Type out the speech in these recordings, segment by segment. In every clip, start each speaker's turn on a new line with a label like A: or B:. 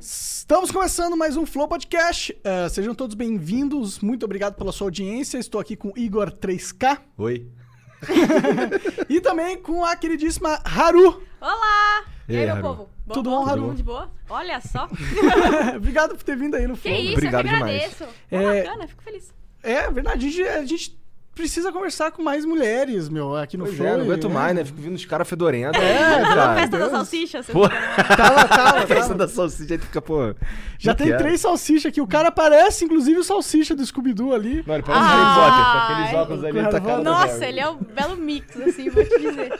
A: Estamos começando mais um Flow Podcast. Eh, sejam todos bem-vindos. Muito obrigado pela sua audiência. Estou aqui com Igor 3K
B: Oi.
A: e também com a queridíssima Haru.
C: Olá! E
B: E aí,
C: aí, meu
B: Haru?
C: povo? Bom,
A: Tudo
C: bom?
A: bom, Haru?
C: É, Tudo de boa? Olha só.
A: obrigado por ter vindo aí no
C: Que
A: Flow.
C: isso,
B: Obrigado
C: eu que
B: demais.
C: agradeço.
A: É-
C: É... Bacana, fico feliz.
A: É verdade, a gente, a gente precisa conversar com mais mulheres, meu, aqui no
B: Pois
A: Flow.
B: é, não aguento
A: e-
B: mais, né? Fico vindo os caras fedorentos.
A: É,
C: A
B: cara.
C: festa
A: Deus.
C: da salsicha, você
B: Pô,
A: Tá lá, tá lá,
B: a
A: tá lá.
B: festa da salsicha aí tu fica, pô. é?
A: Já
B: não
A: tem
B: quero.
A: três salsichas aqui. O cara parece, inclusive, o salsicha do Scooby-Doo ali.
B: Mano, parece
C: Ah,
B: Harry Potter, com aqueles óculos ali,
A: ai.
B: tá a cara do
C: Nossa,
B: Harry.
C: ele é um belo mix, assim, vou te dizer.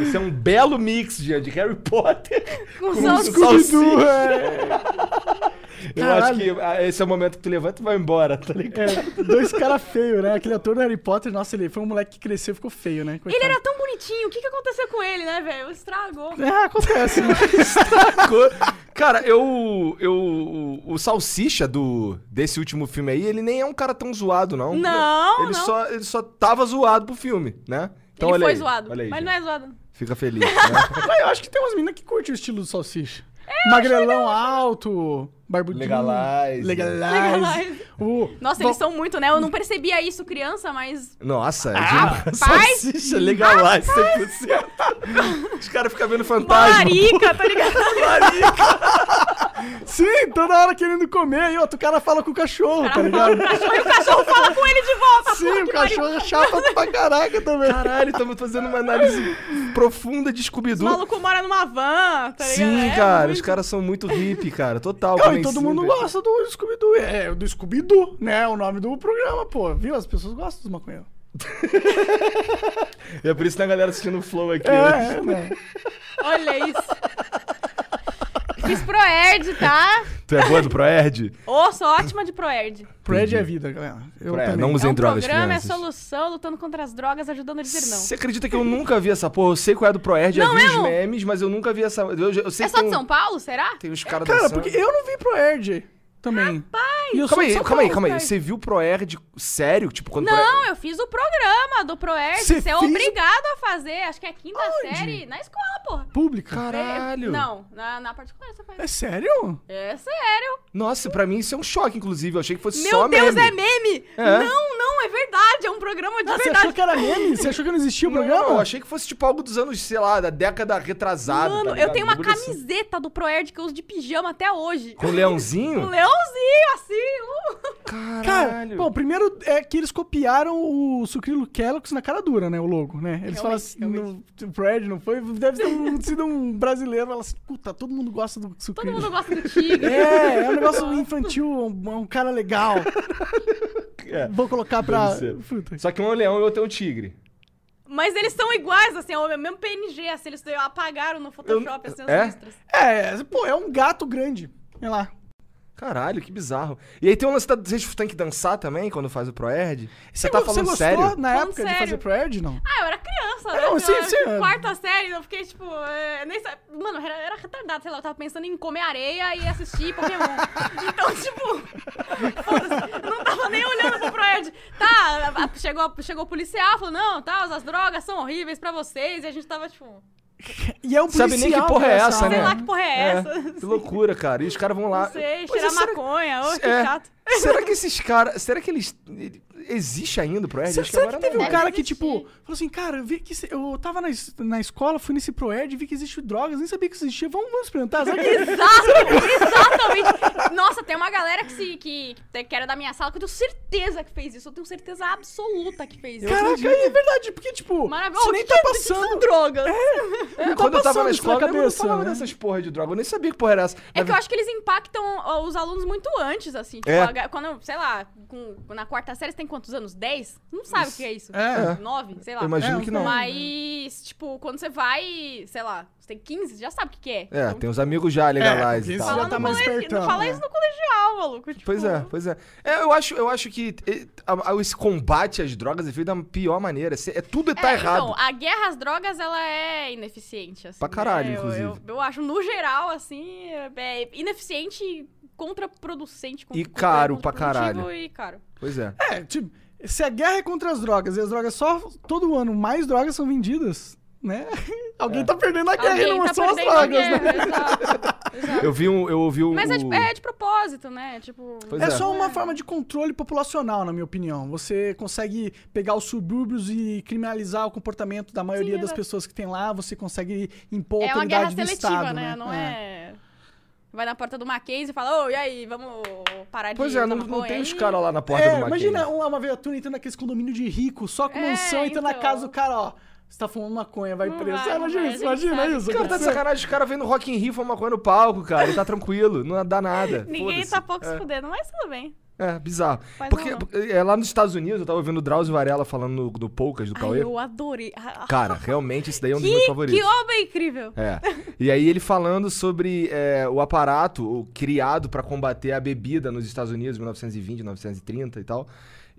B: Isso é um belo mix de, de Harry Potter. Com
C: Com salsicha.
A: Scooby-Doo,
B: salsicha.
A: é.
B: Eu acho que ah, esse é o momento que tu levanta e vai embora, tá ligado?
A: É, dois caras feios, né? Aquele ator do Harry Potter, nossa, ele foi um moleque que cresceu e ficou feio, né?
C: Ele
A: Coitado.
C: era tão bonitinho, o que, que aconteceu com ele, né, velho? Estragou.
A: É, acontece, né?
B: Cara, eu, eu. O o Salsicha do, desse último filme aí, ele nem é um cara tão zoado, não.
C: Não,
B: ele
C: não.
B: Só, ele só tava zoado pro filme, né? Então,
C: ele
B: olha
C: foi
B: aí,
C: zoado,
B: Olha aí,
C: mas
B: gente.
C: não é zoado.
B: Fica feliz. Né?
A: Mas eu acho que tem umas meninas que curtem o estilo do salsicha. Magrelão alto, barbudinho.
B: Legalize.
A: Legalize. Uh. O...
C: Nossa, eles são muito, né? Eu não percebia isso criança, mas...
B: Nossa, é demais.
C: Ah, rapaz!
B: salsicha legal lá, 100%. assim, tá. Os caras ficam vendo fantasma.
C: Marica, tá ligado?
A: Sim, toda hora querendo comer, e outro cara fala com o cachorro, tá ligado?
C: E Tipo, o cachorro fala com ele de volta.
A: Sim, o cachorro é chato pra caraca também.
B: Caralho, estamos fazendo uma análise profunda de
C: O
B: Scooby-Doo.
C: maluco mora numa van, tá ligado?
B: Sim,
C: É
B: cara, os
C: muito-
B: caras são muito hippie, cara, total.
A: Não, e
B: Carmen
A: todo mundo
B: Simba.
A: gosta do Scooby-Doo. É, do Scooby-Doo, né? É o nome do programa, pô. Viu? As pessoas gostam dos maconheiros.
B: É por isso que a galera assistindo o Flow aqui.
A: É,
B: né?
A: né?
C: Olha isso. Fiz Proerd, tá?
B: Tu é boa do Proerd?
C: Ô, sou ótima de Proerd.
A: Proerd é vida, galera. Eu
B: Proerd,
A: também.
B: não usem
C: é um
B: drogas,
C: programa,
B: crianças.
C: é solução, lutando contra as drogas, ajudando a dizer não.
B: Você acredita que eu nunca vi essa porra? Eu sei qual é a do Proerd, já
C: Não
B: vi
C: é,
B: os
C: amor?
B: memes, mas eu nunca vi essa. Eu, eu sei
C: É
B: que
C: só
B: tem,
C: de
B: um-
C: São Paulo, será?
B: tem uns caras
A: Cara,
B: dançando.
A: porque eu não vi Proerd também. E eu sou
B: Calma
A: de
B: aí,
A: São
B: calma aí,
A: Paulo,
B: calma aí.
A: cara.
B: Você viu o Proerd sério? Tipo, quando Proerd-
C: Não, eu fiz o programa do Proerd.
A: Você
C: Você é
A: fez o-
C: obrigado a fazer, acho que é quinta
A: Aonde?
C: série, na escola, porra.
A: Pública.
B: Caralho!
C: Não, na, na particular você faz.
A: É sério?
C: É sério.
B: Nossa, pra mim isso é um choque, inclusive. Eu achei que fosse
C: Meu
B: só
C: Deus,
B: meme.
C: é meme!
B: É.
C: Não, não, é verdade, é um programa de
A: Ah, você
C: verdade.
A: achou que era meme? Você achou que não existia o
B: Não,
A: programa?
B: não, eu achei que fosse tipo algo dos anos, sei lá, da década retrasada. tá
C: Mano,
B: ligado?
C: eu tenho uma
B: Bagulho assim.
C: camiseta do Proerd que eu uso de pijama até hoje.
B: Com o
C: Um
B: leãozinho?
C: leãozinho, assim. uh.
A: Cara,
B: Caralho.
A: bom, primeiro é que eles copiaram o Sucrilo Kellogg's na cara dura, né? O logo, né? Eles falam assim, no, o Fred não foi, deve ter um- sido um brasileiro, fala assim, puta, todo mundo gosta do
C: Todo
A: Sucrilo.
C: mundo gosta do tigre.
A: É, é um negócio infantil, um, um cara legal.
B: É,
A: Vou colocar pra...
B: deve ser.
A: Puta.
B: Só que um é um leão e outro é um tigre.
C: Mas eles são iguais, assim, é o mesmo PNG, assim, eles apagaram no Photoshop,
B: Eu-
C: assim,
B: é?
C: as listras.
A: É, pô, é um gato grande. Sei lá.
B: Caralho, que bizarro. E aí tem um lance da. Vocês têm que dançar também quando faz o Proerd? Você tá
A: go-
B: falando
A: gostou
B: sério?
A: na
C: Falando
A: época de
C: sério.
A: fazer Proerd, não?
C: Ah, eu era criança, né?
A: Não,
C: Eu
A: sim,
C: era
A: sim, é.
C: Quarta série, eu fiquei, tipo, é, nem sa- Mano, era, era retardado, sei lá, eu tava pensando em comer areia e assistir Pokémon. então, tipo, foda-se, eu não tava nem olhando pro Proerd. Tá, a- a- chegou, chegou o policial, falou, não, tá, as drogas são horríveis pra vocês, e a gente tava, tipo,
A: E é um policial.
B: Sabe nem que porra é
A: engraçado,
B: essa, né?
C: sei lá que porra é, essa.
B: Que loucura, cara. E os caras vão lá.
C: Não sei,
B: Mas
C: cheirar
B: será-
C: maconha, ô, que
B: É.
C: chato.
B: Será que esses caras. Será que eles. Existe ainda o Proerd?
A: Será,
B: Acho
A: será que
B: É, agora
A: teve
B: não.
A: um
C: Deve
A: cara que,
C: existir.
A: tipo, falou assim, cara, eu, vi que se- eu tava na, es- na escola, fui nesse Proerd, vi que existe drogas, nem sabia que existia, vamos, vamos experimentar. Será que...
C: Exato, exatamente. Nossa, tem uma galera que, se, que, que era da minha sala que eu tenho certeza que fez isso. Eu tenho certeza absoluta que fez isso.
A: Caraca, é verdade, porque, tipo,
C: Maravilhoso.
A: você nem tá passando.
C: drogas.
A: Não tá
B: Quando
A: passando
B: eu tava na
A: isso na
B: escola, eu não
A: cabeça,
B: falava
A: né?
B: dessas porra de droga. Eu nem sabia que porra era essa.
C: É que eu acho que eles impactam ó, os alunos muito antes, assim. Tipo,
B: É.
C: a ga- quando, sei lá, com- na quarta série você tem quantos anos? Dez? Não sabe o que é isso.
A: É.
C: Nove, sei lá.
B: Eu imagino
A: É,
B: que não.
C: Mas, tipo, quando você vai, sei lá, você tem 15, já sabe o que, que é.
B: É, tem os amigos já, legalize
A: É,
B: e
A: isso
B: tal.
A: já
C: Fala,
A: tá
C: no
A: mais
C: colegi-
A: espertão,
C: fala
A: né?
C: isso no colegial, maluco. Tipo,
B: Pois é, pois é. É, eu acho, eu acho que eh, a- a- esse combate às drogas é feito da pior maneira. Cê- É, tudo tá
C: É,
B: errado.
C: Então, a guerra às drogas, ela é ineficiente, assim.
B: Pra caralho,
C: né? Eu-
B: inclusive.
C: Eu, eu acho, no geral, assim, é ineficiente e contraproducente.
B: E
C: contra-
B: caro pra
C: contraprodutivo
B: caralho.
C: E caro.
B: Pois é.
A: É, tipo, se a guerra é contra as drogas e as drogas só, todo ano, mais drogas são vendidas, né?
B: É.
A: Alguém tá perdendo a guerra e
C: Alguém
A: não
C: tá
A: são as
C: perdendo a
A: vagas, né?
C: guerra, exato, exato.
B: Eu vi um. Eu ouvi um
C: é. Mas é,
B: o-
C: de- é de propósito, né? Tipo.
B: Pois
A: É
B: é.
A: só uma forma de controle populacional, na minha opinião. Você consegue pegar os subúrbios e criminalizar o comportamento da maioria
C: Sim,
A: das
C: exato.
A: pessoas que tem lá, você consegue impor a
C: É uma
A: autoridade
C: guerra
A: do
C: seletiva,
A: Estado,
C: né?
A: né?
C: Não é. Vai na porta do Mackenzie e fala, ô, e aí, vamos parar
B: Pois
C: de
B: é, não,
C: tomar
B: não tem
C: banho
B: os
C: aí?"
B: caras lá na porta
A: É,
B: do Mackenzie.
A: imagina uma, uma viatura entrando naqueles condomínio de rico, só com
C: É,
A: mansão, entrando na
C: então.
A: casa do cara, ó. Você tá fumando maconha, vai
C: Não
A: preso.
C: vai,
A: Ah,
C: não
A: imagina
C: vai, a
A: isso,
C: gente
A: imagina
C: sabe.
A: isso.
B: Cara, tá de sacanagem. Os caras vendo Rock in Rio uma coisa no palco, cara. Ele tá tranquilo, não dá nada.
C: Ninguém
B: foda-se.
C: tá pouco
B: É.
C: se fudendo, mas tudo bem.
B: É, bizarro.
C: Faz
B: Porque
C: um-
B: porque, é, lá nos Estados Unidos, eu tava ouvindo o Drauzio Varela falando no- do Poucas, do
C: Ai,
B: Cauê.
C: eu adorei. Ah, ah,
B: Cara, realmente isso daí é um dos meus
C: que,
B: favoritos.
C: que obra incrível!
B: É. E aí ele falando sobre é, o aparato o- criado pra combater a bebida nos Estados Unidos, 1920, 1930 e tal.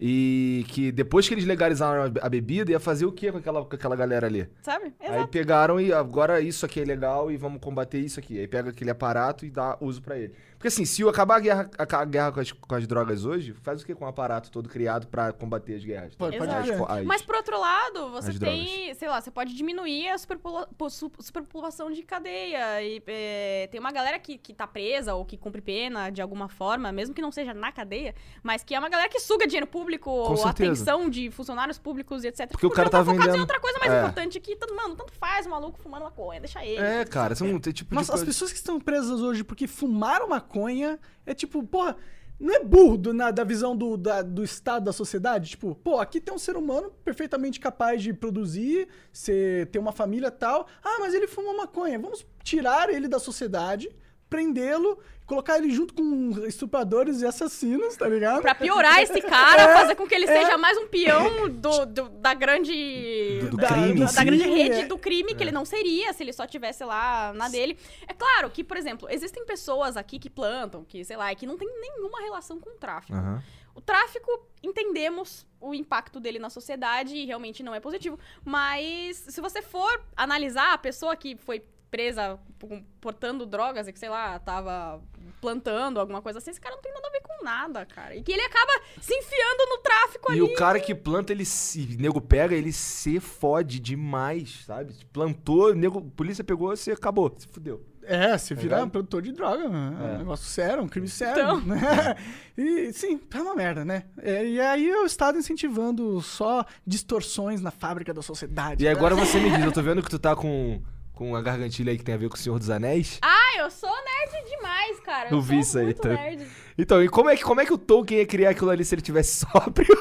B: E que depois que eles legalizaram a be- a bebida, ia fazer o que com aquela, com aquela galera ali?
C: Sabe?
B: Aí
C: Exato.
B: pegaram e agora isso aqui é legal e vamos combater isso aqui. Aí pega aquele aparato e dá uso pra ele. Porque assim, se acabar a guerra, a, a guerra com, as, com as drogas hoje, faz o que com o aparato todo criado pra combater as guerras?
A: Pode-
C: pode
B: As-
A: crer.
B: as-
C: Mas por outro lado, você
B: As
C: tem, sei lá, você pode diminuir a superpopula- po- su- superpopulação de cadeia. E é, tem uma galera que, que tá presa ou que cumpre pena de alguma forma, mesmo que não seja na cadeia, mas que é uma galera que suga dinheiro público, ou
B: certeza.
C: atenção de funcionários públicos e etc.
B: Porque o cara
C: tá
B: tá
C: focado em
B: vendendo-
C: outra coisa mais
B: É.
C: importante que, tanto- mano, tanto faz o maluco fumando maconha, deixa ele.
B: É, cara, são tem tipo
A: Nossa,
B: de
A: as
B: coisa-
A: pessoas que estão presas hoje porque fumaram maconha é tipo, porra, não é burro do- na, da visão do, da- do estado da sociedade? Tipo, pô, aqui tem um ser humano perfeitamente capaz de produzir, ser, ter uma família e tal. Ah, mas ele fumou maconha. Vamos tirar ele da sociedade, prendê-lo, colocar ele junto com estupradores e assassinos, tá ligado?
C: Pra piorar esse cara,
B: É.
C: fazer com que ele seja mais um peão do, do- da grande.
B: Do- do
C: da,
B: crime assim. em
C: da,
B: si.
C: grande
A: É.
C: rede do crime, que ele não seria se ele só tivesse lá na dele. É claro que, por exemplo, existem pessoas aqui que plantam, que, sei lá, e que não tem nenhuma relação com o tráfico.
B: Aham.
C: O tráfico, entendemos o impacto dele na sociedade e realmente não é positivo. Mas se você for analisar a pessoa que foi presa com- portando drogas e que, sei lá, tava plantando alguma coisa assim, esse cara não tem nada a ver com nada, cara. E que ele acaba se enfiando no tráfico
B: E
C: ali.
B: o cara que planta, ele se. Nego pega, ele se fode demais, sabe? Plantou, nego, polícia pegou, você acabou, se fudeu.
A: É, se virar
B: ligado?
A: um produtor de droga, mano. é um
B: É.
A: negócio sério, é um crime sério.
C: Então.
A: né? E sim, é uma merda, né? É, e aí é o Estado incentivando só distorções na fábrica da sociedade.
B: E é agora você me diz, eu tô vendo que tu tá com, com a gargantilha aí que tem a ver com o Senhor dos Anéis.
C: Ah, eu sou nerd demais, cara. Eu,
B: Eu vi
C: sou
B: isso aí,
C: muito
B: tá?
C: nerd.
B: Então, e como é, que, como é que o Tolkien ia criar aquilo ali se ele tivesse sóbrio?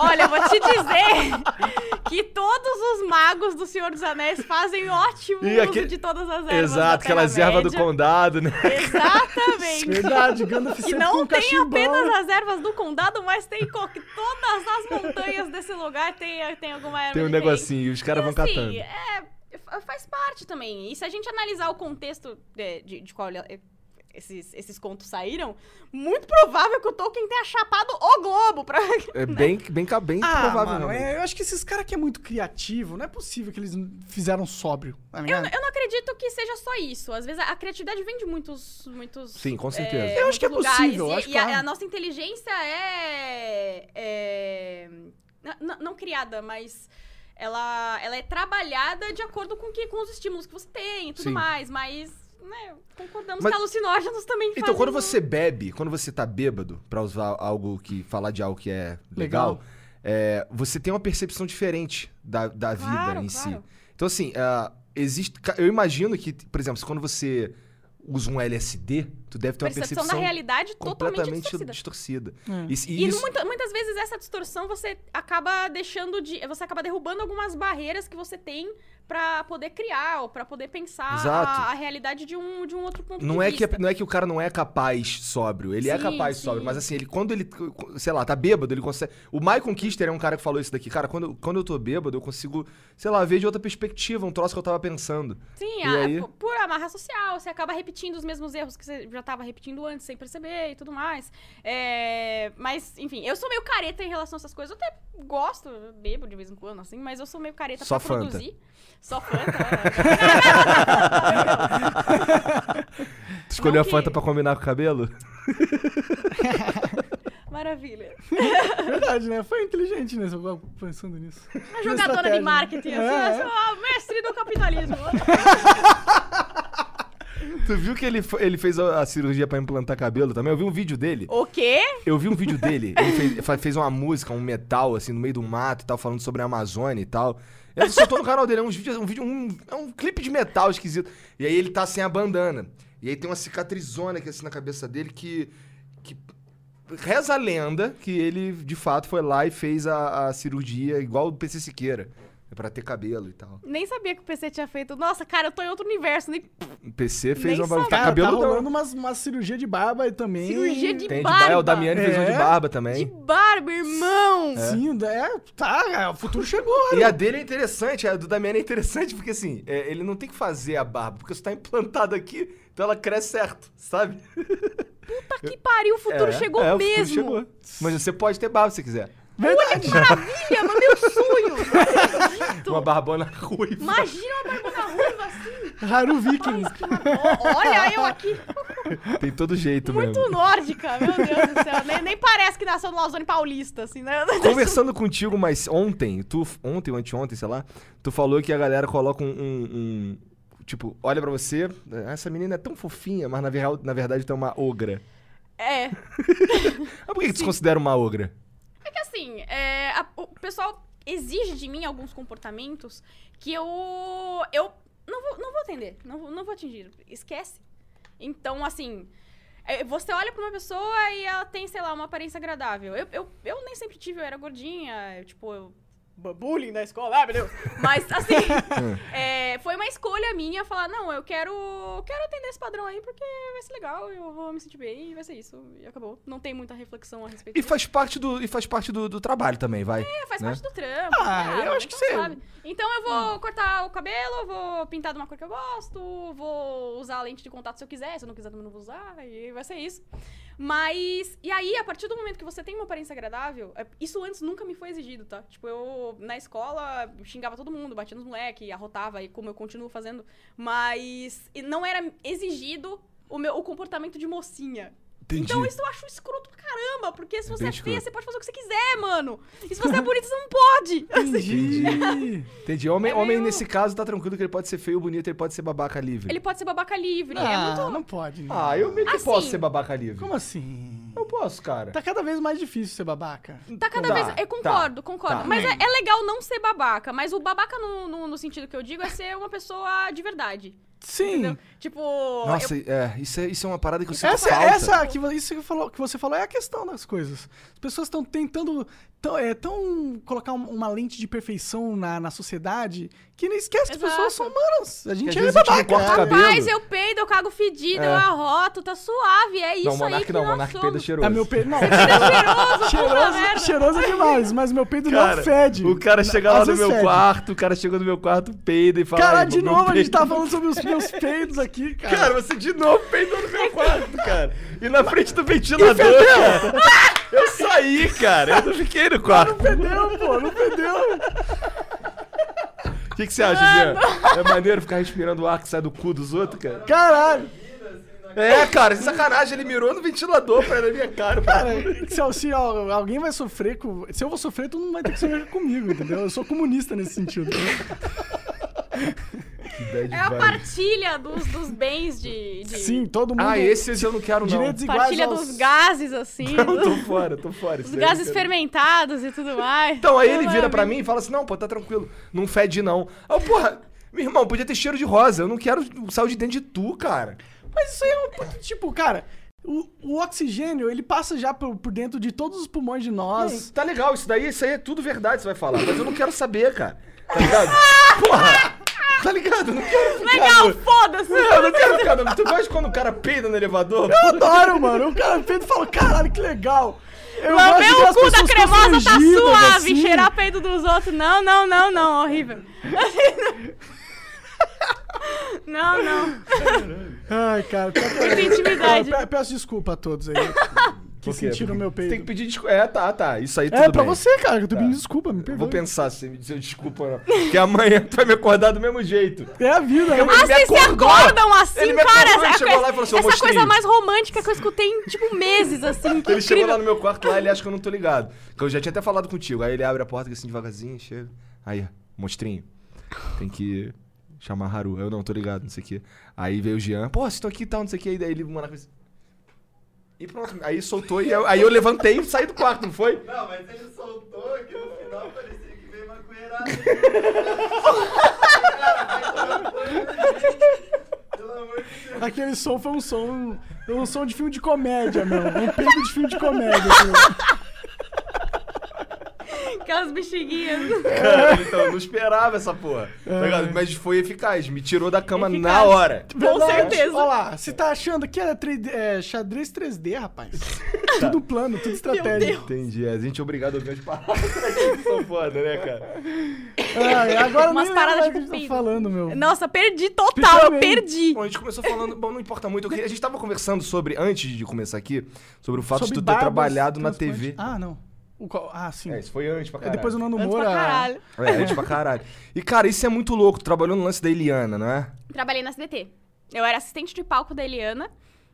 C: Olha, eu vou te dizer que todos os magos do Senhor dos Anéis fazem ótimo
B: E
C: uso
B: aquele-
C: de todas as ervas.
B: Exato, aquelas ervas do
C: condado.
B: condado, né?
C: Exatamente.
A: Verdade, Gandalf
C: Que
A: sempre com
C: não
A: um
C: tem
A: cachimbão.
C: apenas as ervas do condado, mas tem co- que todas as montanhas desse lugar tem, tem alguma erva
B: Tem um
C: diferente.
B: negocinho, e os caras vão
C: E, assim,
B: catando.
C: É, fa- faz parte também. E se a gente analisar o contexto de, de- de qual ele- esses, esses contos saíram, muito provável que o Tolkien tenha chapado o globo pra...
B: É bem, bem, ca- bem
A: Ah,
B: provável, né?
A: mano,
B: realmente.
A: é, eu acho que esses caras que é muito criativo, não é possível que eles fizeram sóbrio, tá ligado?
C: Eu não acredito que seja só isso. Às vezes a a criatividade vem de muitos. muitos
B: Sim, com certeza.
A: Eu acho que é
C: muitos lugares.
A: possível,
C: E,
A: eu acho
C: e a-
A: claro.
C: a, nossa inteligência é. é- n- n- não criada, mas. Ela, ela é trabalhada de acordo com, que, com os estímulos que você tem e tudo
B: Sim.
C: mais, mas. né, concordamos
B: Mas-
C: que alucinógenos também
B: Então,
C: fazem
B: quando
C: um-
B: você bebe, quando você tá bêbado, pra usar algo que. falar de algo que é legal,
A: Legal.
B: é, você tem uma percepção diferente da, da vida
C: Claro,
B: em si.
C: claro.
B: Então, assim, ah, existe. ca- Eu imagino que, por exemplo, se quando você usa um LSD, tu deve ter uma
C: percepção,
B: percepção,
C: da realidade é totalmente
B: completamente
C: distorcida.
B: distorcida.
A: É.
B: E, se- e
C: E
B: isso.
C: muita- muitas vezes essa distorção você acaba deixando de. Você acaba derrubando algumas barreiras que você tem pra poder criar ou pra poder pensar
B: Exato.
C: a, a realidade de um, de um outro ponto
B: Não
C: de
B: é, que,
C: vista.
B: não é que o cara não é capaz sóbrio, ele é
C: Sim,
B: capaz
C: sim.
B: sóbrio, mas assim, ele quando ele, sei lá, tá bêbado, ele consegue. O Michael Kister é um cara que falou isso daqui, cara, quando, eu- quando eu tô bêbado, eu consigo, sei lá, ver de outra perspectiva um troço que eu tava pensando.
C: Sim,
B: E
C: a-
B: aí?
C: por- por amarra social, você acaba repetindo os mesmos erros que você já estava repetindo antes, sem perceber e tudo mais. É, mas, enfim, eu sou meio careta em relação a essas coisas. Eu até gosto, eu bebo de vez em quando, assim, mas eu sou meio careta
B: Só
C: pra
B: Fanta.
C: produzir. Só Fanta. é.
B: Tu escolheu
C: que-
B: a Fanta pra combinar com o cabelo?
C: é. Maravilha.
A: É Verdade, né? Foi inteligente, né? Eu tava pensando nisso.
C: Uma jogadora de marketing, assim,
A: É,
C: é.
A: é.
C: assim, ó, cerne do capitalismo.
B: Tu viu que ele, fo- ele fez a a cirurgia pra implantar cabelo também? Eu vi um vídeo dele.
C: o quê?
B: Eu vi um vídeo dele. Ele fez, fa- fez uma música, um metal, assim, no meio do mato e tal, falando sobre a Amazônia e tal. Eu só tô no canal dele, é uns vídeos- um vídeo, um, é um clipe de metal esquisito. E aí ele tá sem a bandana. E aí tem uma cicatrizona aqui assim na cabeça dele que. que reza a lenda que ele, de fato, foi lá e fez a, a cirurgia igual o PC Siqueira. É Pra ter cabelo e tal.
C: Nem sabia que o PC tinha feito. Nossa, cara, eu tô em outro universo. Nem...
B: O PC fez
C: Nem
B: uma. ba-
C: sabe.
B: Tá
A: Cara, tá
B: cabelo
A: rolando umas, uma cirurgia de barba aí também.
C: Cirurgia de
B: Tem de
C: barba.
B: barba. O Damiani fez uma de
A: É.
B: barba
C: De
B: também.
C: barba, irmão.
A: Sim, é, tá, é, o futuro chegou.
B: E a dele é interessante, a do Damiani é interessante, porque assim, é, ele não tem que fazer a barba, porque você tá implantado aqui, então ela cresce certo, sabe?
C: Puta que pariu, o futuro
B: É,
C: chegou
B: é, o futuro
C: mesmo.
B: chegou. Mas você pode ter barba se quiser.
A: Verdade.
C: Maravilha, mas meu sonho. Não acredito.
B: Uma barbona ruiva.
C: Imagina uma barbona ruiva assim.
A: Raro Viking.
C: Que uma... Ó, Olha, eu aqui.
B: Tem todo jeito
C: Muito
B: mesmo.
C: nórdica, meu Deus do céu. Nem, nem parece que nasceu no Lausanne Paulista, assim, né?
B: Conversando contigo, mas ontem, tu, ontem ou anteontem, sei lá, tu falou que a galera coloca um. um- um- tipo, olha pra você, "Ah, essa menina é tão fofinha, mas na, real- na verdade tu é uma ogra.
C: É.
B: Mas por que, que tu se considera uma ogra?
C: É que assim, é, a- o pessoal exige de mim alguns comportamentos que eu. Eu não vou, não vou atender, não vou, não vou atingir. Esquece. Então, assim. é, Você olha pra uma pessoa e ela tem, sei lá, uma aparência agradável. Eu, eu, eu nem sempre tive, eu era gordinha, eu, tipo, eu. bu- Bullying na escola, ah, meu Deus. Mas, assim, é, foi uma escolha minha falar: não, eu quero, quero atender esse padrão aí porque vai ser legal, eu vou me sentir bem e vai ser isso. E acabou. Não tem muita reflexão a respeito
B: E faz parte do, e faz parte do, do trabalho também, vai.
C: é, faz
B: né?
C: parte do trampo.
A: Ah,
C: cara,
A: eu acho que Ah.
C: então
A: você-
C: sabe. Então eu vou cortar o cabelo, vou pintar de uma cor que eu gosto, vou usar a lente de contato se eu quiser, se eu não quiser também não vou usar, e vai ser isso. Mas, e aí, a partir do momento que você tem uma aparência agradável, é- isso antes nunca me foi exigido, tá? Tipo, eu, na escola, xingava todo mundo, batia nos moleques, arrotava, e como eu continuo fazendo, mas e não era exigido o meu o comportamento de mocinha.
B: Entendi.
C: Então isso eu acho escroto pra caramba, porque se
B: É
C: você
B: bem
C: é feia,
B: escroto.
C: você pode fazer o que você quiser, mano. E se você é bonita, você não pode.
A: Entendi.
B: Entendi. Homem,
C: É
B: homem
C: meio-
B: nesse caso, tá tranquilo que ele pode ser feio, bonito, ele pode ser babaca livre.
C: Ele pode ser babaca livre. é
A: Ah,
C: muito.
A: não pode. né?
B: Ah, eu meio que
C: Assim.
B: posso ser babaca livre.
A: Como assim?
B: Eu posso, cara.
A: Tá cada vez mais difícil ser babaca.
C: Tá cada
B: Tá,
C: vez.
B: tá,
C: Eu concordo, concordo.
B: tá.
C: Mas é, é legal não ser babaca. Mas o babaca, no, no, no sentido que eu digo, é ser uma pessoa de verdade.
A: Sim.
C: Entendeu? Tipo.
B: Nossa, é, isso é, isso é uma parada que eu sinto
A: Essa,
B: falta.
A: essa que, vo- isso que, falou, que você falou é a questão das coisas. As pessoas estão tentando tão, é, tão colocar um- uma lente de perfeição na, na sociedade que não esquece que as
C: Exato.
A: pessoas são humanas. A gente
B: às
A: é
B: vezes a gente não
A: babaca.
B: corta o
A: né?
B: cabelo.
C: Rapaz, eu peido, eu cago fedido,
B: É.
C: eu arroto, tá suave. É isso
B: não,
C: aí
B: Monark
C: que
B: não,
C: nós
B: Monark
C: somos.
B: peida cheiroso.
A: Ah, meu pe... Não,
C: Cheiroso, puta
A: cheiroso,
C: merda.
A: cheiroso é demais, mas meu peido não fede.
B: O cara chega
A: Às
B: lá no
A: vezes
B: meu
A: fede.
B: quarto, o cara chega no meu quarto, peida e fala... "Ai,
A: Caralho, de
B: meu
A: novo a gente
B: peido".
A: tá falando sobre os meus peidos aqui, cara.
B: Cara, você de novo peidou no meu quarto, cara. E na frente do ventilador, cara. Eu saí, cara. Eu não fiquei no quarto.
A: Perdeu, pô, não perdeu.
B: O que, que você acha,
A: Ah,
B: Jean? É maneiro ficar respirando o ar que sai do cu dos outros, cara?
A: Caralho.
B: É, cara, que sacanagem, ele mirou no ventilador pra na minha cara.
A: Cara, se, al- se al- alguém vai sofrer com. Se eu vou sofrer, tu não vai ter que sofrer comigo, entendeu? Eu sou comunista nesse sentido.
C: É a partilha dos, dos bens de. de-
A: Sim, todo mundo.
B: Ah, esses eu não quero não.
A: Direitos iguais.
C: Partilha
A: aos-
C: dos gases, assim.
B: Eu tô
C: dos-
B: fora, tô fora.
C: Os
B: isso aí eu não
C: gases
B: quero.
C: fermentados e tudo mais.
B: Então, aí ele vira pra mim e fala assim, não, pô, tá tranquilo, não fede não. Aí eu, porra, meu irmão, podia ter cheiro de rosa, eu não quero o sal de dentro de tu, cara.
A: Mas isso aí é um. puto- Tipo, cara, o, o oxigênio, ele passa já por, por dentro de todos os pulmões de
B: Não,
A: nós.
B: tá legal, isso daí, isso aí é tudo verdade, você vai falar, mas eu não quero saber, cara. Tá ligado? Porra! Tá ligado? Eu não quero ficar...
C: Legal,
B: no-
C: foda-se!
B: Não, eu não quero ficar... no- Tu gosta quando o cara peida no elevador?
A: Eu adoro, mano. O cara peido e fala, caralho, que legal. Eu
C: Lamber
A: ver
C: o
A: as
C: cu da
A: pessoas
C: cremosa tá
A: constrangidas,
C: suave,
A: assim.
C: cheirar peido dos outros. Não, não, não, não, horrível. Não, não.
A: Ai, cara, pior que-
C: Muita intimidade.
A: Ó, pe- peço desculpa a todos aí que
B: Por quê?
A: sentiram o meu
B: Você tem que
A: peito.
B: pedir desculpa. É, tá, tá. Isso aí tudo
A: É, pra
B: bem. Tá.
A: você, cara, que eu tô pedindo desculpa, me
B: Eu
A: perdoa.
B: Vou pensar se você me dizer desculpa ou não. Porque amanhã tu vai me acordar do mesmo jeito.
A: É a vida, né?
C: Ah,
B: me
C: vocês se
B: acordou.
C: acordam assim,
B: Ele me
C: cara?
B: acordou, ele
C: essa
B: chegou lá e falou assim, eu
C: essa
B: mostrei.
C: coisa mais romântica que eu escutei em, tipo, meses, assim. Que
B: Ele chegou lá
C: incrível.
B: no meu quarto lá, ele acha que eu não tô ligado. Que eu já tinha até falado contigo. Aí ele abre a porta assim devagarzinho, chega. Aí, ó, monstrinho. Tem que chamar Haru. Eu não, tô ligado, não sei o quê. Aí veio o Jean, pô, vocês estão aqui e tal, não sei o quê. Aí ele, o Monaco disse. E pronto, aí soltou e eu- aí eu levantei e saí do quarto, não foi?
D: Não, mas ele soltou que no final parecia que veio maconheirada. Pelo amor de Deus.
A: Aquele som foi um som. Um som de filme de comédia, meu. Um peido de filme de comédia. assim.
C: Aquelas bexiguinhas.
B: Cara, então, eu não esperava essa porra. tá ligado? Mas foi eficaz, me tirou da cama na
C: É. Eficaz.
B: hora.
C: Com
A: Verdade.
C: certeza.
A: Olha lá, você tá achando que era 3D, é, xadrez 3D, rapaz? tudo plano, tudo estratégia.
B: Entendi, a gente é obrigado a ouvir as palavras que são foda, né, cara?
A: Ai, É, agora
C: Umas
A: nem
C: paradas
A: lembro mais o que eu tô
C: de cupido.
A: falando, meu.
C: Nossa, perdi total, eu
A: Também.
C: perdi.
B: Bom, a gente começou falando, bom, não importa muito, eu queria- a gente tava conversando sobre, antes de começar aqui, sobre o fato
A: Sobre
B: de tu ter
A: barbas,
B: trabalhado na
A: transplante.
B: TV.
A: Ah, não. O qual- Ah, sim.
B: É, isso foi antes pra
A: É,
B: caralho.
A: depois o Nando
C: Antes
A: Moura.
C: pra caralho.
B: É, antes pra caralho. E, cara, isso é muito louco, tu trabalhou no lance da Eliana, não é?
C: Trabalhei na SBT. Eu era assistente de palco da Eliana.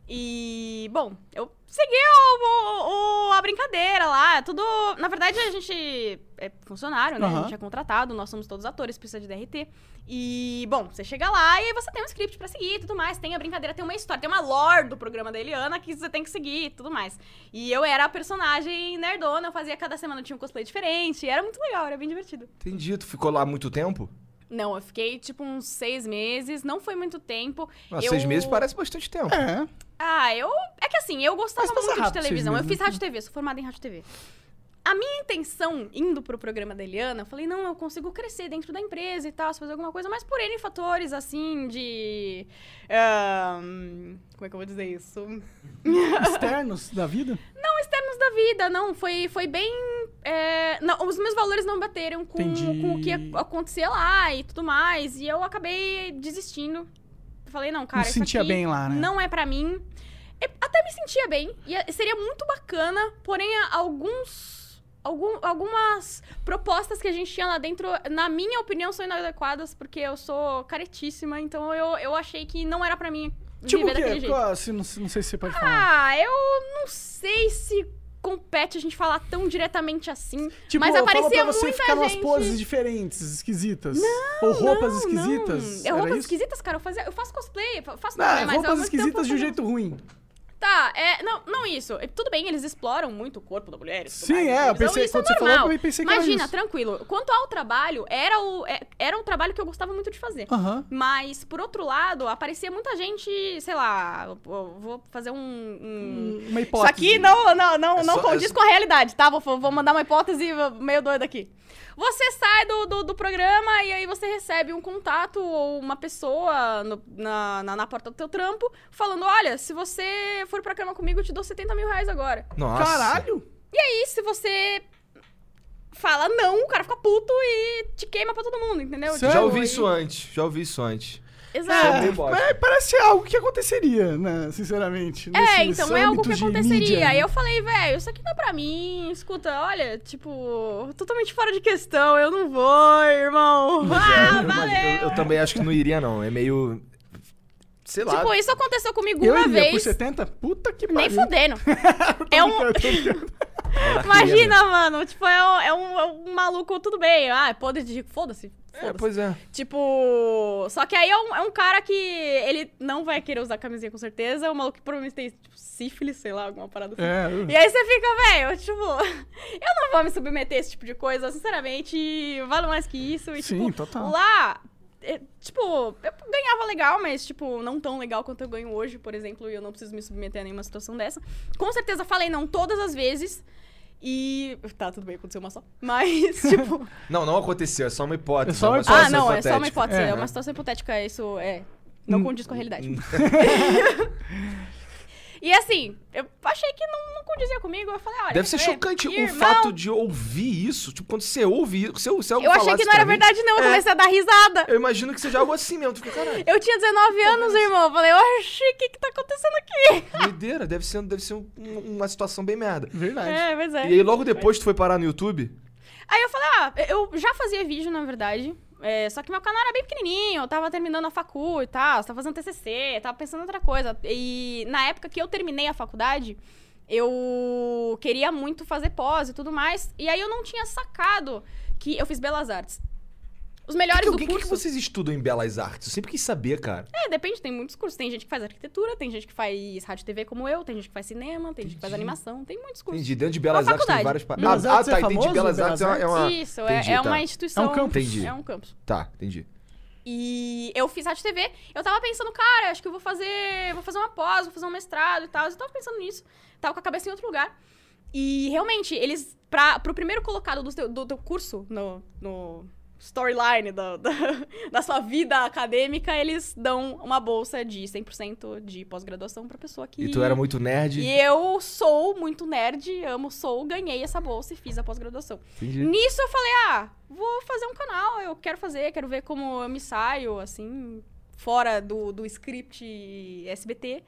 C: E, bom, eu segui o- o- o- a brincadeira lá. Tudo. Na verdade, a gente é funcionário, né? A
A: Aham.
C: gente é contratado, nós somos todos atores, precisa de DRT. E, bom, você chega lá e você tem um script pra seguir e tudo mais. Tem a brincadeira, tem uma história, tem uma lore do programa da Eliana que você tem que seguir e tudo mais. E eu era a personagem nerdona, eu fazia cada semana eu tinha um cosplay diferente. Era muito legal, era bem divertido.
B: Entendi, tu ficou lá há muito tempo?
C: Não, eu fiquei tipo uns seis meses, não foi muito tempo.
B: Ah,
C: Eu-
B: Seis meses parece bastante tempo.
A: É.
C: Ah, eu. É que assim, eu gostava
A: Mas passa
C: muito de
A: rápido,
C: televisão.
A: seis meses,
C: Eu fiz rádio e TV, sou formada em rádio e TV. A minha intenção, indo pro programa da Eliana, eu falei, não, eu consigo crescer dentro da empresa e tal, se fazer alguma coisa, mas por N fatores, assim, de. ahn, como é que eu vou dizer isso?
A: Externos da vida?
C: Não, externos da vida, não. Foi, foi bem. é, não, os meus valores não bateram com,
A: Entendi.
C: com o que ac- acontecia lá e tudo mais. E eu acabei desistindo. Falei, não, cara,
A: não
C: isso
A: sentia
C: aqui
A: bem lá, né?
C: não é pra mim. Eu até me sentia bem. E é- seria muito bacana, porém, a- alguns. algum- algumas propostas que a gente tinha lá dentro, na minha opinião, são inadequadas, porque eu sou caretíssima, então eu, eu achei que não era pra mim
A: Tipo
C: viver
A: o
C: daquele
A: quê?
C: jeito.
A: Qual- assim, não, não sei se você pode falar.
C: Ah, eu não sei se compete a gente falar tão diretamente assim.
A: Tipo,
C: mas
A: eu falo
C: aparecia
A: pra você
C: muita
A: ficar umas
C: gente-
A: poses diferentes, esquisitas. Ou roupas esquisitas.
C: Não, eu
A: Era
C: roupas
A: isso?
C: esquisitas, cara, eu, fazia, eu faço cosplay, fa- faço
A: Não,
C: cosplay, mas ao
A: roupas
C: mesmo tempo
A: esquisitas de um
C: eu-
A: jeito ruim.
C: Tá, é. Não, não isso. É, Tudo bem, eles exploram muito o corpo da mulher. e tudo
A: Sim,
C: mais,
A: é, eu
C: então
A: pensei-
C: isso
A: quando
C: é
A: você falou,
C: normal.
A: eu pensei que era
C: Imagina,
A: isso.
C: tranquilo. Quanto ao trabalho, era, o, é- era um trabalho que eu gostava muito de fazer.
A: Aham.
C: Mas, por outro lado, aparecia muita gente, sei lá, eu- eu vou fazer um. um-
A: Uma
C: Isso
A: hipótese.
C: aqui não, não, não,
B: É
C: não
B: só-
C: condiz
B: é só-
C: com a realidade, tá? Vou, vou mandar uma hipótese meio doida aqui. Você sai do, do, do programa e aí você recebe um contato ou uma pessoa no- na, na, na porta do teu trampo falando: olha, se você for pra cama comigo, eu te dou 70 mil reais agora.
B: Nossa.
A: Caralho!
C: E se você fala não, o cara fica puto e te queima pra todo mundo, entendeu?
A: Sério?
B: Já
C: Tipo,
B: ouvi
C: e-
B: isso antes, já ouvi isso antes.
C: Exato.
B: Sou
A: É,
B: meio bosta.
A: mas parece algo que aconteceria, né? Sinceramente.
C: É,
A: nesses
C: então é algo que
A: âmbitos de
C: aconteceria.
A: mídia. né?
C: Aí eu falei, velho, isso aqui não é pra mim. Escuta, olha, tipo, totalmente fora de questão. Eu não vou, irmão.
A: é
C: Ah,
B: Eu imagino-
C: valeu.
B: eu, eu também acho que não iria, não. É meio. Sei lá.
C: Tipo, isso aconteceu comigo
A: Eu
C: uma
A: iria por
C: vez.
A: 70? Puta que pariu.
C: Nem fudendo. é um. Imagina,
A: né?
C: mano. Tipo, é um, é um- é um maluco, tudo bem. Ah, é poder de rico. Foda-se.
B: É,
C: Foda-se.
B: pois é.
C: Tipo. Só que aí é um, é um cara que ele não vai querer usar camisinha com certeza. É um maluco que provavelmente tem tipo, sífilis, sei lá, alguma parada assim.
A: É.
C: E aí você fica, velho, tipo, eu não vou me submeter a esse tipo de coisa, sinceramente, vale mais que isso. E,
A: Sim,
C: tipo,
A: total.
C: lá, é, tipo, eu ganhava legal, mas, tipo, não tão legal quanto eu ganho hoje, por exemplo, e eu não preciso me submeter a nenhuma situação dessa. Com certeza falei não todas as vezes. E. Tá, tudo bem, aconteceu uma só. Mas, tipo.
B: Não, não aconteceu, é só uma hipótese.
A: É só uma
B: uma
C: ah,
B: situação
C: não, é só
B: hipotética. Hum.
C: uma hipótese.
A: É,
C: É,
A: né?
C: uma situação hipotética, isso é. Não condiz com a realidade. e assim, eu achei que não, não condizia comigo. Eu falei, olha.
B: Deve ser
C: quer saber?
B: chocante o
C: Irmão,
B: fato de ouvir isso. Tipo, quando você ouve isso. Se eu, se alguém
C: Eu achei
B: falasse
C: que não era
B: pra mim,
C: verdade, não. Eu comecei a dar risada.
B: Eu imagino que seja algo assim mesmo. Tu fica, caralho,
C: Eu tinha 19 anos, irmão. Eu falei, oxi, o que que tá acontecendo aqui?
B: doideira. Deve ser, deve ser um- um- uma situação bem merda.
A: Verdade.
C: É, mas
B: E
C: é.
B: aí, logo depois, tu foi parar no YouTube?
C: Aí eu falei, ah, eu já fazia vídeo, na verdade. é, só que meu canal era bem pequenininho, eu tava terminando a facu e tal, eu tava fazendo TCC, eu tava pensando em outra coisa. E na época que eu terminei a faculdade, eu queria muito fazer pós e tudo mais. E aí eu não tinha sacado que eu fiz Belas Artes. Os melhores
B: que, é
C: do
B: que, que
C: curso.
B: vocês estudam em belas artes? Eu sempre quis saber, cara.
C: É, depende, tem muitos cursos. Tem gente que faz arquitetura, tem gente que faz rádio e TV como eu, tem gente que faz cinema, tem gente que faz animação, tem muitos cursos.
B: Entendi. Dentro de belas
C: Uma
B: artes tem
C: faculdade.
B: várias pa- Ah, tá,
A: Belas Artes é
B: entendi.
A: famoso,
B: Belas
A: Belas
B: artes é uma. é uma-
C: Isso, é-
B: Entendi,
C: é,
B: tá.
C: uma instituição.
A: É um campus.
B: Entendi.
C: É um campus.
B: Tá, entendi.
C: E eu fiz rádio e TV, eu tava pensando, cara, acho que eu vou fazer, vou fazer uma pós, vou fazer um mestrado e tal. Eu tava pensando nisso, tava com a cabeça em outro lugar. E realmente, eles, pra, pro primeiro colocado do teu, do teu curso, no, no storyline da, da, da sua vida acadêmica, eles dão uma bolsa de 100% de pós-graduação pra pessoa que.
B: E tu era um muito nerd.
C: E eu sou muito nerd, amo, sou, ganhei essa bolsa e fiz a pós-graduação.
B: Entendi.
C: Nisso eu falei, ah, vou fazer um canal, eu quero fazer, quero ver como eu me saio, assim, fora do, do script SBT.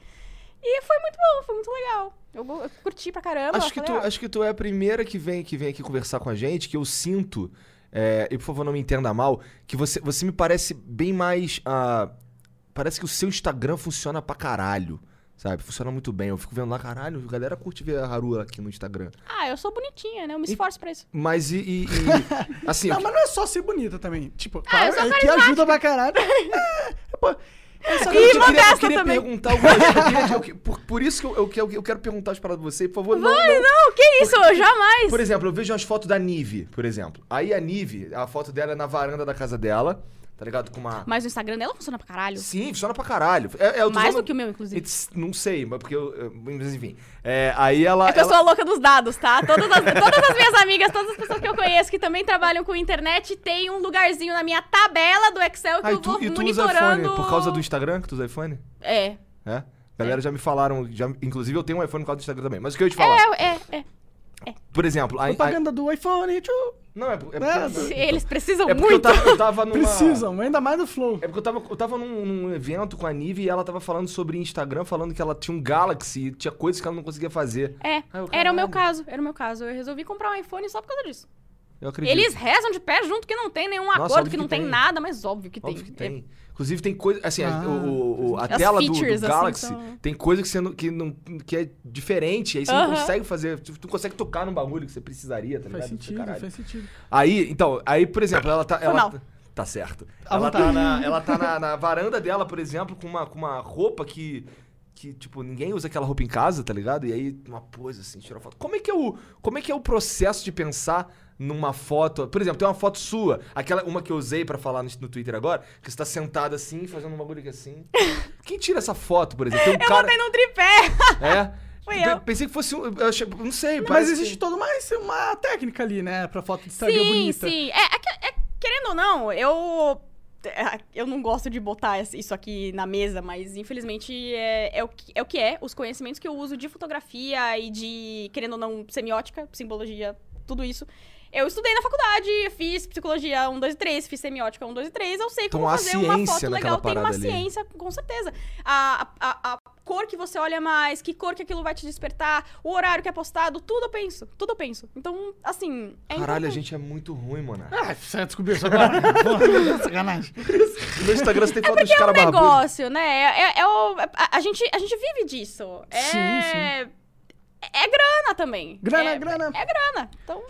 C: E foi muito bom, foi muito legal. Eu, go- eu curti pra caramba.
B: Acho
C: eu
B: que, tu,
C: falei, ah,
B: acho que tu é a primeira que vem, que vem aqui conversar com a gente, que eu sinto, é, e por favor não me entenda mal, que você, você me parece bem mais. ah, parece que o seu Instagram funciona pra caralho. Sabe? Funciona muito bem. Eu fico vendo lá, caralho, a galera curte ver a Haru aqui no Instagram.
C: ah, eu sou bonitinha, né? Eu me esforço pra isso.
B: Mas e. e- e- assim,
A: Não,
B: eu-
A: mas não é só ser bonita também. Tipo,
C: Ah, eu sou
A: claro, é que ajuda pra caralho. É, pô, é só-
B: eu
C: E
B: queria, eu
C: modesta
B: queria
C: também.
B: perguntar alguma coisa. eu queria- eu que- por, por isso que eu, eu, que- eu quero perguntar as paradas pra você, por favor. não- não,
C: Não, que É isso, eu jamais.
B: Por exemplo, eu vejo umas fotos da Nive, por exemplo. Aí a Nive, a foto dela é na varanda da casa dela, tá ligado? Com uma.
C: Mas o Instagram dela funciona pra caralho.
B: Sim, funciona pra caralho. É, é, eu tô
C: Mais
B: falando-
C: do que o meu, inclusive.
B: Então, It's- não sei, mas porque eu. eu- Mas enfim. É, aí ela.
C: É que eu
B: ela-
C: sou a louca dos dados, tá? Todas as, todas as minhas amigas, todas as pessoas que eu conheço que também trabalham com internet, tem um lugarzinho na minha tabela do Excel que
B: Ah, e
C: eu vou
B: tu, e tu usa
C: monitorando.
B: iPhone por causa do Instagram que tu usa iPhone?
C: É.
B: É? Galera já me falaram, já, inclusive eu tenho um iPhone por causa do Instagram também. Mas o que eu ia te falar?
C: É, é, é.
B: Por exemplo, a, a-
A: Propaganda do iPhone, tchau.
B: não é, por- é
A: Né?
B: porque,
C: Eles precisam
B: é porque eu
C: muito.
B: tava, eu tava numa
A: Precisam, ainda mais do Flow.
B: É porque eu tava, eu tava num, num evento com a Nive e ela tava falando sobre Instagram, falando que ela tinha um Galaxy e tinha coisas que ela não conseguia fazer.
C: É,
B: Ah, eu
C: era o meu
B: caralho.
C: caso, era o meu caso. Eu resolvi comprar um iPhone só por causa disso.
B: Eu acredito.
C: Eles rezam de pé junto que não tem nenhum
B: Nossa,
C: acordo,
B: óbvio
C: que,
B: que
C: não tem,
B: tem.
C: nada, mas óbvio que
B: Óbvio
C: tem. É
B: que tem. Inclusive tem coisa, assim, a-
A: Ah,
B: o- o- a
C: as
B: tela do, do
C: features, assim,
B: Galaxy
C: são-
B: tem coisa que você não, que não que é diferente, aí você não
C: Aham.
B: consegue fazer, tu tu não consegue tocar num bagulho que você precisaria, tá
A: Faz
B: ligado?
A: sentido,
B: Caralho.
A: faz sentido.
B: Aí, então, aí, por exemplo, ela tá. ela
C: mal.
B: tá- Tá certo.
A: À
B: Ela tá,
A: vontade.
B: na, ela tá na, na varanda dela, por exemplo, com uma, com uma roupa que. Que, tipo, ninguém usa aquela roupa em casa, tá ligado? E aí, uma pose assim, tira uma foto. Como é que é o, como é, que é o processo de pensar numa foto? Por exemplo, tem uma foto sua, aquela uma que eu usei pra falar no, no Twitter agora, que você tá sentada assim, fazendo um bagulho aqui assim. Quem tira essa foto, por exemplo? Tem um
C: Eu
B: cara.
C: botei num tripé.
B: É?
C: Fui
B: Pe-
C: eu.
B: Pensei que fosse um. Eu achei, não sei,
A: Mas
B: parece
A: existe
B: que-
A: toda uma, uma técnica ali, né? Pra foto de Instagram
C: Sim,
A: bonita.
C: sim. É, é que- é- querendo ou não, eu. é, Eu não gosto de botar es- isso aqui na mesa, mas infelizmente é, é, o que, é o que é. Os conhecimentos que eu uso de fotografia e de, querendo ou não, semiótica, simbologia, tudo isso. Eu estudei na faculdade, fiz psicologia 1, 2 e 3, fiz semiótica 1, 2 e 3. Eu sei como
B: Então, há
C: fazer uma
B: ciência
C: foto
B: naquela
C: legal. Tem uma
B: parada ali.
C: ciência, com certeza. A, a, a- a cor que você olha mais, que cor que aquilo vai te despertar, o horário que é postado, tudo eu penso. Tudo eu penso. Então, assim. É
B: Caralho, a
C: importante.
B: gente é muito ruim, mano.
A: Ah, você descobriu isso agora? Porra, sacanagem.
B: No Instagram você tem foto dos
A: Tá
B: caras
C: é um
B: barbudos.
C: negócio, né? É, é- é o- a, a gente, a gente vive disso. É,
A: Sim,
C: É, é grana também.
A: Grana,
C: é,
A: grana.
C: É grana. Então,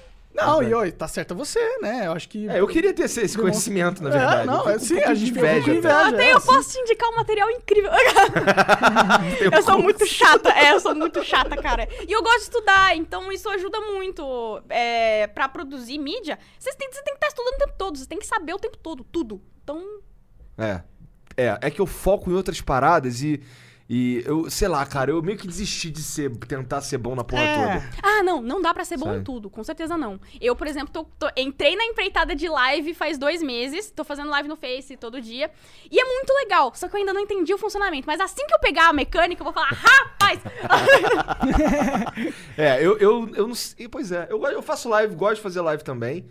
A: Não, e oi, tá certo você, né? Eu acho que.
B: É, eu queria ter esse, esse conhecimento, na
A: É,
B: verdade.
A: não, é,
B: Eu fico com
A: sim,
B: um pouco
A: a
B: de
A: gente fica com inveja.
C: eu, tenho-
A: é,
C: eu
A: assim.
C: posso te indicar um material incrível.
B: até.
C: eu sou muito chata. É, eu sou muito chata, cara. E eu gosto de estudar, então isso ajuda muito. É, pra produzir mídia, vocês têm, você tem que estar estudando o tempo todo. Você tem que saber o tempo todo, tudo. Então,
B: É. É, é que eu foco em outras paradas e. E eu, sei lá, cara, eu meio que desisti de ser, tentar ser bom na porra
A: É.
B: toda.
C: Ah, não, não dá pra ser bom
B: Sabe?
C: em tudo, com certeza não. Eu, por exemplo, tô- tô- entrei na empreitada de live faz dois meses, tô fazendo live no Face todo dia, e é muito legal, só que eu ainda não entendi o funcionamento. Mas assim que eu pegar a mecânica, eu vou falar, rapaz!
B: É, eu, eu, eu não sei. Pois é, eu, go- eu faço live, gosto de fazer live também.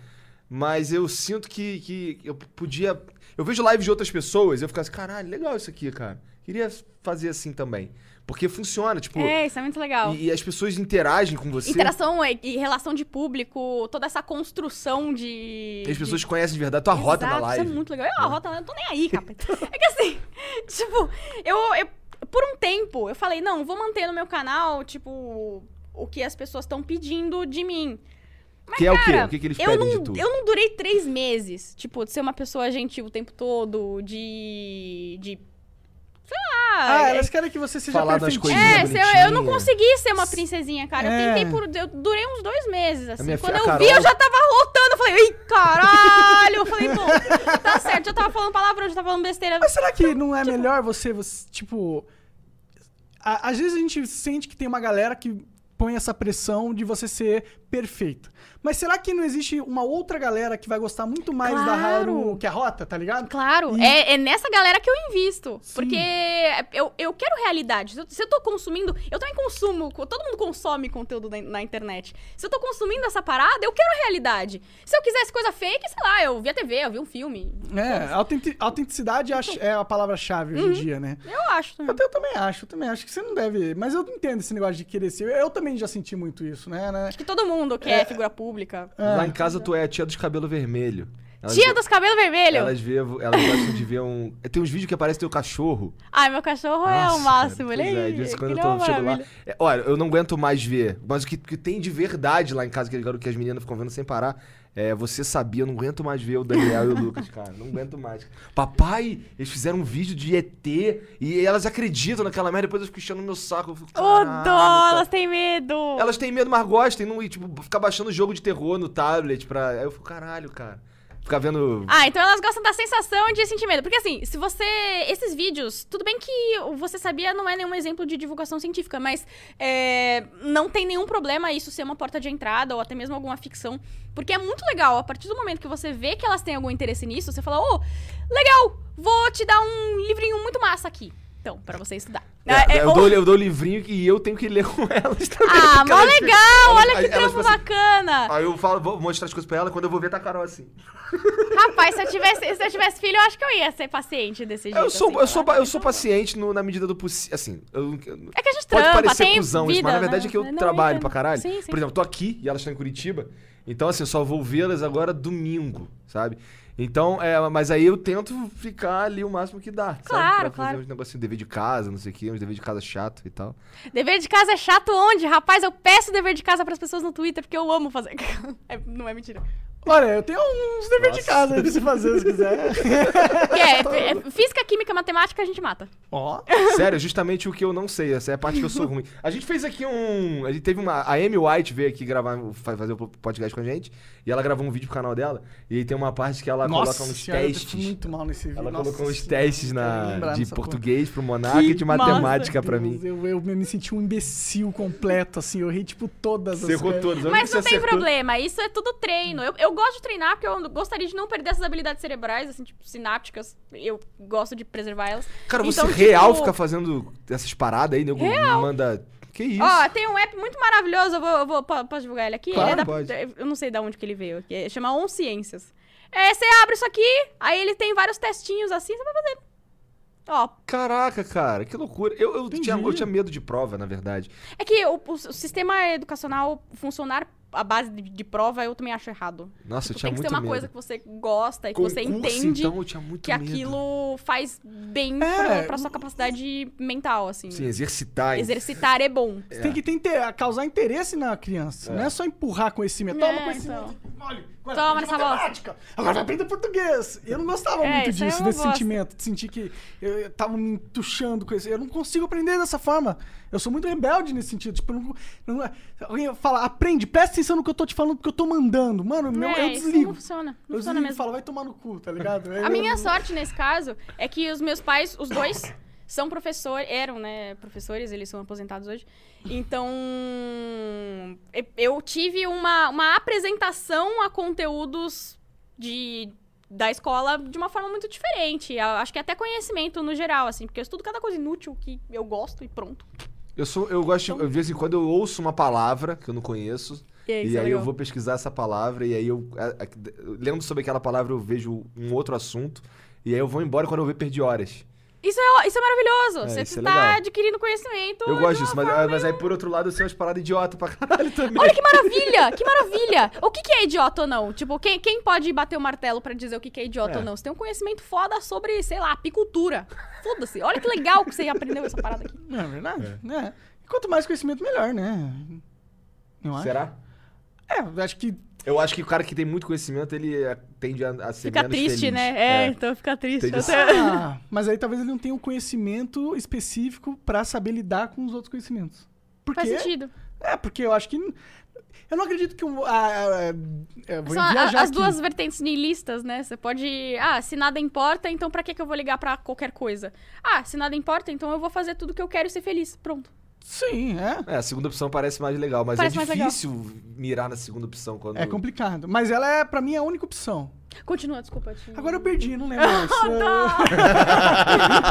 B: Mas eu sinto que, que eu podia. Eu vejo live de outras pessoas e eu fico assim, caralho, legal isso aqui, cara. Queria fazer assim também. Porque funciona, tipo.
C: é, isso é muito legal.
B: E, e as pessoas interagem com você.
C: Interação e, e relação de público, toda essa construção de.
B: E as pessoas
C: de...
B: te cononhecem de verdade, tua rota na
C: Exato,
B: live.
C: Isso é muito legal. Eu, a rota, eu não tô nem aí, capeta. é que assim, tipo, eu, eu- Por um tempo, eu falei, não, vou manter no meu canal, tipo, o que as pessoas estão pedindo de mim. Mas,
B: Que é o quê?
C: cara,
B: O que que eles
C: eu
B: pedem
C: não,
B: de tu?
C: Eu não durei três meses, tipo, de ser uma pessoa gentil o tempo todo, de. de. Sei lá.
A: Ah,
C: é-
A: elas querem que você seja
B: Falar das
A: perfeitinho.
B: coisinhas.
C: é,
B: coisinha
C: se eu, eu não
B: bonitinha.
C: consegui ser uma princesinha, cara.
A: É.
C: Eu tentei por. Eu durei uns dois meses, assim.
B: minha
C: Quando
B: filha,
C: eu
B: a
C: vi,
B: Carol-
C: eu já tava rotando. Eu falei, ih, caralho! Eu falei, bom, tá certo, já tava falando palavrão, já tava falando besteira.
A: Mas será que não é melhor você, você, tipo. a- às vezes a gente sente que tem uma galera que põe essa pressão de você ser perfeito. Mas será que não existe uma outra galera que vai gostar muito mais da
C: Claro.
A: Haru que a Rota, tá ligado?
C: Claro,
A: E-
C: é, é nessa galera que eu invisto.
A: Sim.
C: Porque eu, eu quero realidade. Se eu, se eu tô consumindo, eu também consumo, co- todo mundo consome conteúdo na, na internet. Se eu tô consumindo essa parada, eu quero realidade. Se eu quisesse coisa fake, sei lá, eu vi a TV, eu vi um filme.
A: É, autenti- autenticidade é a ch- é a palavra-chave hoje em dia, né?
C: Eu acho.
A: Eu, eu também acho, eu também acho que você não deve. Mas eu entendo esse negócio de querer ser. Eu também já senti muito isso, né? né?
C: Acho que todo mundo que é, figura pública.
B: Lá em casa tu é a tia dos cabelos vermelhos.
C: Tia dos cabelos vermelhos!
B: Elas, vê, elas gostam de ver um. Tem uns vídeos que aparece teu cachorro.
C: Ai, meu cachorro é o
B: Nossa,
C: máximo.
B: cara,
C: Ele
B: pois
C: é,
B: é, de vez em quando
C: ele
B: eu
C: é uma
B: tô, chego lá.
C: maravilha.
B: É, olha, eu não aguento mais ver. Mas o que, que tem de verdade lá em casa, que, agora, que as meninas ficam vendo sem parar, é você sabia, eu não aguento mais ver o Daniel e o Lucas, cara. Não aguento mais. Papai, eles fizeram um vídeo de ET e elas acreditam naquela merda, depois eu fico enchendo o Ah, meu saco. Eu fico,
C: Ô,
B: "Caralho,
C: dó,
B: cara."
C: elas têm medo!
B: Elas têm medo, mas gostam e não, e, tipo, ficar baixando jogo de terror no tablet pra. Aí eu fico, caralho, cara. Ficar vendo.
C: Ah, então elas gostam da sensação de sentir medo. Porque assim, se você. Esses vídeos, tudo bem que o você sabia não é nenhum exemplo de divulgação científica, mas é, não tem nenhum problema isso ser uma porta de entrada ou até mesmo alguma ficção. Porque é muito legal, a partir do momento que você vê que elas têm algum interesse nisso, você fala, ô, legal, vou te dar um livrinho muito massa aqui. Então, pra você estudar. É, é,
B: eu,
C: ou-
B: dou, eu dou o livrinho e eu tenho que ler com elas também.
C: Ah,
B: porque é
C: mó
B: elas ficam-
C: legal!
B: elas-
C: Olha que
B: elas
C: trampo
B: ficam assim,
C: bacana!
B: Aí eu falo, vou mostrar as coisas pra ela, quando eu vou ver tá a Carol assim.
C: Rapaz, se eu, tivesse, se eu tivesse filho, eu acho que eu ia ser paciente desse jeito.
B: Eu sou,
C: assim,
B: eu sou,
C: falar,
B: ba- eu sou paciente no- na medida do possível. Assim, eu- eu-
C: É que a gente
B: pode
C: trampa,
B: parecer
C: tem
B: cuzão
C: vida,
B: isso, mas na verdade
C: né?
B: é que eu
C: Não,
B: trabalho
C: entendo.
B: pra caralho.
C: Sim, sim.
B: Por exemplo, tô aqui e elas estão em Curitiba. Então, assim, eu só vou vê-las agora domingo, sabe? Então, é, mas aí eu tento ficar ali o máximo que dá.
C: Claro,
B: sabe? Pra
C: claro.
B: Fazer uns negocinho, dever de casa, não sei o quê, uns dever de casa chato e tal.
C: Dever de casa é chato onde? Rapaz, eu peço dever de casa pras pessoas no Twitter, porque eu amo fazer. É, não é mentira.
A: Olha, eu tenho uns deveres de
B: Nossa.
A: casa aí pra você fazer se quiser.
C: Porque é, é- é física, química, matemática, a gente mata.
A: Ó.
B: Sério, justamente o que eu não sei. Essa é a parte que eu sou ruim. A gente fez aqui um. A gente teve uma. A Amy White veio aqui gravar, fa- fazer o podcast com a gente. E ela gravou um vídeo pro canal dela. E aí tem uma parte que ela
A: Nossa,
B: coloca uns
A: senhora, eu fui
B: testes.
A: muito mal nesse vídeo.
B: Ela
A: Nossa
B: colocou uns
A: senhora,
B: testes
A: não quero nem
B: na,
A: lembrar
B: de
A: dessa porra.
B: português pro Monarca
C: Que
B: e de matemática
A: Meu
B: pra
A: Deus,
B: mim.
A: Eu, eu me senti um imbecil completo, assim. Eu errei, tipo, todas as
B: Secou
A: coisas.
B: todos. A única
C: Mas
B: que
C: não
B: você
C: tem
B: acertou-
C: problema, isso é tudo treino. Eu, eu gosto de treinar porque eu gostaria de não perder essas habilidades cerebrais, assim, tipo, sinápticas. Eu gosto de preservar elas.
B: Cara, você
C: Então,
B: real
C: tipo-
B: fica fazendo essas paradas aí, nego? Manda. Que isso?
C: Ó, tem um app muito maravilhoso, eu vou, eu vou- po- posso divulgar ele aqui?
B: Claro,
C: ele é da-
B: pode.
C: Eu não sei de onde que ele veio, que é- chama On Ciências. É, você abre isso aqui, aí ele tem vários testinhos assim, você vai fazer. Ó,
B: Caraca, cara, que loucura. Eu, eu,
A: Entendi.
B: tinha, eu tinha medo de prova, na verdade.
C: é que o, o- o sistema educacional funcionar à base de, de prova eu também acho errado.
B: Nossa, eu
C: Tipo,
B: tinha
C: tem que
B: muito
C: ser uma
B: medo.
C: coisa que você gosta e que você
B: Concurso,
C: entende
B: Então, eu tinha muito
C: que
B: medo.
C: aquilo faz bem
A: É,
C: pra, pra sua capacidade mental, assim.
B: Sim, exercitar.
C: Exercitar é bom.
A: Você tem que ter inter- causar interesse na criança. Não é só empurrar conhecimento.
C: É,
A: Toma conhecimento. Olha, agora
C: Toma
A: aprende
C: nessa bosta.
A: matemática. Agora aprenda português. Eu não gostava
C: É,
A: muito
C: isso aí é
A: disso,
C: uma
A: desse
C: bosta.
A: sentimento. De sentir que eu, eu tava me entuchando com isso. Eu não consigo aprender dessa forma. Eu sou muito rebelde nesse sentido. Tipo, eu não, eu não, alguém fala, aprende, presta atenção no que eu tô te falando, porque eu tô mandando. Mano, meu,
C: é,
A: eu
C: isso
A: desligo.
C: Não funciona. Não
A: eu
C: funciona
A: desligo e
C: mesmo.
A: falo, vai tomar no cu, tá ligado?
C: A minha sorte nesse caso é que os meus pais, os dois, são professores, eram, né, professores, eles são aposentados hoje. Então, e- eu tive uma, uma apresentação a conteúdos de da escola de uma forma muito diferente. Eu acho que até conhecimento no geral, assim, porque eu estudo cada coisa inútil que eu gosto e pronto.
B: Eu, sou, eu gosto,
C: Então-
B: de- de vez em quando eu ouço uma palavra que eu não conheço,
C: E, é
B: e
C: isso, é
B: aí
C: legal.
B: eu vou pesquisar essa palavra, e aí eu. a- a- lendo sobre aquela palavra, eu vejo um outro assunto, e aí eu vou embora e quando eu ver, perdi horas.
C: Isso é, isso é maravilhoso.
B: É,
C: Você
B: isso é
C: está
B: legal.
C: adquirindo conhecimento.
B: Eu
C: de
B: gosto
C: uma
B: disso, mas, ah, mas aí por outro lado eu sei umas paradas idiota pra caralho também.
C: Olha que maravilha! Que maravilha! O que, que é idiota ou não? Tipo, quem, quem pode bater o martelo pra dizer o que, que é idiota
B: É.
C: ou não? Você tem um conhecimento foda sobre, sei lá, apicultura. Foda-se. Olha que legal que você aprendeu essa parada aqui.
A: Não é verdade? né? Quanto mais conhecimento, melhor, né? Não acho.
B: Será?
A: É, eu acho que
B: Eu acho que o cara que tem muito conhecimento, ele é, tende a, a ser
C: Fica
B: menos
C: triste,
B: feliz.
C: né? É, então fica triste.
B: Entendi.
C: Eu até-
A: Ah, mas aí talvez ele não tenha o conhecimento específico pra saber lidar com os outros conhecimentos. Por
C: Faz
A: quê?
C: sentido.
A: É, porque eu acho que. Eu não acredito que. um- ah, ah, é, vou
C: São a-
A: viajar
C: as
A: aqui.
C: duas vertentes nihilistas, né? Você pode. Ah, se nada importa, então pra que que eu vou ligar pra qualquer coisa? Ah, se nada importa, então eu vou fazer tudo que eu quero e ser feliz. Pronto.
A: Sim, é.
B: É, a segunda opção parece mais legal, mas
C: Parece
B: é
C: mais legal.
B: difícil mirar na segunda opção quando.
A: É complicado. Mas ela é, pra mim, a única opção.
C: Continua, desculpa. Te...
A: Agora eu perdi, não lembro mais.
C: Ah,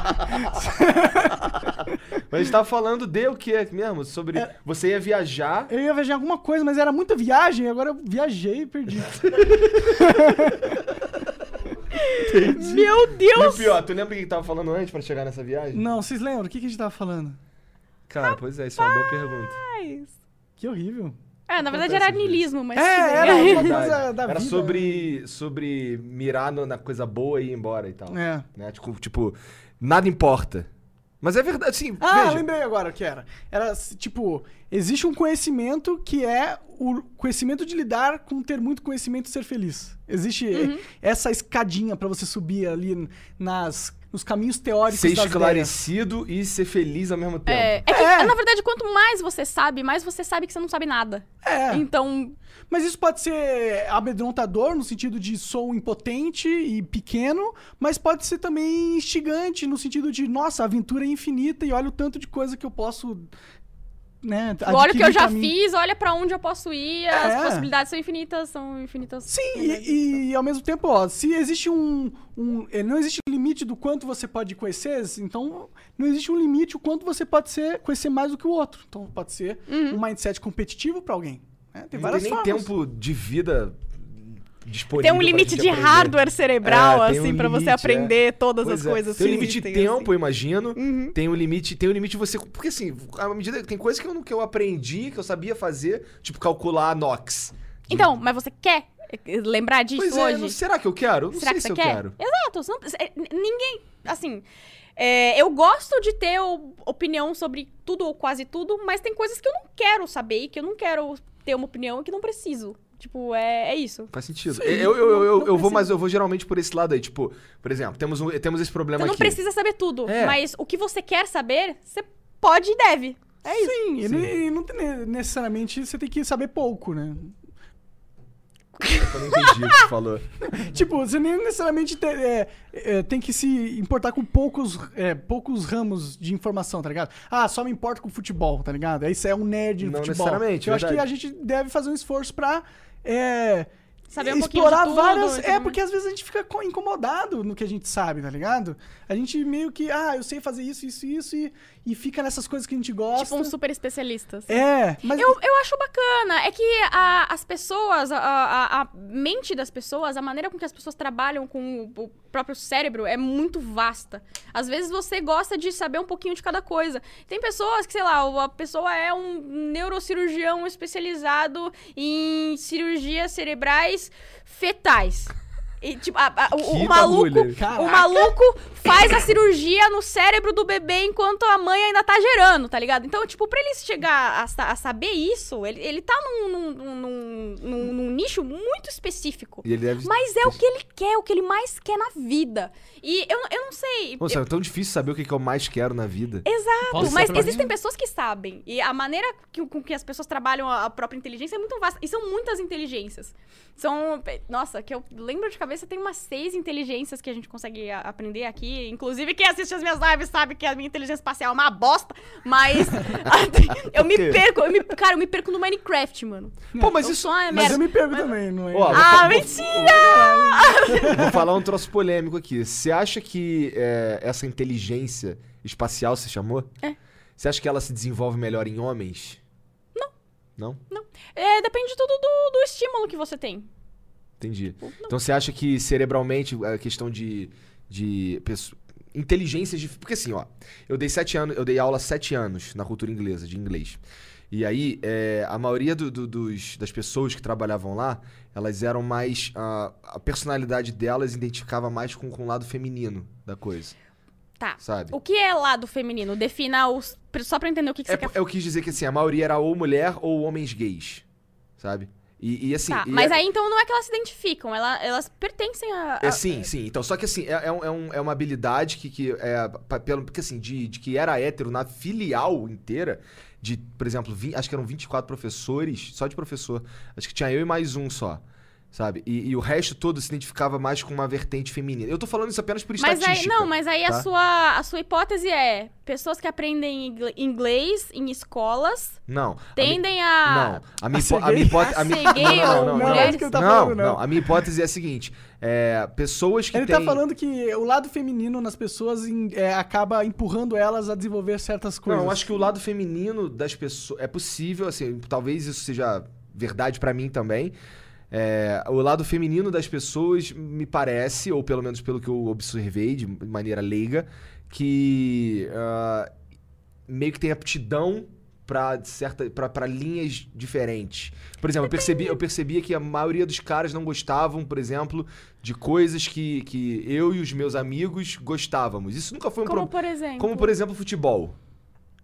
C: tá.
B: Mas a gente tava falando de o que mesmo? Sobre. Você ia viajar.
A: Eu ia viajar alguma coisa, mas era muita viagem, agora eu viajei e perdi.
C: Meu
B: E
C: Deus!
B: o é pior, tu lembra o que tava falando antes pra chegar nessa viagem?
A: não, vocês lembram? O que, que a gente tava falando?
B: Cara, pois é, isso é uma boa pergunta.
A: Que horrível.
C: É, na
B: Acontece
C: verdade era
B: às vezes.
C: niilismo, mas.
A: É,
C: tudo bem.
A: era uma
B: Verdade.
A: coisa da
B: Era
A: vida.
C: né?
B: sobre, sobre mirar no- na coisa boa e ir embora e tal.
A: É.
B: Né? Tipo, tipo, nada importa. Mas é verdade, assim,
A: Ah,
B: veja,
A: lembrei agora o que era. Era, s- tipo, existe um conhecimento que é o conhecimento de lidar com ter muito conhecimento e ser feliz. Existe
C: Uhum.
A: essa escadinha pra você subir ali nas, nos caminhos teóricos
B: ser
A: das ideias.
B: esclarecido e ser feliz ao mesmo tempo.
C: É, é que,
A: É.
C: na verdade, quanto mais você sabe, mais você sabe que você não sabe nada.
A: É.
C: Então,
A: Mas isso pode ser amedrontador, no sentido de sou impotente e pequeno, mas pode ser também instigante, no sentido de, nossa, a aventura é infinita e olha o tanto de coisa que eu posso. Né,
C: olha o que eu
A: adquirir
C: já
A: pra mim.
C: fiz, olha pra onde eu posso ir,
A: É.
C: as possibilidades são infinitas, são infinitas.
B: É
A: Sim,
C: né?
A: e,
B: tá.
A: e ao mesmo tempo, ó, se existe um, um. eh, Não existe limite do quanto você pode conhecer, então não existe um limite o quanto você pode ser, conhecer mais do que o outro. Então pode ser um mindset competitivo pra alguém. né? Tem
B: Não
A: várias
B: Uhum. tem nem
A: formas.
B: tempo de vida disponível.
C: Tem um
B: pra
C: limite
B: gente
C: de
B: aprender.
C: hardware cerebral,
B: É, tem um
C: assim, pra você
B: limite,
C: aprender todas
B: Pois
C: as
B: é.
C: coisas.
B: Tem um
C: que
B: limite de
C: existem,
B: tempo,
C: assim.
B: eu imagino.
A: Uhum.
B: Tem um limite, tem um limite de você. Porque assim, à medida que tem coisas que eu, não- que eu aprendi, que eu sabia fazer, tipo calcular a Nox.
C: Então, mas você quer eh, lembrar disso
B: Pois é,
C: hoje?
B: não- será que eu quero? Eu Não
C: Será
B: sei
C: que
B: se
C: você
B: eu
C: quer?
B: quero.
C: Exato. você não- é, n- ninguém. Assim. é, eu gosto de ter o- opinião sobre tudo ou quase tudo, mas tem coisas que eu não quero saber e que eu não quero ter uma opinião e que não preciso. Tipo, é, é isso.
B: Faz sentido.
A: Sim,
B: eu, eu, eu, eu,
A: não
B: eu vou,
A: precisa.
B: mas eu vou geralmente por esse lado aí. Tipo, por exemplo, temos, um, temos esse problema
C: Você não
B: aqui.
C: precisa saber tudo,
B: É.
C: mas o que você quer saber, você pode e deve. É isso.
A: Sim, e
B: Sim.
A: ne- e não tem ne- necessariamente você tem que saber pouco, né?
B: Eu não entendi o que você falou.
A: Tipo, você nem necessariamente te- é, é, tem que se importar com poucos, é, poucos ramos de informação, tá ligado? Ah, só me importo com futebol, tá ligado? Aí você é um nerd no
B: Não
A: futebol.
B: necessariamente,
A: Eu acho que a
B: verdade.
A: gente deve fazer um esforço pra. é,
C: Saber um pouquinho
A: explorar
C: de tudo,
A: várias.
C: então-
A: É, porque às vezes a gente fica co- incomodado no que a gente sabe, tá ligado? A gente meio que, ah, eu sei fazer isso, isso, isso, e, e fica nessas coisas que a gente gosta.
C: Tipo, um super especialista. assim.
A: É, mas.
C: Eu, eu acho bacana. É que a- as pessoas, a, a- a mente das pessoas, a maneira com que as pessoas trabalham com o, o próprio cérebro é muito vasta. Às vezes você gosta de saber um pouquinho de cada coisa. Tem pessoas que, sei lá, a pessoa é um neurocirurgião especializado em cirurgias cerebrais fetais. E, tipo, a- a- o,
B: Que
C: o maluco,
B: bagulho.
A: Caraca.
C: o um maluco faz a cirurgia no cérebro do bebê enquanto a mãe ainda tá gerando, tá ligado? Então, tipo, pra ele chegar a, sa- a saber isso, ele, ele tá num, num- num- num- num nicho muito específico.
B: E ele deve.
C: Mas é o que ele quer, o que ele mais quer na vida. E eu, eu não sei.
B: Nossa, é tão difícil saber o que que eu mais quero na vida.
C: Exato,
A: Nossa,
C: mas
A: pra mim-
C: existem pessoas que sabem. E a maneira que- com que as pessoas trabalham a a própria inteligência é muito vasta. E são muitas inteligências. São. Nossa, que eu lembro de cabeça, tem umas seis inteligências que a gente consegue a- aprender aqui. Inclusive, quem assiste as minhas lives sabe que a minha inteligência espacial é uma bosta. Mas eu me
B: Por quê?
C: perco. eu me- cara, eu me perco no Minecraft, mano.
B: Pô, mas
C: eu
B: isso.
C: sou uma
A: Mas
C: merda.
A: eu me perco também, não é?
B: Ó, vou
C: Ah,
B: fa- vou-
C: mentira!
B: Vou falar um troço polêmico aqui. Você acha que é, essa inteligência espacial se chamou?
C: É.
B: Você acha que ela se desenvolve melhor em homens? Não. Não?
C: É, depende tudo do, do estímulo que você tem.
B: Entendi.
C: Tipo,
B: Então você acha que cerebralmente a questão de. de pesso- inteligência de. Porque assim, ó, eu dei sete anos, eu dei aula sete anos na cultura inglesa, de inglês. E aí, é, a maioria do- do- dos, das pessoas que trabalhavam lá, elas eram mais. ah, a personalidade delas identificava mais com, com o lado feminino da coisa,
C: Tá.
B: sabe?
C: O que é lado feminino? Defina os. Só pra eu entender o que, que
B: É,
C: você quer
B: po- eu quis dizer que assim, a maioria era ou mulher ou homens gays, sabe? E, e assim.
C: Tá,
B: e
C: mas
B: é-
C: aí então não é que elas se identificam, ela- elas pertencem a. a-
B: É, sim, sim. Então, só que assim, é, é um- é um- é uma habilidade que, que é, pa- pelo, porque assim, de, de que era hétero na filial inteira, de, por exemplo, vi- acho que eram 24 professores, só de professor. Acho que tinha eu e mais um só, sabe? E, e o resto todo se identificava mais com uma vertente feminina. Eu tô falando isso apenas por
C: Mas aí,
B: estatística.
C: não, mas aí
B: tá?
C: a, sua, a sua hipótese é: pessoas que aprendem ingle- inglês em escolas
B: Não. a mi-
C: tendem a.
B: Não, a minha,
A: a
B: hipo-
A: ser
B: a minha
A: gay?
B: hipótese.
C: A
B: a minha-
C: ser gay
B: não, não,
C: ou
B: não, não,
A: Não, é isso que ele tá falando, não.
B: não, a minha hipótese é a seguinte: é, pessoas que
A: Ele
B: têm.
A: tá falando que o lado feminino nas pessoas em- é, acaba empurrando elas a desenvolver certas coisas.
B: Não, eu acho que o lado feminino das pessoas. É possível, assim, talvez isso seja verdade pra mim também. É, o lado feminino das pessoas me parece, ou pelo menos pelo que eu observei de maneira leiga, que ah, meio que tem aptidão pra certa pra- pra linhas diferentes. Por exemplo, eu percebi, eu percebia que a maioria dos caras não gostavam, por exemplo, de coisas que, que eu e os meus amigos gostávamos. Isso nunca foi um
C: Como
B: problema.
C: por exemplo.
B: Como, por exemplo, futebol.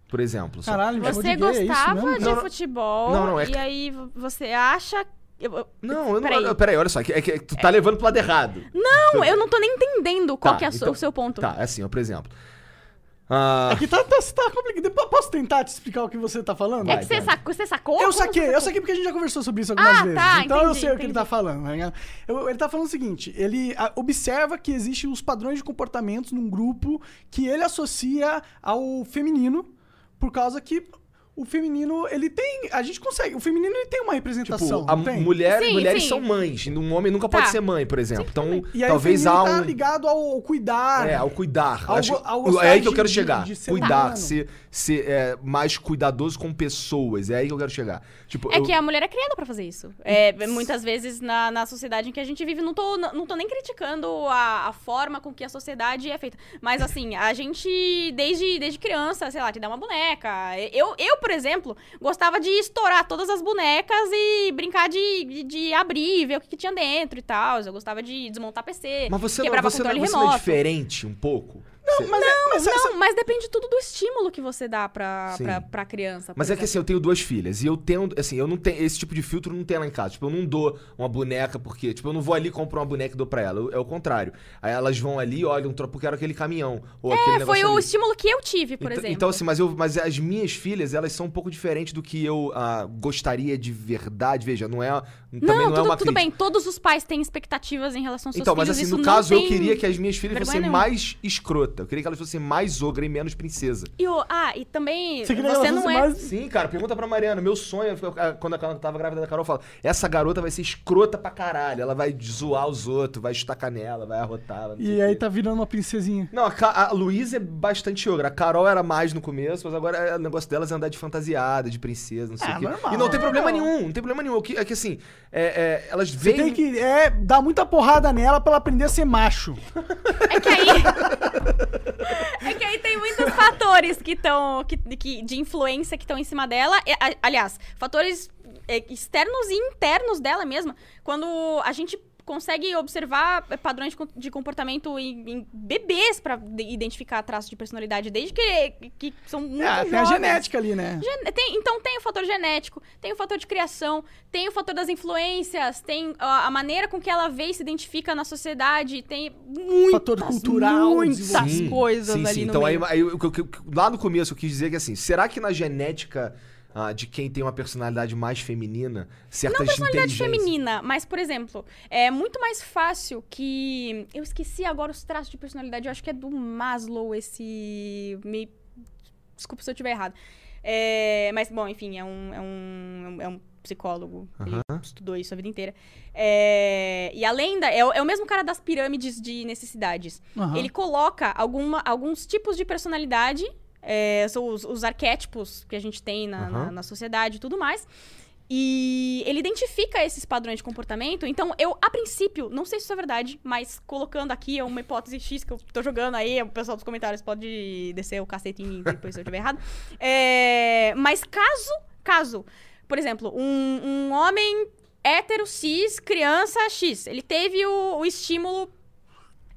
B: Por exemplo. só-
A: Caralho, me chamou de
C: Você
A: gay, é isso
C: gostava
A: mesmo?
C: de
B: Não, não.
C: futebol
B: Não, não, é que-
C: e aí vo- você acha. eu- eu-
B: Não, eu não.
C: Peraí.
B: Peraí, olha só. é que- é que tu tá levando pro lado errado.
C: Não, eu não tô nem entendendo qual
B: Tá,
C: que é a su-
B: então-
C: o seu ponto.
B: Tá, é assim, ó, por exemplo. Ah,
A: Aqui tá, tá, tá complicado. Po- Posso tentar te explicar o que você tá falando?
C: É
B: Vai,
C: que você
B: vai.
C: sacou? Você sacou?
A: Eu
C: Como você
A: saquei, eu
C: sacou?
A: saquei porque a gente já conversou sobre isso algumas
C: Ah,
A: vezes.
C: tá,
A: então eu
C: entendi,
A: sei o que ele
C: entendi.
A: tá falando. tá ligado? Eu- ele tá falando o seguinte: ele ah, observa que existem os padrões de comportamentos num grupo que ele associa ao feminino, por causa que o feminino, ele tem. A gente consegue. O feminino ele tem uma representação.
B: tipo, a
A: não tem?
B: mulher,
C: Sim,
B: mulheres
C: sim.
B: são mães. e Um homem nunca
C: Tá.
B: pode ser mãe, por exemplo. então,
A: E aí
B: talvez
A: o
B: há
A: feminino tá
B: um.
A: ligado ao, ao cuidar.
B: É, ao cuidar.
A: Ao
B: Acho-
A: go- ao gostar
B: é aí que eu
A: de-
B: quero
A: de-
B: chegar.
A: de ser
B: cuidar,
A: humano.
B: ser, ser é, mais cuidadoso com pessoas. É aí que eu quero chegar. Tipo,
C: É
B: eu-
C: que a mulher é criada pra fazer isso. É, muitas vezes na, na sociedade em que a gente vive, não tô, não tô nem criticando a, a forma com que a sociedade é feita. Mas assim, a gente, desde, desde criança, sei lá, te dá uma boneca. Eu, eu, por exemplo, gostava de estourar todas as bonecas e brincar de, de, de abrir, ver o que, que tinha dentro e tal. Eu gostava de desmontar PC,
B: Mas você, não,
C: quebrava
B: você, não,
C: é controle
B: você não é
C: remoto.
B: diferente um pouco? Você-
A: Mas, é- mas essa-
C: Não, Então, mas depende tudo do estímulo que você dá pra,
B: Sim.
C: pra, pra criança. por
B: Mas é que
C: exemplo.
B: assim, eu tenho duas filhas e eu tenho, assim, eu não tenho, esse tipo de filtro não tem lá em casa. Tipo, eu não dou uma boneca porque, tipo, eu não vou ali compro uma boneca e dou pra ela. Eu- É o contrário. Aí elas vão ali, olham, tro- porque era aquele caminhão ou aquele
C: É, foi
B: negócio
C: o
B: ali.
C: estímulo que eu tive, por
B: então,
C: exemplo.
B: Então, assim, mas, eu, mas as minhas filhas, elas são um pouco diferentes do que eu ah, gostaria de verdade. Veja, não é. Também não,
C: tudo,
B: é uma
C: tudo
B: crítica.
C: bem. Todos os pais têm expectativas em relação aos seus
B: Então,
C: filhos.
B: mas assim,
C: isso
B: no
C: não
B: caso, eu
C: tem-
B: queria que as minhas filhas
C: vergonha
B: fossem
C: nenhuma.
B: mais escrota. Eu queria que elas fossem mais ogra e menos princesa.
C: E o- ah, e também
A: você
C: você,
A: queria que ela
C: não
A: fosse
C: é...
A: mais-
B: Sim, cara, pergunta pra Mariana. Meu sonho, é- quando ela tava grávida da Carol, fala: essa garota vai ser escrota pra caralho. Ela vai zoar os outros, vai chutar canela, vai arrotar. não sei
A: E
B: o
A: aí
B: quê."
A: tá virando uma princesinha.
B: Não, a, Ca- a Luísa é bastante ogra. A Carol era mais no começo, mas agora é- o negócio delas é andar de fantasiada, de princesa, não sei
A: Ah,
B: o quê.
A: normal.
B: E não tem problema
A: Não.
B: nenhum, não tem problema nenhum. O que- É que assim, é- é, elas
A: Você tem
B: veem.
A: que é, dar muita porrada nela pra ela aprender a ser macho.
C: É que aí... é que aí tem muitos fatores que estão... Que, que- de influência que estão em cima dela. E, a- aliás, fatores é, externos e internos dela mesma. Quando a gente consegue observar é, padrões de, com- de comportamento em, em bebês pra de- identificar traços de personalidade desde que, que são muito
A: É, tem a
C: jovens.
A: genética ali, né?
C: Gen- tem- então tem o fator genético, tem o fator de criação, tem o fator das influências, tem ó, a maneira com que ela vê e se identifica na sociedade, tem muitas,
A: Fator cultural,
C: muitas
A: desenvolvimento.
C: coisas ali no
B: então aí,
C: meio.
B: aí o que- o que- lá no começo eu quis dizer que assim, será que na genética ah, de quem tem uma personalidade mais feminina, certas não
C: personalidade é feminina, mas, por exemplo, é muito mais fácil que... Eu esqueci agora os traços de personalidade, eu acho que é do Maslow esse... Me... Desculpa se eu estiver errado. É, mas, bom, enfim, é um, é um, é um psicólogo. Ele
B: Aham.
C: estudou isso a vida inteira. É, e a lenda é, o- é o mesmo cara das pirâmides de necessidades.
A: Aham.
C: Ele coloca alguma- alguns tipos de personalidade, é, são os, os arquétipos que a gente tem na, na-
B: Aham.
C: na sociedade e tudo mais. E ele identifica esses padrões de comportamento. Então, eu, a princípio, não sei se isso é verdade, mas colocando aqui é uma hipótese X que eu tô jogando aí, o pessoal dos comentários pode descer o cacete em mim depois se eu tiver errado. É, mas caso, caso, por exemplo, um, um homem hétero, cis, criança, X, ele teve o, o estímulo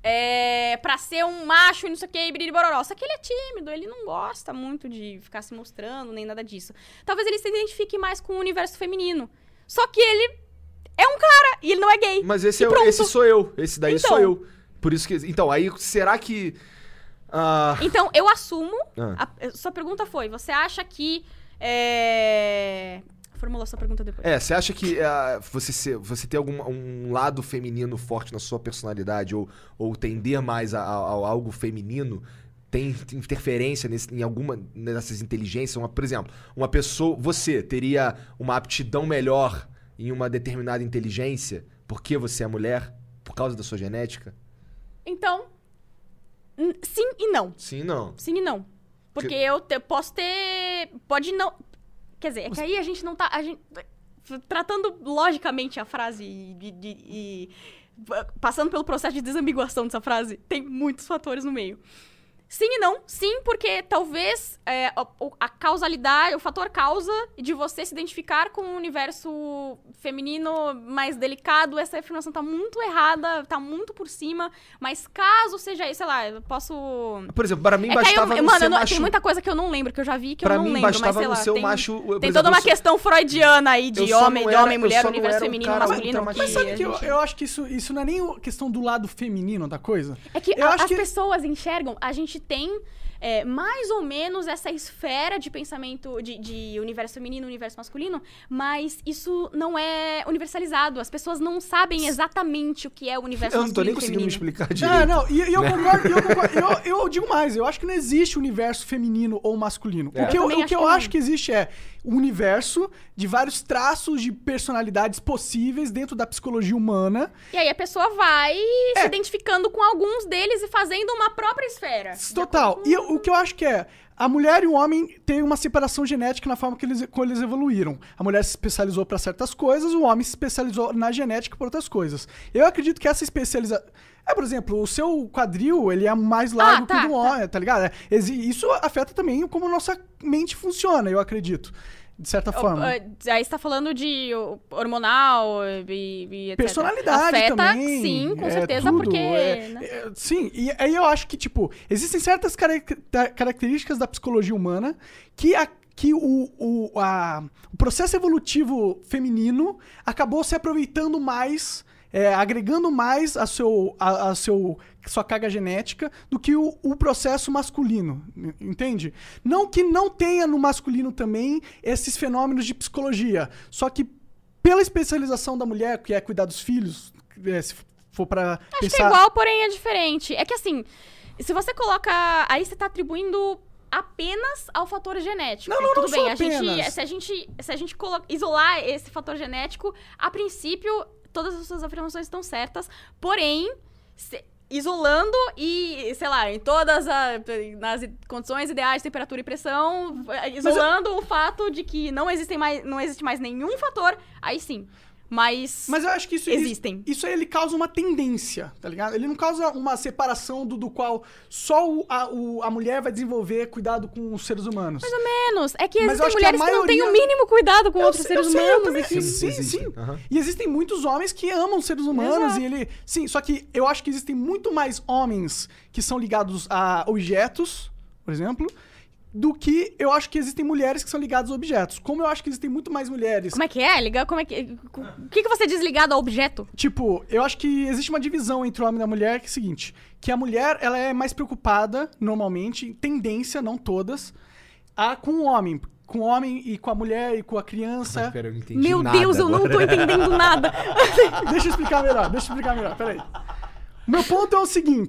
C: é, pra ser um macho e não sei o que, e biriri bororó. Só que ele é tímido, ele não gosta muito de ficar se mostrando, nem nada disso. Talvez ele se identifique mais com o universo feminino. Só que ele é um cara e ele não é gay.
B: Mas esse,
C: e
B: é, o-
C: pronto.
B: esse sou eu. Esse daí
C: Então.
B: sou eu. Por isso que. Então, aí será que. ah,
C: Então, eu assumo.
B: Ah.
C: a- sua pergunta foi: você acha que. É... Formula sua pergunta depois.
B: é, você acha que ah, você, ser- você tem algum um lado feminino forte na sua personalidade ou, ou tender mais a, a- a algo feminino? Tem interferência nesse- em alguma dessas inteligências? Uma- por exemplo, uma pessoa. Você teria uma aptidão melhor em uma determinada inteligência porque você é mulher? Por causa da sua genética?
C: Então, n- sim e não.
B: Sim, não.
C: Sim e não. Porque
B: Que-
C: eu te- posso ter. Pode não. Quer dizer, é que aí a gente não tá. A gente, tratando logicamente a frase e, de- de- e passando pelo processo de desambiguação dessa frase, tem muitos fatores no meio. Sim e não. Sim, porque talvez é, a, o- a causalidade, o fator causa de você se identificar com o universo feminino mais delicado, essa afirmação tá muito errada, tá muito por cima. Mas caso seja isso, sei lá, eu posso.
B: Por exemplo, para mim
C: É que aí eu,
B: bastava
C: mano,
B: não ser
C: eu não-
B: macho
C: tem muita coisa que eu não lembro, que eu já vi que
B: pra
C: eu não
B: mim
C: lembro, mas
B: bastava
C: sei
B: não
C: lá.
B: ser o
C: tem
B: macho. por
C: tem
B: exemplo,
C: toda
B: eu
C: uma
B: sou-
C: questão freudiana aí
B: eu
C: de
B: só
C: homem,
B: não
C: de
B: era-
C: homem,
B: eu
C: mulher,
B: só não
C: universo
B: era um
C: feminino,
B: cara
C: masculino.
B: ultra
A: Mas sabe
B: Sim,
A: que eu,
C: a gente-
A: eu acho que isso, isso não é nem o- questão do lado feminino da coisa?
C: É que
A: Eu
C: a-
A: acho
C: as
A: que-
C: pessoas enxergam, a gente tem é, mais ou menos essa esfera de pensamento de, de universo feminino, universo masculino, mas isso não é universalizado. As pessoas não sabem exatamente o que é o universo
B: Eu não tô
C: masculino
B: nem
C: e
B: conseguindo me
C: feminino.
B: explicar direito.
A: Ah, não, e, e eu concordo, e eu, concordo- e eu- eu digo mais, eu acho que não existe universo feminino ou masculino.
B: É.
A: O que
C: Eu
A: eu,
C: também
A: o que
C: acho
A: eu
C: que não.
A: acho que existe é um universo de vários traços de personalidades possíveis dentro da psicologia humana.
C: E aí a pessoa vai
B: É.
C: se identificando com alguns deles e fazendo uma própria esfera. De
A: Total. E eu- o que eu acho que é. A mulher e o homem têm uma separação genética na forma que eles, como eles evoluíram. A mulher se especializou para certas coisas, o homem se especializou na genética para outras coisas. Eu acredito que essa especialização. É, por exemplo, o seu quadril, ele é mais largo
C: Ah, tá,
A: que o do
C: tá.
A: homem, tá, ligado? É, exi- Isso afeta também como nossa mente funciona, eu acredito. De certa
C: Ó,
A: forma.
C: ó, Aí você tá falando de ó, hormonal e, e etc.
A: Personalidade
C: Afeta,
A: também.
C: sim, com
A: é,
C: certeza,
A: tudo,
C: porque...
A: é,
C: né?
A: é, sim, e aí eu acho que, tipo, existem certas carac- ta- características da psicologia humana que, a- que o, o, a- o processo evolutivo feminino acabou se aproveitando mais, é, agregando mais a, seu, a, a seu, sua carga genética do que o, o processo masculino, en- entende? Não que não tenha no masculino também esses fenômenos de psicologia, só que pela especialização da mulher, que é cuidar dos filhos, é, se for pra
C: Acho que
A: pensar.
C: é igual, porém é diferente. É que assim, se você coloca... Aí você tá atribuindo apenas ao fator genético.
A: Não, não,
C: Tudo
A: não
C: bem,
A: só
C: a gente,
A: apenas.
C: se a gente, se a gente colo- isolar esse fator genético, a princípio, todas as suas afirmações estão certas, porém... se- Isolando e, sei lá, em todas as nas condições ideais, temperatura e pressão, isolando o fato de que não existem mais, não existe mais nenhum fator, aí sim. Mas,
A: Mas eu acho que isso
C: Existem.
A: Isso, isso aí ele causa uma tendência, tá ligado? Ele não causa uma separação do, do qual só o- a, o- a mulher vai desenvolver cuidado com os seres humanos. Mas
C: menos é que
A: Mas eu
C: existem
A: acho que a
C: mulheres que, não têm o
A: maioria-
C: mínimo cuidado com
A: Eu
C: outros
A: sei- eu
C: seres
A: sei, eu
C: humanos. assim.
A: também-
C: enfim.
A: Sim,
B: Existe.
A: sim.
B: Aham.
A: E existem muitos homens que amam seres humanos
C: Exato.
A: e ele. Sim, só que eu acho que existem muito mais homens que são ligados a objetos, por exemplo, do que eu acho que existem mulheres que são ligadas a objetos. Como eu acho que existem muito mais mulheres
C: Como é que é? Liga, como é que. O que, que você diz ligado ao objeto?
A: Tipo, eu acho que existe uma divisão entre o homem e a mulher que é o seguinte, que a mulher ela é mais preocupada normalmente, tendência, não todas, a com o homem, com o homem e com a mulher e com a criança.
B: Pera, eu não entendi
C: É. Meu
B: nada
C: Deus, eu não
B: agora.
C: tô entendendo nada.
A: deixa eu explicar melhor, deixa eu explicar melhor, peraí. Meu ponto é o seguinte.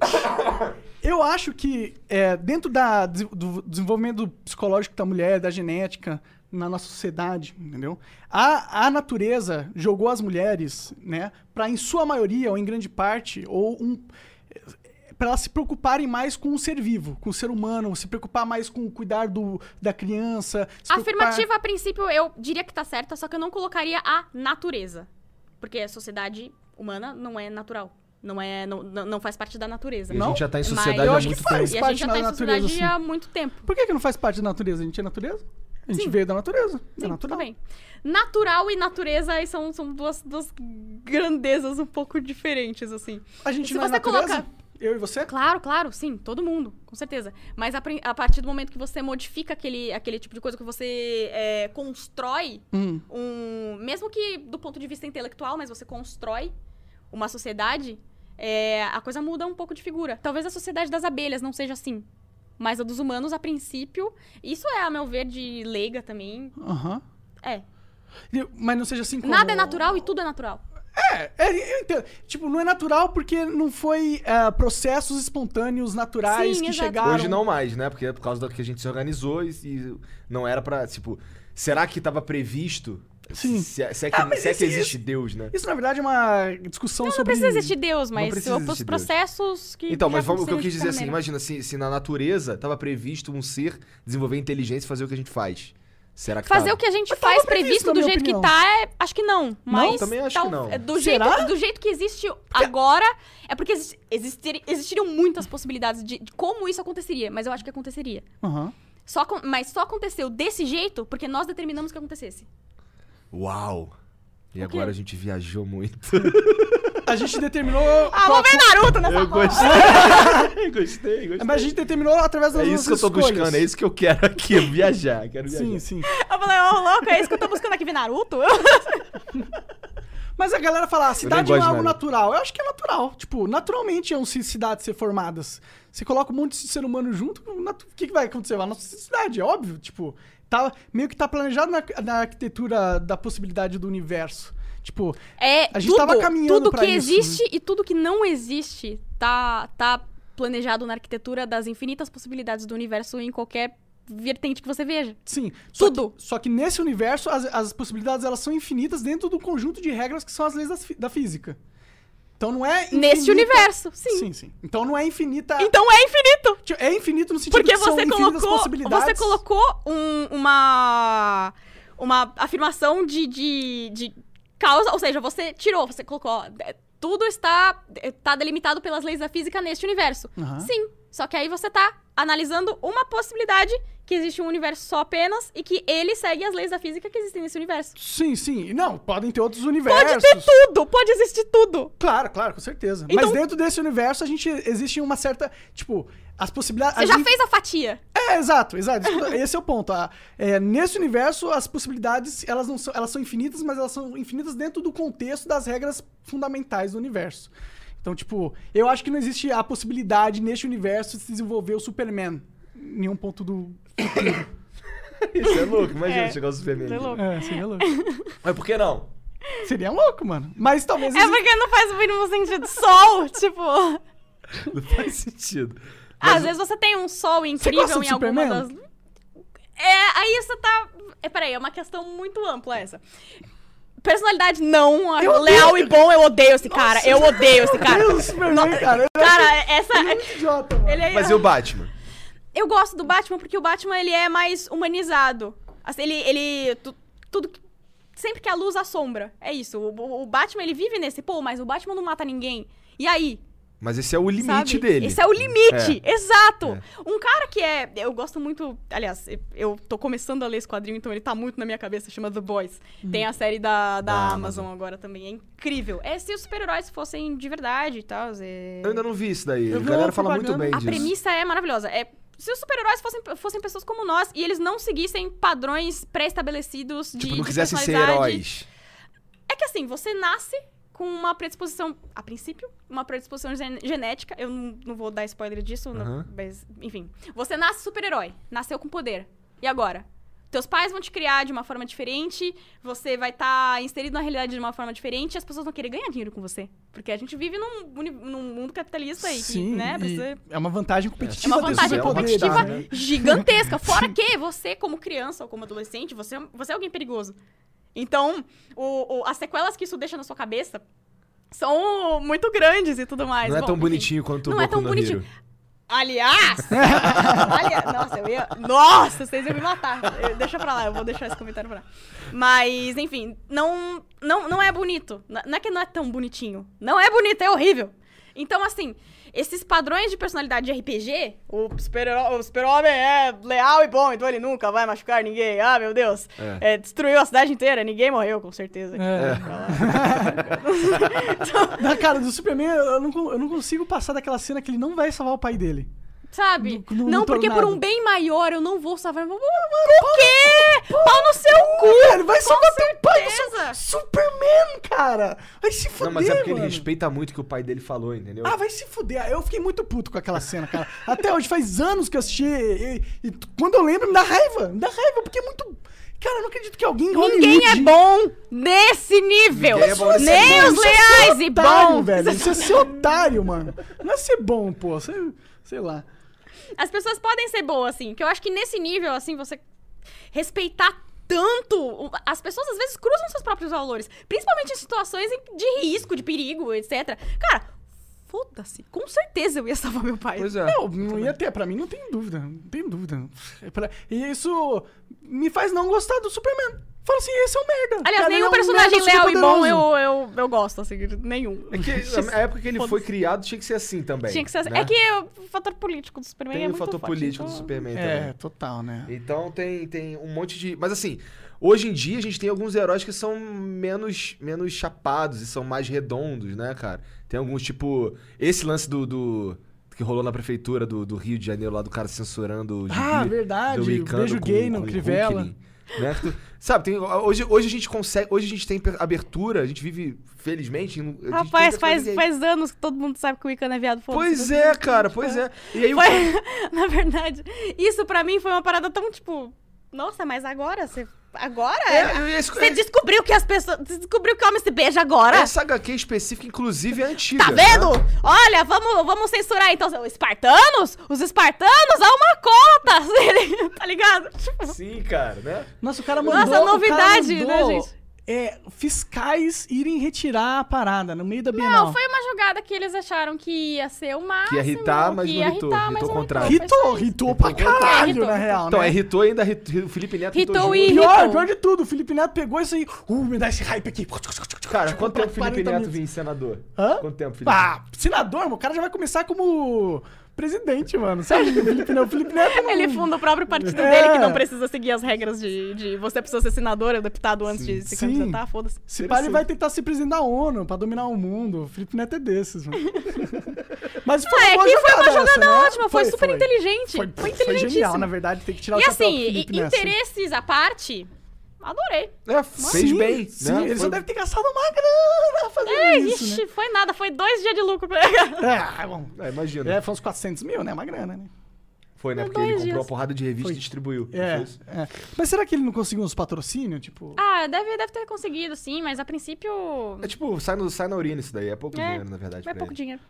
A: Eu acho que é, dentro da, des- do desenvolvimento psicológico da mulher, da genética, na nossa sociedade, entendeu? A, a natureza jogou as mulheres, né, para em sua maioria ou em grande parte ou um para elas se preocuparem mais com o ser vivo, com o ser humano, se preocupar mais com cuidar do, da criança. se
C: A
A: preocupar-
C: afirmativa, a princípio, eu diria que tá certa, só que eu não colocaria a natureza. Porque a sociedade humana não é natural. Não, é, não, não não faz parte da natureza.
B: E a gente já tá em
C: Mas-
B: sociedade
A: Eu
B: há
A: acho que
B: muito
A: faz.
B: tempo.
C: E a
A: parte
C: gente já
A: da
C: tá em
A: natureza,
C: sociedade
A: sim.
C: há muito tempo.
A: Por que, que não faz parte da natureza? A gente é natureza? A gente
C: Sim.
A: veio da natureza. é
C: Sim,
A: natural.
C: tudo bem. Natural e natureza aí são, são duas, duas grandezas um pouco diferentes, assim.
A: A gente
C: Se
A: não é
C: você
A: natureza?
C: colocar.
A: Eu e você?
C: Claro, claro, sim, todo mundo, com certeza. Mas a, prin- a partir do momento que você modifica aquele, aquele tipo de coisa, que você é, constrói
A: Hum.
C: um. Mesmo que do ponto de vista intelectual, mas você constrói uma sociedade, é, a coisa muda um pouco de figura. Talvez a sociedade das abelhas não seja assim. Mas a dos humanos, a princípio, isso é, a meu ver, de leiga também.
A: Aham.
C: É.
A: E- Mas não seja assim como...
C: Nada é natural e tudo é natural.
A: É, é, eu entendo. Tipo, não é natural porque não foi ah, processos espontâneos naturais
C: Sim,
A: que
C: exato.
A: chegaram.
B: Hoje não mais, né? Porque é por causa do que a gente se organizou e, e não era pra, tipo... Será que tava previsto?
A: Sim.
B: Se, é- se é que,
A: Ah, mas
B: se é que
A: esse-
B: existe Deus, né?
A: Isso, na verdade, é uma discussão
C: Não
A: sobre.
C: precisa existir Deus, mas
B: precisa
C: os
B: existir Deus.
C: processos que.
B: Então,
C: já
B: mas vamos, o que eu
C: aconteceram
B: quis
C: de
B: dizer
C: tal
B: assim,
C: maneira.
B: imagina se, se na natureza estava previsto um ser desenvolver inteligência e fazer o que a gente faz. Será que
C: Fazer
A: Tá.
B: tava?
C: o que a gente
A: Mas tava
C: faz
A: previsto,
C: previsto
A: na
C: do
A: minha
C: jeito
A: opinião.
C: que tá, é- acho que não. Mas
B: também acho que não.
C: é, Do jeito,
A: Será?
C: do jeito que existe agora, é porque exi- existir- existiriam muitas possibilidades de, de como isso aconteceria, mas eu acho que aconteceria.
A: Aham.
C: Só, acon- mas só aconteceu desse jeito porque nós determinamos que acontecesse.
B: Uau! E
C: O quê?
B: agora a gente viajou muito.
A: A gente determinou.
C: Ah, vou ver Naruto nessa
B: Eu
C: porra.
B: gostei, gostei, gostei.
A: Mas a
C: tá
A: gente determinou através das
B: É isso
A: nossas
B: que eu tô
A: escolhas.
B: buscando, é isso que eu quero aqui, viajar. Quero
A: Sim,
B: viajar.
A: sim.
C: Eu falei, ô louco, é isso que eu tô buscando aqui, ver Naruto?
A: Mas a galera fala, ah, cidade não
B: gosto
A: é
B: de
A: algo
B: nada.
A: natural. Eu acho que é natural. Tipo, naturalmente iam ci- cidades ser formadas. Você coloca um monte de ser humano junto, natu- o que, que vai acontecer? A nossa cidade, é óbvio. Tipo, tá, meio que tá planejado na, na arquitetura da possibilidade do universo. Tipo,
C: É,
A: A gente
C: tudo,
A: tava caminhando
C: tudo
A: pra
C: que
A: isso, né?
C: existe e tudo que não existe tá, tá planejado na arquitetura das infinitas possibilidades do universo em qualquer vertente que você veja.
A: sim. só
C: Tudo.
A: que- só que nesse universo, as, as possibilidades elas são infinitas dentro do conjunto de regras que são as leis das fi- da física. Então não é infinita...
C: Neste universo, sim.
A: Sim, sim. Então não é infinita.
C: Então é infinito!
A: Tipo, É infinito no sentido
C: Porque
A: que são
C: você
A: infinitas
C: colocou,
A: possibilidades.
C: você colocou um- uma, uma afirmação de, de, de causa, ou seja, você tirou, você colocou, ó, é, tudo está, é, tá delimitado pelas leis da física neste universo.
A: Aham.
C: Sim, só que aí você tá analisando uma possibilidade que existe um universo só apenas e que ele segue as leis da física que existem nesse universo.
A: Sim, sim. Não, podem ter outros universos.
C: Pode ter tudo, pode existir tudo.
A: Claro, claro, com certeza.
C: Então-
A: Mas dentro desse universo, a gente existe uma certa. Tipo, as possibilidades.
C: Você
A: a
C: já
A: gente-
C: fez a fatia.
A: É, exato, exato. Isso- Esse é o ponto. Ah, é, nesse universo, as possibilidades, elas não são. Elas são infinitas, mas elas são infinitas dentro do contexto das regras fundamentais do universo. Então, tipo, eu acho que não existe a possibilidade neste universo de se desenvolver o Superman. Em nenhum ponto do.
B: Isso é louco, imagina
C: É,
B: chegar o Superman.
C: é louco.
A: É, seria louco.
B: Mas por que não?
A: seria louco, mano. Mas talvez.
C: É porque não faz o mínimo sentido. Sol, tipo.
B: Não faz sentido.
C: Às vezes você tem um sol incrível
A: gosta do
C: em alguma
A: Superman?
C: das. É, aí você tá. É, peraí, é uma questão muito ampla essa. Personalidade não,
A: Eu odeio-
C: leal e bom, eu odeio esse cara. Eu odeio esse cara.
A: Meu Deus, Superman, cara.
C: Cara, essa.
A: Ele é muito idiota, mano.
C: Ele é...
B: Mas e o Batman?
C: Eu gosto do Batman porque o Batman ele é mais humanizado. Assim, ele. ele tu- tudo. que- Sempre que a luz assombra. É isso. O- O, o Batman ele vive nesse. Pô, mas o Batman não mata ninguém. E aí?
B: Mas esse é o limite
C: sabe?
B: dele.
C: Esse é o limite, exato.
B: É.
C: Um cara que é. Eu gosto muito. Aliás, eu tô começando a ler esse quadrinho, então ele tá muito na minha cabeça, chama The Boys. Tem a série da, da,
B: Uhum. Da
C: Amazon,
B: Amazon.
C: agora também. É incrível. É se os super-heróis fossem de verdade e tal. é-
B: Eu ainda não vi isso daí.
A: Eu
B: A
A: vi
B: galera
A: uma
B: fala muito bem
A: propaganda.
C: A
B: disso.
C: premissa é maravilhosa. É. Se os super-heróis fossem, fossem pessoas como nós e eles não seguissem padrões pré-estabelecidos de.
B: Tipo, não
C: de
B: quisessem ser
C: personalidade,
B: heróis.
C: é que assim, você nasce com uma predisposição, a princípio, uma predisposição gen- genética. Eu não, não vou dar spoiler disso, não-
B: Aham.
C: mas, enfim. Você nasce super-herói, nasceu com poder. E agora? Teus pais vão te criar de uma forma diferente, você vai estar inserido na realidade de uma forma diferente e as pessoas vão querer ganhar dinheiro com você. Porque a gente vive num, uni- num mundo capitalista aí, que,
A: Sim,
C: né?
A: e
C: Precisa
A: é uma vantagem
C: é
A: competitiva.
C: uma
A: ter
C: vantagem
B: é uma
A: superpoderes,
C: competitiva
B: vantagem, né?
C: gigantesca. Fora que você, como criança ou como adolescente, você, você é alguém perigoso. Então, o- o- as sequelas que isso deixa na sua cabeça são muito grandes e tudo mais.
B: não é
C: Bom,
B: tão
C: enfim.
B: bonitinho quanto o
C: Não é
B: Boku
C: tão
B: no
C: bonitinho.
B: Hero.
C: Aliás! aliás- nossa, eu ia, nossa, vocês iam me matar. Eu- deixa pra lá, eu vou deixar esse comentário pra lá. Mas, enfim, não, não, não é bonito. N- Não é que não é tão bonitinho. Não é bonito, é horrível. Então, assim, esses padrões de personalidade de RPG, o super-heró- o super-homem é leal e bom, então ele nunca vai machucar ninguém. Ah, meu Deus.
B: É.
C: É, destruiu a cidade inteira, ninguém morreu, com certeza.
A: É. Na cara do Superman, eu não, con- eu não consigo passar daquela cena que ele não vai salvar o pai dele.
C: Sabe?
A: No- no-
C: não,
A: no
C: porque por
A: tornado.
C: um bem maior eu não vou salvar. Por quê? Pau no seu cu!
A: assim? Velho, É, vai salvar teu pai! do
C: certeza.
A: Su- Superman, cara! Vai se fuder,
B: Não, mas é porque
A: mano.
B: ele respeita muito o que o pai dele falou, entendeu?
A: Ah, vai se fuder. Eu fiquei muito puto com aquela cena, cara. Até hoje faz anos que eu assisti e, e t- quando eu lembro me dá raiva. Me dá raiva porque é muito... Cara, eu não acredito que alguém em
C: Ninguém é
A: Hollywood-
C: bom nesse nível.
B: Ninguém é bom nesse
C: Nem
A: Mano,
C: os
A: isso é ser
C: leais e
A: otário,
C: bom.
A: velho. Isso é ser otário, mano. Não é ser bom, pô. Sei, sei lá.
C: As pessoas podem ser boas, assim. Que eu acho que nesse nível, assim, você respeitar tanto. o- As pessoas às vezes cruzam seus próprios valores. Principalmente em situações em- de risco, de perigo, etc. Cara, foda-se. Com certeza eu ia salvar meu pai.
B: Pois é.
A: Não, não ia ter. Pra mim, não tem dúvida. Não tem dúvida. É pra- E isso me faz não gostar do Superman. Fala assim, esse é um merda.
C: Aliás,
A: Cara, ele é
C: nenhum
A: um
C: personagem
A: merda
C: leal e bom
A: superpoderoso.
C: eu, eu, eu gosto, assim. Nenhum.
B: É que a época que ele foi criado tinha que ser assim também.
C: Tinha que ser assim.
B: né?
C: É que o fator político do Superman
B: Tem
C: é
B: o
C: muito
B: fator
C: forte,
B: político
C: então-
B: do Superman
A: É,
B: também.
A: total, né?
B: Então tem, tem um monte de. Mas assim, hoje em dia a gente tem alguns heróis que são menos, menos chapados e são mais redondos, né, cara? Tem alguns, tipo. Esse lance do. do- que rolou na prefeitura do, do Rio de Janeiro, lá do cara censurando o gibi
A: Ah, verdade.
B: do Wicano
A: Beijo
B: com-
A: gay no
B: com o
A: Crivella.
B: Hulkling, né? Que tu- Sabe, tem- hoje, hoje a gente consegue. Hoje a gente tem per- abertura, a gente vive, felizmente. em- a gente tem
C: Rapaz,
B: personalidade
C: faz,
B: gay.
C: faz anos que todo mundo sabe que o Wiccan é viado. foda-se.
B: Pois é, cara, pois é. E aí o
C: Foi- na verdade, isso pra mim foi uma parada tão tipo. Nossa, mas agora? Você, agora?
B: É, eu ia esco-
C: Você descobriu que as pessoas. Você descobriu que homem se beija agora?
B: Essa HQ específica, inclusive, é antiga.
C: Tá
B: né?
C: vendo? Olha, vamos, vamos censurar então. Os espartanos? Os espartanos há uma cota! tá ligado? Tipo,
B: Sim, cara, né?
A: Nossa, o cara mandou.
C: Nossa,
A: o cara
C: novidade,
A: mandou,
C: né, gente?
A: É, fiscais irem retirar a parada no meio da Bienal.
C: Não, foi uma jogada que eles acharam que ia ser o máximo.
B: ia irritar, mas
C: que
B: não
C: ia
B: irritou,
C: irritar, mas
B: irritou
C: não
B: ao contrário.
C: irritou, foi só
A: Ritou,
C: isso.
A: ritou pra
B: Irritou.
A: caralho,
C: Irritou,
A: na
C: irritou.
A: real,
B: Então,
A: né?
B: é Ritou ainda, Ritou, o Felipe Neto então,
C: Ritou
B: junto.
C: e-
A: Pior,
C: irritou.
A: pior de tudo, o Felipe Neto pegou isso aí. Uh, me dá esse hype aqui.
B: Cara, quanto tempo o Felipe
A: 40
B: Neto
A: minutos.
B: vinha em senador?
A: Hã?
B: Quanto tempo, Felipe?
A: Ah, senador, mano, o cara já vai começar como presidente, mano. Sabe? O Felipe Neto, o Felipe Neto não...
C: Ele funda o É próprio partido
A: É.
C: dele, que não precisa seguir as regras de, de você precisa ser senador ou deputado antes de se
A: Sim.
C: candidatar, foda-se.
A: Se pá, ele vai tentar ser presidente da ONU pra dominar o mundo. O Felipe Neto é desses, mano. Mas foi
C: Ah, é
A: boa
C: que foi uma
A: essa,
C: jogada
A: né?
C: ótima, foi, super inteligente. Foi, inteligentíssimo.
A: genial, na verdade, tem que tirar o
C: e
A: chapéu
C: assim,
A: pro Felipe
C: e-
A: nessa.
C: interesses à parte, adorei.
B: É, fez
A: Sim,
B: bem.
A: assim? Sim,
B: né?
A: ele
B: Foi-
A: só deve ter gastado uma grana fazendo
C: É,
A: isso,
C: ixi, foi nada, foi dois dias de lucro pra
A: né? É, bom.
B: É, imagina.
A: É, foi uns 400 mil, né? Uma grana, né?
B: Foi, né?
C: Foi
B: Porque ele
C: dois
B: comprou
C: dias.
B: uma porrada de revista
A: Foi.
B: e distribuiu. não
A: É,
B: foi isso?
A: é. Mas será que ele não conseguiu uns patrocínios? Tipo.
C: Ah, deve, deve ter conseguido, sim, mas a princípio.
B: É tipo, sai, no, sai na urina isso daí. É pouco
C: É,
B: dinheiro, na verdade.
C: É
B: pra
C: pouco
B: ele.
C: dinheiro.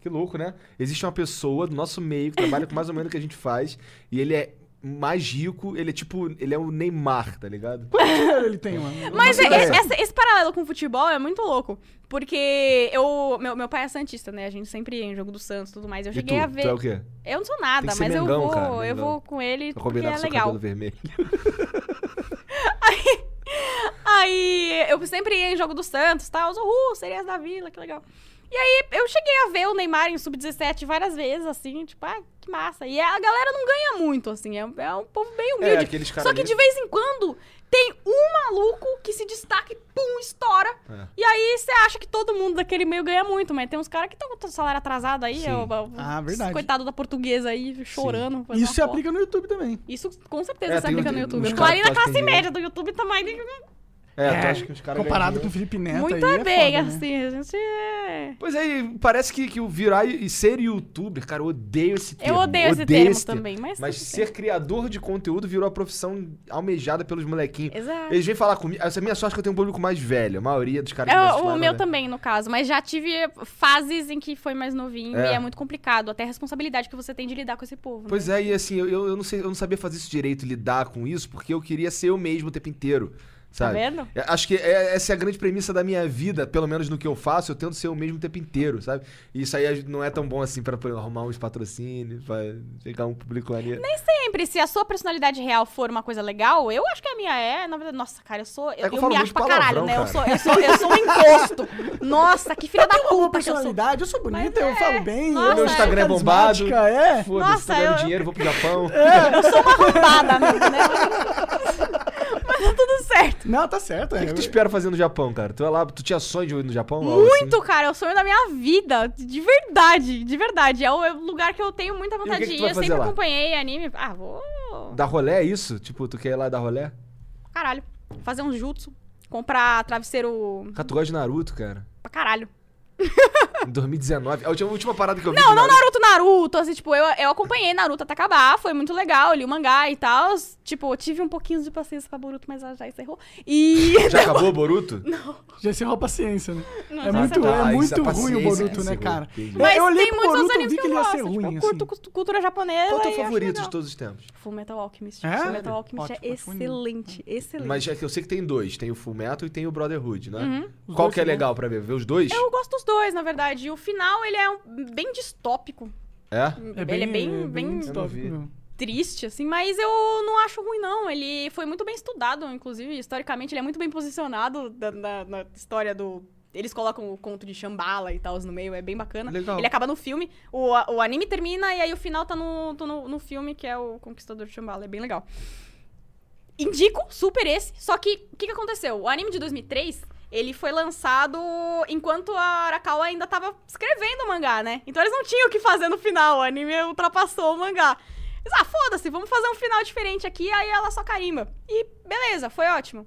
B: Que louco, né? Existe uma pessoa do nosso meio que trabalha com mais ou menos o que a gente faz. E ele é mais rico. Ele é tipo... Ele é o Neymar, tá ligado?
A: Quanto dinheiro ele tem, mano?
C: Mas
B: Não
C: é-
B: sei.
C: é- essa- esse paralelo com o futebol é muito louco. Porque eu. Meu, meu pai é Santista, né? A gente sempre ia em jogo do Santos e tudo mais. Eu
B: E tu?
C: cheguei a ver.
B: Tu é o quê?
C: Eu não sou
B: Tem
C: nada,
B: que ser
C: mas eu
B: Mengão,
C: vou.
B: cara,
C: eu
B: Mengão.
C: vou com ele
B: Pra
C: porque
B: combinar
C: é
B: com seu
C: legal.
B: cabelo vermelho.
C: Aí eu sempre ia em jogo do Santos, tal, os uhul, serias da Vila, que legal. E aí eu cheguei a ver o Neymar em sub-17 várias vezes, assim, tipo, ah, que massa. E a galera não ganha muito, assim, é, é um povo bem
B: É,
C: humilde.
B: aqueles caras
C: Só que
B: ali-
C: de vez em quando tem um maluco que se destaca e pum, estoura.
B: É.
C: E aí você acha que todo mundo daquele meio ganha muito, mas tem uns caras que estão com o salário atrasado aí,
B: Sim.
C: é o- o-
A: Ah, verdade.
C: coitado da portuguesa aí, chorando. fazendo
A: Isso é se
C: uma foto.
A: aplica no YouTube também.
C: Isso com certeza
B: É,
C: se
B: tem
C: aplica
B: uns-
C: no YouTube.
B: uns
C: Claro,
B: caras que
C: ali
B: um
C: na
B: acham
C: classe
B: que-
C: média do YouTube tá também
B: É, tu acha que os caras
A: Comparado
B: ganham
A: com o Felipe Neto.
C: Muito
A: aí é
C: bem,
A: foda, né?
C: assim, a gente é...
B: Pois é, e parece que, que o virar e e ser youtuber, cara, eu odeio esse termo.
C: Eu odeio esse termo também, mas...
B: Mas
C: tudo
B: ser criador de conteúdo virou a profissão almejada pelos
C: bem.
B: molequinhos.
C: Exato.
B: Eles vêm falar comigo. Essa é a minha sorte que eu tenho um público mais velho. A maioria dos caras
C: É,
B: que me
C: o-
B: assistem lá,
C: o meu
B: né?
C: também, no caso. Mas já tive fases em que foi mais novinho
B: É.
C: e é muito complicado. Até a responsabilidade que você tem de lidar com esse povo. né?
B: Pois é, e assim, eu, eu eu não sei, eu não sabia fazer isso direito, lidar com isso, porque eu queria ser eu mesmo o tempo inteiro.
A: Tá
B: Sabe?
C: Tá vendo?
B: É, Acho que é- essa é a grande premissa da minha vida, pelo menos no que eu faço, eu tento ser o mesmo o tempo inteiro, sabe? E isso aí não é tão bom assim pra por exemplo, arrumar uns patrocínios, pra pegar um público ali.
C: Sempre, se a sua personalidade real for uma coisa legal, eu acho que a minha é. Na verdade, nossa, cara, eu sou. Eu,
B: É que eu
C: eu
B: falo
C: me
B: muito
C: acho pra
B: palavrão,
C: caralho, né? Eu
B: cara.
C: sou, eu, sou, eu sou um encosto. Nossa, que filha da
A: Uma boa
C: puta que eu sou. é.
A: personalidade, eu sou bonita, eu falo bem.
C: Nossa,
A: eu
B: Meu
A: sou
B: Instagram é bombado.
A: carismática, É.
B: Foda-se,
C: Nossa,
B: tô ganhando
C: eu-
B: dinheiro, vou pro Japão.
C: Eu sou uma arrombada mesmo, né? Mas tá tudo certo.
A: Não, tá certo.
B: O
A: é.
B: que, que tu espera fazer no Japão, cara? Tu é lá, tu tinha sonho de ir no Japão? algo assim?
C: Muito, cara, é o sonho da minha vida. De verdade, de verdade. É o é o lugar que eu tenho muita vontade
B: que que
C: de
B: tu
C: ir.
B: vai
C: Eu
B: fazer
C: sempre
B: lá?
C: acompanhei anime. Ah, vou.
B: Dar rolé é isso? Tipo, tu quer ir lá dar rolé?
C: Caralho. Fazer um jutsu. Comprar travesseiro
B: Cara, tu gosta de Naruto, cara.
C: pra caralho.
B: Em 2019. A última, a última parada que eu vi.
C: Não,
B: de
C: não
B: Naruto.
C: Naruto, Naruto. Assim, tipo, eu, eu acompanhei Naruto até acabar. Foi muito legal. Eu li o mangá e tal. Tipo, eu tive um pouquinho de paciência pra Boruto, mas ela já encerrou. E.
B: Já acabou o Boruto?
A: Já encerrou a paciência, né?
C: Não,
A: é
C: já
A: muito,
C: encerrou.
B: tá. Ah,
A: é
B: isso
A: muito
B: é
A: ruim o
B: paciência,
A: Boruto,
B: esse
A: né,
B: ruim.
A: cara?
B: Entendi.
C: Mas
A: eu olhei
C: tem
A: pro
C: muitos
A: Boruto e
C: animes
A: vi que
C: eu
A: ele ia ser
C: gosto, tipo,
A: ruim,
C: eu
A: assim.
C: curto cu- cultura japonesa.
B: Qual é o
C: e
B: teu
C: acho
B: favorito de
C: legal.
B: todos os tempos?
C: Full Metal Alchemist.
A: É?
C: Full Metal Alchemist
A: Ótimo,
C: é
A: ótimo,
C: excelente, excelente.
B: Mas é que eu sei que tem dois. Tem o Fullmetal e tem o Brotherhood,
C: Hum.
B: né?
A: Os
B: Qual
A: dois
B: que é
A: são
B: legal pra ver? Ver os dois?
C: Uhum. Eu gosto dos dois, na verdade. E o final, ele é um- bem distópico.
B: É?
C: ele é bem, bem
B: distópico.
A: mesmo.
C: triste, assim, mas eu não acho ruim, não. Ele foi muito bem estudado, inclusive, historicamente, ele é muito bem posicionado da- na, na história do. Eles colocam o conto de Shambhala e tal no meio, é bem bacana.
B: Legal.
C: Ele acaba no filme, o, a- o anime termina e aí o final tá no, tá no, no filme, que é o Conquistador de Shambhala, é bem legal. Indico, super esse, só que o que, que aconteceu? O anime de 2003, ele foi lançado enquanto a Arakawa ainda tava escrevendo o mangá, né? Então eles não tinham o que fazer no final, o anime ultrapassou o mangá. Eles, ah, foda-se, vamos fazer um final diferente aqui, aí ela só carimba. E beleza, foi ótimo.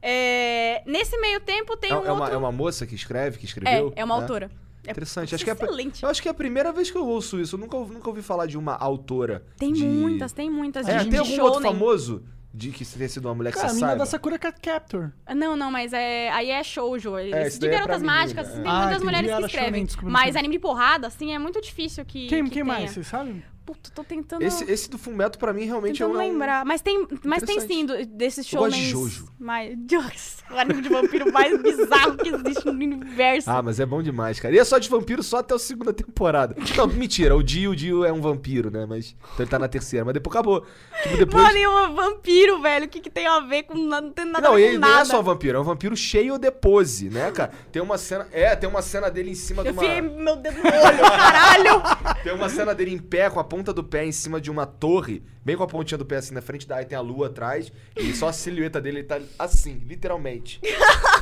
C: É, nesse meio tempo tem
B: É,
C: um
B: é uma,
C: outro...
B: é uma moça que escreve, que
C: É,
B: escreveu?
C: é uma autora. É
B: Interessante. Acho que é, a pri-
C: excelente.
B: eu acho que é a primeira vez que eu ouço isso. Eu nunca, ouvi- nunca ouvi falar de uma autora.
C: Tem
B: de-
C: muitas, tem muitas.
B: É, tem
C: de, de
B: algum outro
C: shounen.
B: famoso de que tenha sido uma mulher É que
A: Cara, é a
B: você
A: menina
B: saiba?
C: tá
A: da Sakura Cat Captor.
C: Não, não, mas é, aí é shoujo.
B: É,
C: Eles
B: isso
C: de
B: daí é pra
C: garotas
B: menina,
C: mágicas,
B: é.
C: assim, tem
A: Ah,
C: muitas
A: entendi,
C: mulheres que
A: era shonen,
C: escrevem.
A: desculpa, não
C: Mas
A: sabia.
C: anime de porrada, assim, é muito difícil que
A: Quem, quem
C: que tenha.
A: mais? Vocês sabem?
C: Puta, tô tentando...
B: Esse, esse do Fullmetal pra mim realmente é um...
C: Tentando lembrar. Mas tem, mas tem sim do- desses
B: Eu gosto
C: shounens...
B: de Jojo.
C: Mas, Deus, o anime de vampiro mais bizarro que existe no universo.
B: Ah, mas é bom demais, cara. E é só de vampiro só até a segunda temporada. Não, mentira. O Dio, o Dio é um vampiro, né? Mas então ele tá na terceira. Mas depois acabou. Tipo, depois...
C: Mano, e um vampiro, velho. O que, que tem a ver com nada? Não tem nada a
B: não,
C: ver com
B: ele não
C: nada.
B: é só vampiro, é um vampiro cheio de pose, né, cara? Tem uma cena. É, tem uma cena dele em cima de
C: Eu
B: uma.
C: fiquei meu dedo no olho, caralho.
B: Tem uma cena dele em pé, com a ponta do pé em cima de uma torre, bem com a pontinha do pé assim na frente, daí tem a lua atrás, e só a silhueta dele ele tá assim, literalmente.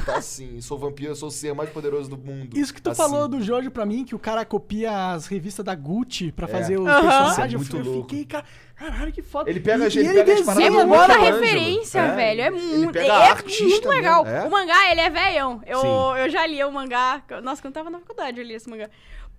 B: tá assim, sou vampiro, eu sou o ser mais poderoso do mundo.
A: Isso que tu
B: Assim.
A: falou do Jojo pra mim, que o cara copia as revistas da Gucci pra
B: É.
A: fazer os
C: Aham.
A: personagens.
B: Isso é
A: eu
B: muito
A: fui- eu
B: louco.
A: fiquei, cara, caralho, que foda.
B: Ele pega,
A: e,
B: as-
A: e
B: ele
A: ele
B: pega as
A: desenha
B: paradas
C: É
B: do
A: uma
C: muita
A: hora.
B: Michelangelo.
C: referência,
B: É,
C: velho. É
B: ele
C: muito,
B: pega
C: é
B: artista
C: muito
B: mesmo,
C: legal.
B: é.
C: O mangá, ele é velhão. Eu,
B: Sim.
C: eu já li o mangá. Nossa, quando eu tava na faculdade, eu li esse mangá.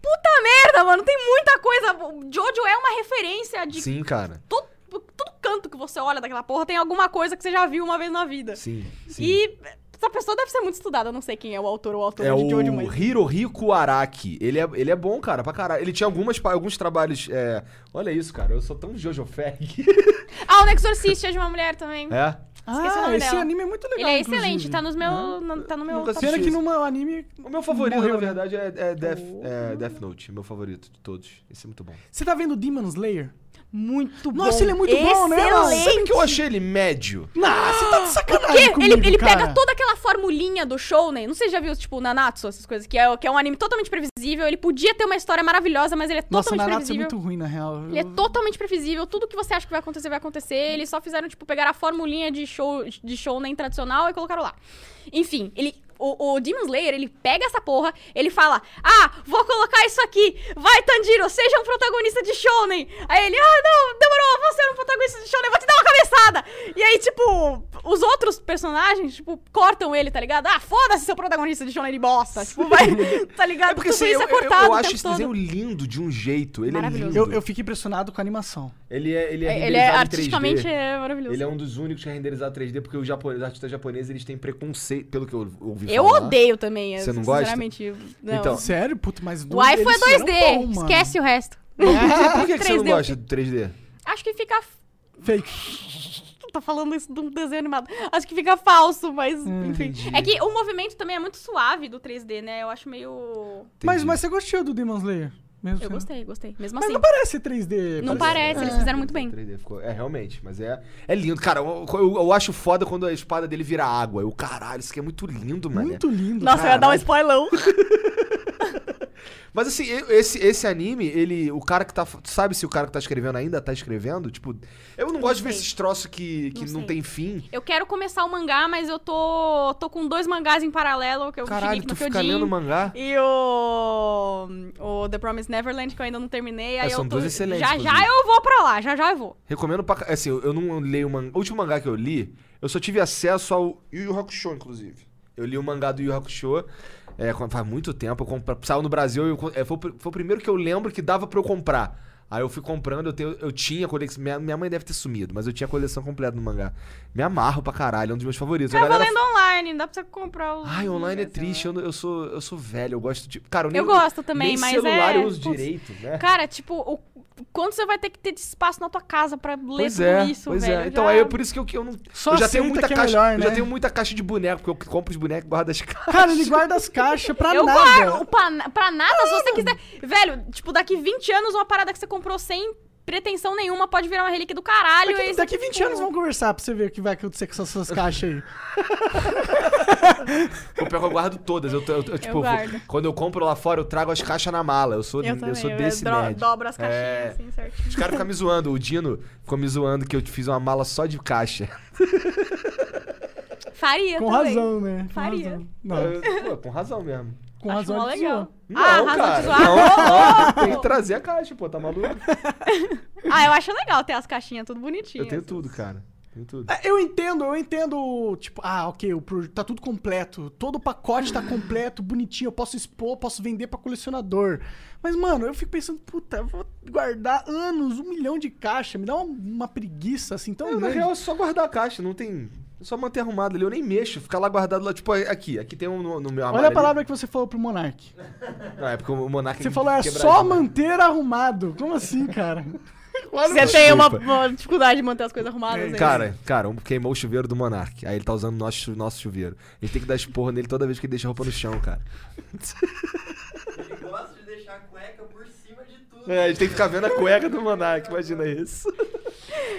C: Puta merda, mano. Tem muita coisa. O Jojo é uma referência de
B: Sim, cara.
C: todo, todo canto que você olha daquela porra. Tem alguma coisa que você já viu uma vez na vida.
B: Sim. sim.
C: E essa pessoa deve ser muito estudada. Eu não sei quem é o autor ou autor
B: É
C: de Jojo,
B: o
C: mas...
B: Hirohiko Araki. Ele é, ele é bom, cara, pra caralho. Ele tinha algumas, pa- alguns trabalhos. é, Olha isso, cara. Eu sou tão Jojo Fag.
C: Ah, o The Exorcist é de uma mulher também.
B: é?
C: Esqueci o
A: Ah,
C: nome
A: esse
C: dela.
A: anime é muito legal.
C: Ele é
A: inclusive.
C: excelente. Tá, nos meu, na- tá no meu...
B: Nunca
C: top
B: assisti.
A: Pena que no anime.
B: O meu favorito,
A: Morreu,
B: na
A: né?
B: verdade, é, é Death, é Death Note. Meu favorito de todos. Esse é muito bom.
A: Você tá vendo Demon Slayer?
C: Muito bom.
A: Nossa, ele é muito bom, né, mano?
C: Excelente.
B: Sabe que eu achei ele médio?
A: Ah, você tá de
C: Porque
A: sacanagem.
C: ele,
A: comigo,
C: ele
A: cara.
C: pega toda aquela formulinha do shounen. Não sei se você já viu, tipo, Nanatsu, essas coisas, que é, que é um anime totalmente previsível. Ele podia ter uma história maravilhosa, mas ele é
A: Nossa,
C: totalmente
A: Naruto é
C: previsível.
A: muito ruim, na real.
C: Ele é totalmente previsível. Tudo que você acha que vai acontecer, vai acontecer. Eles só fizeram, tipo, pegar a formulinha de show de shounen tradicional e colocaram lá. Enfim, ele... O, o Demon Slayer, ele pega essa porra, ele fala, ah, vou colocar isso aqui, vai Tanjiro, seja um protagonista de shounen. Aí ele, ah, não, demorou, você é um protagonista de shounen, vou te dar uma cabeçada. E aí, tipo, os outros personagens, tipo, cortam ele, tá ligado? Ah, foda-se seu protagonista de shounen de bosta. Tipo, vai, tá ligado?
B: É porque
C: Tudo
B: assim, eu,
C: isso é
B: eu- eu
C: cortado o
B: acho
C: tempo
B: esse
C: todo.
B: desenho lindo de um jeito. Ele é
C: Maravilhoso.
B: lindo.
A: Eu, eu fico impressionado com a animação.
B: Ele é ele é,
C: É, Ele
B: renderizado
C: é
B: em 3D.
C: artisticamente é maravilhoso.
B: Ele é um dos únicos que é renderizado 3D, porque os, japoneses, os artistas japoneses eles têm preconceito, pelo que eu ouvi
C: Eu
B: falar.
C: odeio também.
B: Você não gosta?
C: sinceramente, Não.
B: Então,
A: Sério, puto, mas.
C: o iPhone
A: eles
C: é
A: fizeram
C: 2D.
A: bom, mano.
C: esquece É. o resto.
B: Por que, que você não
C: 3D?
B: gosta do 3D?
C: Acho que fica.
A: Fake.
C: tá falando isso de um desenho animado. Acho que fica falso, mas enfim.
B: Hum, entendi.
C: É que o movimento também é muito suave do 3D, né? Eu acho meio.
A: Mas,
B: Entendi.
A: mas você gostou do Demon Slayer? Mesmo
C: Eu
A: sendo-
C: gostei, gostei. Mesmo
A: Mas
C: assim.
A: não parece 3D.
C: Não parece, eles fizeram muito bem.
B: 3D ficou- É, realmente, mas é, é lindo. Cara, eu, eu- eu acho foda quando a espada dele vira água. Eu, caralho, isso aqui é muito lindo, mano.
A: Muito lindo.
C: Nossa, eu ia dar um
B: Caralho.
C: spoilão.
B: Mas assim, eu- esse, esse anime, ele. O cara que tá. f- Sabe se o cara que tá escrevendo ainda tá escrevendo? Tipo, eu não, gosto de ver
C: sei.
B: esses troços que, que
C: Não
B: não,
C: sei.
B: tem fim.
C: Eu quero começar o mangá, mas eu tô, tô com dois mangás em paralelo que eu
B: Caralho,
C: cheguei
B: tu
C: no
B: fica
C: Kyojin.
B: lendo mangá?
C: E o, o The Promised Neverland, que eu ainda não terminei. Aí
B: É, são
C: eu tô,
B: dois excelentes,
C: Já já
B: inclusive.
C: eu vou pra lá, já já eu vou.
B: Recomendo pra. ca- Assim, eu eu não leio o mangá. O último mangá que eu li, eu só tive acesso ao Yu Yu Hakusho, inclusive. Eu li o mangá do Yu Yu Hakusho é, com- faz muito tempo. Eu compra- saiu no Brasil, eu, con- é, foi, o pr- foi o primeiro que eu lembro que dava pra eu comprar. Aí eu fui comprando, eu, tenho, eu tinha a coleção. Minha, minha mãe deve ter sumido, mas eu tinha a coleção completa do mangá. Me amarro pra caralho, é um dos meus favoritos. A
C: Eu vou
B: galera
C: Tá lendo online, dá pra você comprar os.
B: Ai, online é
C: sei
B: triste, eu,
C: lá.
B: não- eu sou, eu sou velho, eu gosto de. Cara, eu nem,
C: Eu gosto também,
B: nem
C: mas
B: celular
C: é.
B: eu uso
C: putz,
B: direito, né?
C: Cara, tipo, o- quanto você vai ter que ter de espaço na tua casa pra ler
B: Pois
C: tudo
B: é,
C: isso,
B: pois
C: velho?
B: é. Então
C: Já-
B: aí é por isso que eu, que eu não.
A: Só
B: eu já
A: aceita
B: tenho muita
A: que é
B: caixa.
A: melhor,
B: Eu já
A: né?
B: tenho muita caixa de boneco, porque eu compro os bonecos e guardo as caixas.
A: Cara, ele guarda as caixas pra
C: Eu
A: nada.
C: guardo pra, na- pra nada, se você quiser. Velho, tipo, daqui 20 anos, uma parada que você comprou sem pretensão nenhuma pode virar uma relíquia do caralho. e aí
A: Daqui,
C: você,
A: daqui 20
C: tipo,
A: anos vamos conversar pra você ver o que vai acontecer com essas, essas caixas aí.
B: Eu pego, eu guardo todas. Eu, tô- eu, eu, tipo, eu vou-
C: guardo.
B: quando eu compro lá fora, eu trago as caixas na mala. Eu sou, eu
C: Eu também,
B: sou
C: eu
B: desse
C: dro-
B: nerd.
C: dobro as caixinhas,
B: É.
C: assim, certo?
B: Os caras ficam me zoando. O Dino ficou me zoando que eu fiz uma mala só de caixa.
C: Faria
A: Com
C: também.
A: razão, né? Com
C: Faria.
A: razão. Não,
B: Eu- pô, com razão mesmo.
A: com
C: Acho
A: razão
C: mó
A: ele
C: legal.
A: zoou.
B: Não,
C: Ah, razão
B: cara.
C: de zoar.
B: Não, tem que trazer a caixa, pô, tá maluco?
C: Ah, eu acho legal ter as caixinhas tudo bonitinho.
B: Eu tenho tudo, cara. Tenho tudo.
A: É, Eu entendo, eu entendo, tipo, ah, ok, o pro- tá tudo completo, todo o pacote tá completo, bonitinho, eu posso expor, posso vender pra colecionador. Mas, mano, eu fico pensando, puta, eu vou guardar anos, um milhão de caixa, me dá uma, uma preguiça, assim, tão
B: Eu, na
A: grande.
B: real, é só guardar a caixa, não tem. é Só manter arrumado ali, eu nem mexo, ficar lá guardado lá, tipo, aqui, aqui tem um no, no meu armário.
A: Olha a
B: ali.
A: palavra que você falou pro Monark.
B: Não, é porque o Monark
A: Você falou, é
B: quebra-
A: só manter arrumado. Como assim, cara?
C: Você tem uma,
B: Desculpa.
C: uma dificuldade de manter as coisas arrumadas né? aí.
B: Cara, cara, um queimou o chuveiro do Monark. Aí ele tá usando o nosso, chu- nosso chuveiro. A gente tem que dar esporro nele toda vez que ele deixa a roupa no chão, cara.
D: Ele gosta de deixar a cueca por cima de tudo.
B: É, a gente tem que ficar vendo a cueca do Monark, imagina isso.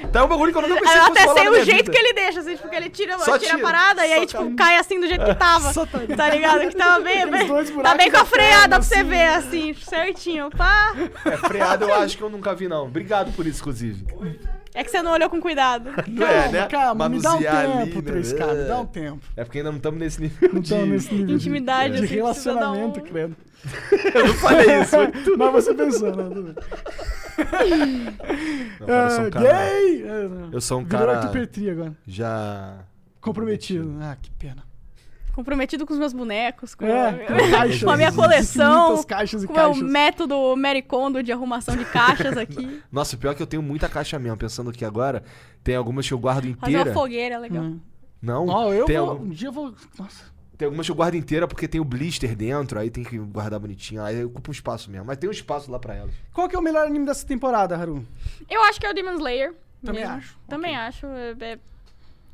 B: Então é um bagulho que eu nunca pensei
C: Eu
B: que fosse
C: até
B: rolar
C: sei
B: na
C: o
B: minha
C: jeito
B: vida.
C: que ele deixa, assim, tipo, que ele tira,
B: Só
C: tira, a
B: tira,
C: parada e
B: só
C: aí, tipo,
B: cai.
C: cai assim do jeito que tava.
A: Só tá-
C: tá ligado? Que tava bem, bem
A: dois
C: tá
A: buracos
C: bem com a
A: na
C: freada
A: perna,
C: pra você
A: assim.
C: ver, assim, certinho. Pá.
B: É, freado eu acho que eu nunca vi, não. Obrigado por isso, inclusive.
C: É que você não olhou com cuidado.
A: Calma,
B: Não é, né?
A: calma, me dá um
B: Manusear ali,
A: tempo,
B: né?
A: 3K, me dá um
B: É.
A: tempo.
B: É porque ainda não estamos nesse nível
A: Não
B: de...
C: Então,
A: tá nesse nível de-
C: intimidade,
A: de,
C: assim, precisa dar um-
A: relacionamento, credo.
B: Eu não falei isso.
A: Mas você pensou, né? Tudo bem.
B: Não, cara, eu sou um
A: Ah,
B: cara...
A: Gay! É, não.
B: Eu sou um
A: Virou
B: cara-
A: Arthur Petri agora.
B: Já...
A: Comprometido. Ah, que pena. É,
C: Comprometido com os meus bonecos, com,
B: É,
A: caixas,
C: com a minha coleção,
A: infinitas caixas e
C: com o meu
A: caixas.
C: método Mary Kondo de arrumação de caixas aqui.
B: Nossa, o pior é que eu tenho muita caixa mesmo. Pensando aqui agora, tem algumas que eu guardo
C: Fazer uma
B: inteira.
C: fogueira, é legal.
A: Hum.
B: Não,
A: Ó, eu
B: tem,
A: vou,
B: algum-
A: um dia eu vou... Nossa.
B: tem algumas que eu guardo inteira porque tem o blister dentro, aí tem que guardar bonitinho. Aí ocupa um espaço mesmo. Mas tem um espaço lá pra elas.
A: Qual que é o melhor anime dessa temporada, Haru?
C: Eu acho que é o Demon Slayer.
A: Também
C: mesmo.
A: acho.
C: Também acho. é- é-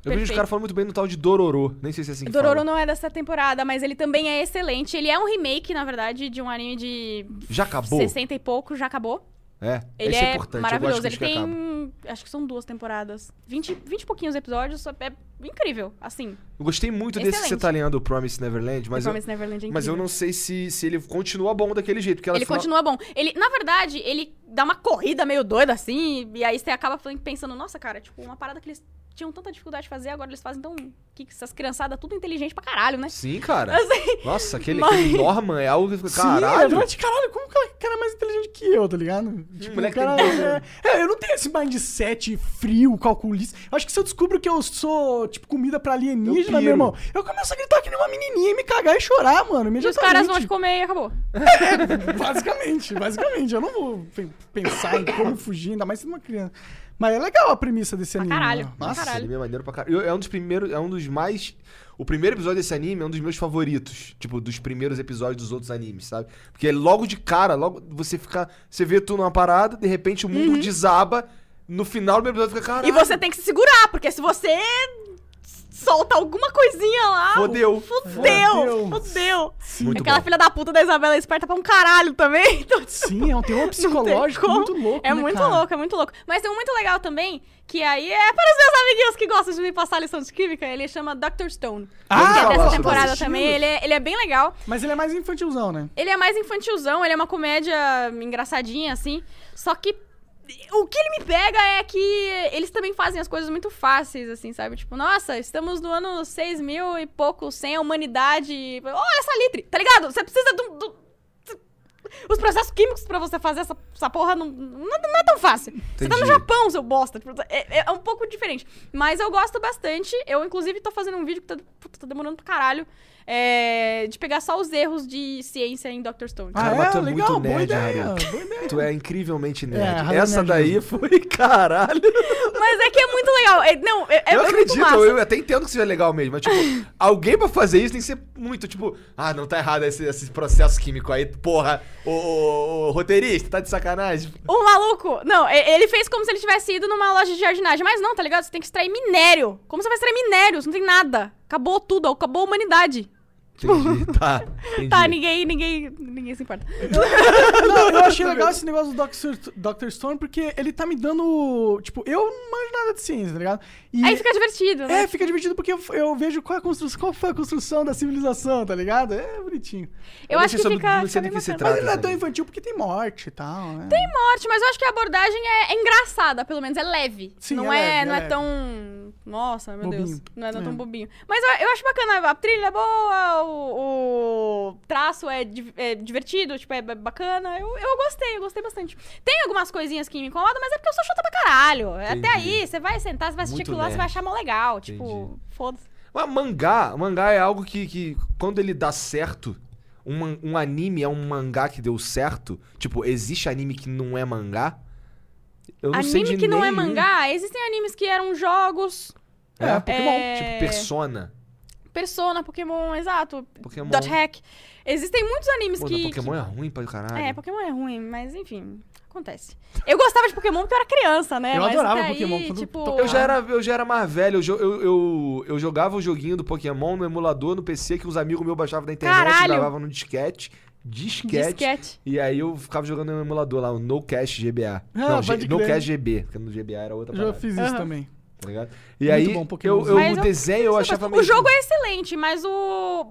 B: Eu vejo os
C: Perfeito.
B: caras falando muito bem no tal de Dororo. Nem sei se é assim que
C: Dororo
B: fala.
C: não é dessa temporada, mas ele também é excelente. Ele é um remake, na verdade, de um anime de
B: Já acabou?
C: 60 e pouco, já acabou.
B: É,
C: é Ele
B: isso é,
C: é,
B: importante.
C: maravilhoso.
B: Eu gosto que
C: ele
B: isso que
C: tem.
B: acaba.
C: Acho que são duas temporadas. 20, 20 e pouquinhos episódios. só- É incrível, assim.
B: Eu gostei muito desse que você
C: Excelente.
B: tá lendo, o Promise Neverland, mas,
C: The
B: eu,
C: Promised Neverland é
B: mas eu
C: incrível.
B: não sei se, se ele continua bom daquele jeito. Porque ela
C: Ele
B: final-
C: continua bom. Ele, na verdade, ele dá uma corrida meio doida assim, e aí você acaba falando- pensando, nossa, cara, tipo, uma parada que eles tinham tanta dificuldade de fazer, agora eles fazem tão. Que que essas criançadas tudo inteligente pra caralho, né?
B: Sim, cara.
C: Assim,
B: Nossa, aquele,
C: Mas-
B: aquele Norman é algo. que-
A: Sim, eu
B: Caralho! Hum,
A: falei, caralho, como que o cara é mais inteligente que eu, tá ligado? Tipo, o
B: moleque
A: cara...
B: tem né?
A: É, é, eu não tenho esse mindset frio, calculista. Eu acho que se eu descubro que eu sou, tipo, comida pra
B: Eu
A: alienígena,
B: piro.
A: meu irmão, eu começo a gritar que nem uma menininha e me cagar e chorar, mano.
C: e os caras vão
A: imediatamente.
C: te comer e acabou.
A: Basicamente, basicamente. Eu não vou pe- pensar em como fugir, ainda mais sendo uma criança. Mas é legal a premissa desse anime.
C: caralho.
A: né?
B: Nossa,
C: Caralho.
B: anime é maneiro pra caralho. Eu- É um dos primeiros, é um dos mais. O primeiro episódio desse anime é um dos meus favoritos. Tipo, dos primeiros episódios dos outros animes, sabe? Porque logo de cara, logo você fica. Você vê tu numa parada, de repente o mundo desaba. No final do primeiro episódio fica, caralho.
C: Uhum. E você tem que se segurar, porque se você solta alguma coisinha lá.
B: Fodeu.
A: Fodeu.
C: Fudeu! Fudeu!
B: Muito
C: Aquela
B: bom.
C: filha da puta da Isabela é esperta pra um caralho também. Então,
A: Sim, é um terror psicológico
C: como.
A: muito louco.
C: É
A: né,
C: muito
A: cara?
C: louco, é muito louco. Mas tem um muito legal também, que aí é para os meus amiguinhos que gostam de me passar lição de química, ele chama Dr. Stone.
A: Ah,
C: que é
B: eu
C: dessa
B: gosto
C: temporada
A: desse
C: também.
A: estilo.
C: Ele é, ele é bem legal.
A: Mas ele é mais infantilzão, né?
C: Ele é mais infantilzão, ele é uma comédia engraçadinha, assim. Só que o que ele me pega é que eles também fazem as coisas muito fáceis, assim, sabe? Tipo, nossa, estamos no ano 6 mil e pouco, sem a humanidade. Olha essa litre, tá ligado? Você precisa do... do- Os processos químicos pra você fazer essa, essa porra não, não, não é tão fácil. Você tá no
B: Entendi.
C: Japão, seu bosta. Tipo, É, é um pouco diferente. Mas eu gosto bastante. Eu, inclusive, tô fazendo um vídeo que tá, puta, tá demorando pra caralho. é, de pegar só os erros de ciência em Dr. Stone.
B: Cara,
A: ah,
B: mas
A: é?
B: tu é muito
A: legal, boa
B: nerd,
A: ideia.
B: Harry.
A: Boa ideia.
B: Tu é incrivelmente
A: É,
B: nerd.
A: Harry é
B: Essa
A: nerd
B: daí foi, caralho.
C: Mas é que é muito legal. É, não, é, é
B: eu
C: muito
B: acredito,
C: massa.
B: eu até entendo que seja legal mesmo. Mas, tipo, alguém pra fazer isso tem que ser muito, tipo, ah, não tá errado esse, esse processo químico aí, porra. Ô, ô, ô, roteirista, tá de sacanagem?
C: O Um maluco, não, e- ele fez como se ele tivesse ido numa loja de jardinagem. Mas não, tá ligado? Você tem que extrair minério. Como você vai extrair minério? Você não tem nada. Acabou tudo, acabou a humanidade.
B: Entendi, tá. Entendi.
C: Tá, ninguém, ninguém, ninguém se importa.
A: Não, eu achei legal esse negócio do Dr. Dr. Stone, porque ele tá me dando. Tipo, eu não manjo nada de ciência, tá ligado? E
C: Aí fica divertido, né?
A: É, fica divertido porque eu, eu vejo qual, é a construção, qual foi a construção da civilização, tá ligado? É bonitinho.
C: eu
B: não sei
C: acho que
B: sobre- não
C: fica.
B: sei
C: fica
B: do
C: bem
B: que se
C: bacana.
B: trata.
A: Mas ele não é tão
B: sabe?
A: infantil porque tem morte e tal. Né?
C: Tem morte, mas eu acho que a abordagem é, é engraçada, pelo menos. É leve.
A: Sim,
C: não
A: é leve,
C: é, não
A: é
C: é,
A: leve.
C: tão. Nossa, meu Deus.
A: Bobinho.
C: Não é, não
A: É.
C: tão bobinho. Mas eu, eu acho bacana. A trilha é boa, o, o traço é, di- é divertido, tipo, é b- bacana. Eu, eu gostei, eu gostei bastante. Tem algumas coisinhas que me incomodam, mas é porque eu sou chata pra caralho.
B: Entendi.
C: Até aí, você vai sentar, você vai assistir
B: Muito
C: aquilo lá, você vai
B: nerd.
C: achar mó legal. Tipo,
B: Entendi.
C: foda-se.
B: Mas mangá, mangá é algo que, que quando ele dá certo, um, man- um anime é um mangá que deu certo. Tipo, existe anime que não é mangá? Eu não sei
C: Anime
B: de
C: que não é
B: nenhum.
C: mangá, existem animes que eram jogos,
B: É,
A: É,
B: Pokémon.
C: é-
B: Tipo, Persona.
C: Persona, Pokémon, exato.
B: Pokémon.
C: Dot hack. Existem muitos animes
B: Pô,
C: que.
B: não, Pokémon é ruim pra
C: que-
B: caralho.
C: É, Pokémon é ruim, mas enfim, acontece. Eu gostava de Pokémon porque eu era criança, né?
A: Eu
C: mas
A: adorava
C: até aí,
A: Pokémon quando
C: tipo...
A: tocava.
B: Eu já, era, eu já era mais velho, eu, jo- eu, eu, eu jogava o joguinho do Pokémon no emulador, no PC, que os amigos meus baixavam da internet,
C: Caralho!
B: gravavam no disquete, disquete,
C: Disquete.
B: E aí eu ficava jogando no emulador lá, o No Cash GBA. não, G-
A: Ah, pode
B: No
A: crer.
B: Cash GB, porque no GBA era outra
A: Já
B: parada,
A: fiz isso
C: Aham.
A: também.
B: tá ligado? E
A: Muito
B: aí
A: bom, Pokémon.
B: eu, eu,
C: Mas
B: o
C: eu-
B: desenho eu
C: Mas
B: achava
C: O jogo é excelente, mas o,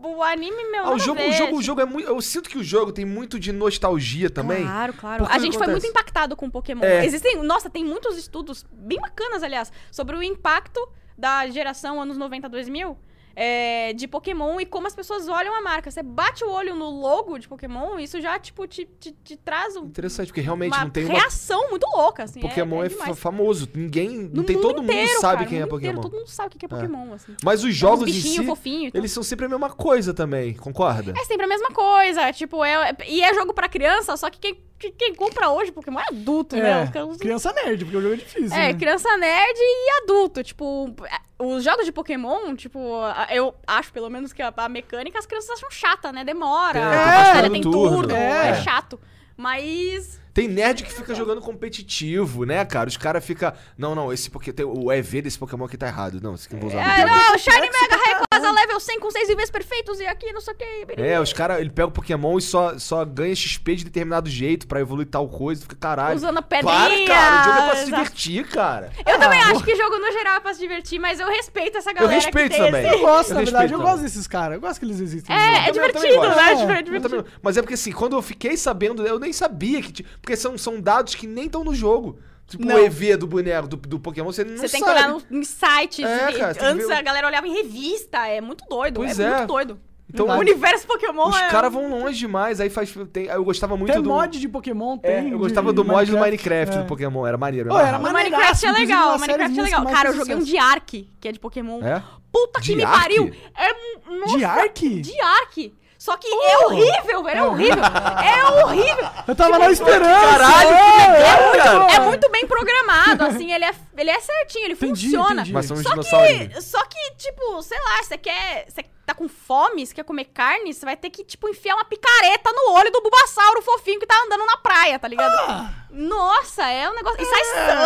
C: o anime, meu,
B: Ah,
C: nada
B: o
C: a
B: jogo,
C: ver,
B: o jogo, o
C: tipo,
B: jogo é muito... Eu sinto que o jogo tem muito de nostalgia também.
C: Claro, claro.
B: Porque
C: a gente foi
B: acontece?
C: muito impactado com Pokémon.
B: É.
C: Existem, nossa, tem muitos estudos bem bacanas, aliás, sobre o impacto da geração anos 90, 2000 é, de Pokémon e como as pessoas olham a marca. Você bate o olho no logo de Pokémon, isso já, tipo, te, te, te traz um-
B: Interessante, porque realmente
C: uma
B: não tem uma...
C: reação muito louca, assim.
B: Pokémon é, fa-
C: demais.
B: famoso, ninguém...
C: No
B: não tem,
C: mundo
B: todo mundo
C: inteiro,
B: sabe
C: cara,
B: quem
C: no
B: é
C: mundo
B: Pokémon.
C: inteiro, todo mundo sabe o que é Pokémon, assim.
B: Mas os jogos
C: Os
B: em si,
C: bichinhos fofinhos e tal.
B: eles são sempre a mesma coisa também, concorda?
C: É sempre a mesma coisa, tipo, é, e é jogo pra criança, só que quem, que- quem compra hoje Pokémon é adulto, né?
A: É,
C: Os caras-
A: criança nerd, porque o jogo é difícil.
C: É,
A: né?
C: criança nerd e adulto. Tipo, os jogos de Pokémon, tipo, a- eu acho pelo menos que a, a mecânica as crianças acham chata, né? Demora,
B: É,
C: a
A: tem
B: turno,
C: batalha tem turno, é.
A: é.
C: chato. Mas.
B: Tem nerd que fica jogando competitivo, né, cara? Os caras ficam... Não, não, esse Pokémon... tem- O EV desse Pokémon aqui tá errado. Não, esse aqui eu não vou usar.
C: É, não, Shiny Mega Rayquaza level 100 com 6 níveis perfeitos e aqui, não sei o que.
B: É, os caras, ele pega o Pokémon e só, só ganha XP de determinado jeito pra evoluir tal coisa, fica caralho.
C: Usando a
B: Para,
C: pedrinha.
B: cara, o jogo é pra se
C: exato.
B: divertir, Ah, cara.
C: Eu também acho que jogo no geral é pra se divertir, mas eu respeito essa galera. que
B: respeito
C: tem
B: também.
C: esse-
A: Eu gosto, na
B: Eu
A: verdade.
B: respeito,
A: Eu
B: né?
A: gosto desses caras. Eu gosto que eles existem.
C: É,
A: né?
C: é
B: Eu também- eu também
C: divertido,
B: gosto.
C: né?
A: É,
C: É divertido.
B: Eu também- mas é porque assim, quando eu fiquei sabendo, eu nem sabia que tinha. Porque são, são dados que nem estão no jogo. Tipo
A: Não.
B: o EV do boneco do, do Pokémon, você não
C: Você tem que
B: sabe.
C: olhar no, em sites.
B: É,
C: e-
B: cara, você tem que
C: antes
B: ver o-
C: a galera olhava em revista. É muito doido.
B: Pois
C: é,
B: é.
C: muito doido.
B: Então,
C: o universo Pokémon
B: Os
C: é.
B: caras vão longe demais, aí faz. tem- eu gostava muito
A: Tem
B: do.
A: mod de Pokémon,
B: É,
A: tem.
B: eu
A: de-
B: gostava
A: de
B: do mod do Minecraft
A: é.
B: do Pokémon, era maneiro. né?
A: Pô, era
B: maneiro.
C: O
A: maneiraço,
C: Minecraft é
A: inclusive,
C: legal,
A: uma
C: o
A: série de
C: Minecraft é
A: música
C: legal.
A: mais
C: Cara, eu
A: de
C: joguei um
A: sucesso.
C: de Ark, que é de Pokémon.
B: assim, É?
C: Puta que
B: De
C: me
B: Ark?
C: pariu! É um- nossa,
A: De Ark? Oh.
C: De Ark! Só que é horrível, velho, é horrível! é horrível!
A: Eu tava lá esperando.
B: Caralho, que legal, cara!
C: É muito bem programado, assim, ele é, ele é certinho, ele
A: Entendi,
C: funciona.
A: entendi.
B: Mas são uns
C: Só
B: dinossauros.
C: que, só que, tipo, sei lá, você quer. Você tá com fome, você quer comer carne, você vai ter que, tipo, enfiar uma picareta no olho do Bulbasauro fofinho que tá andando na praia, tá ligado?
A: Ah!
C: Nossa, é um negócio. E sai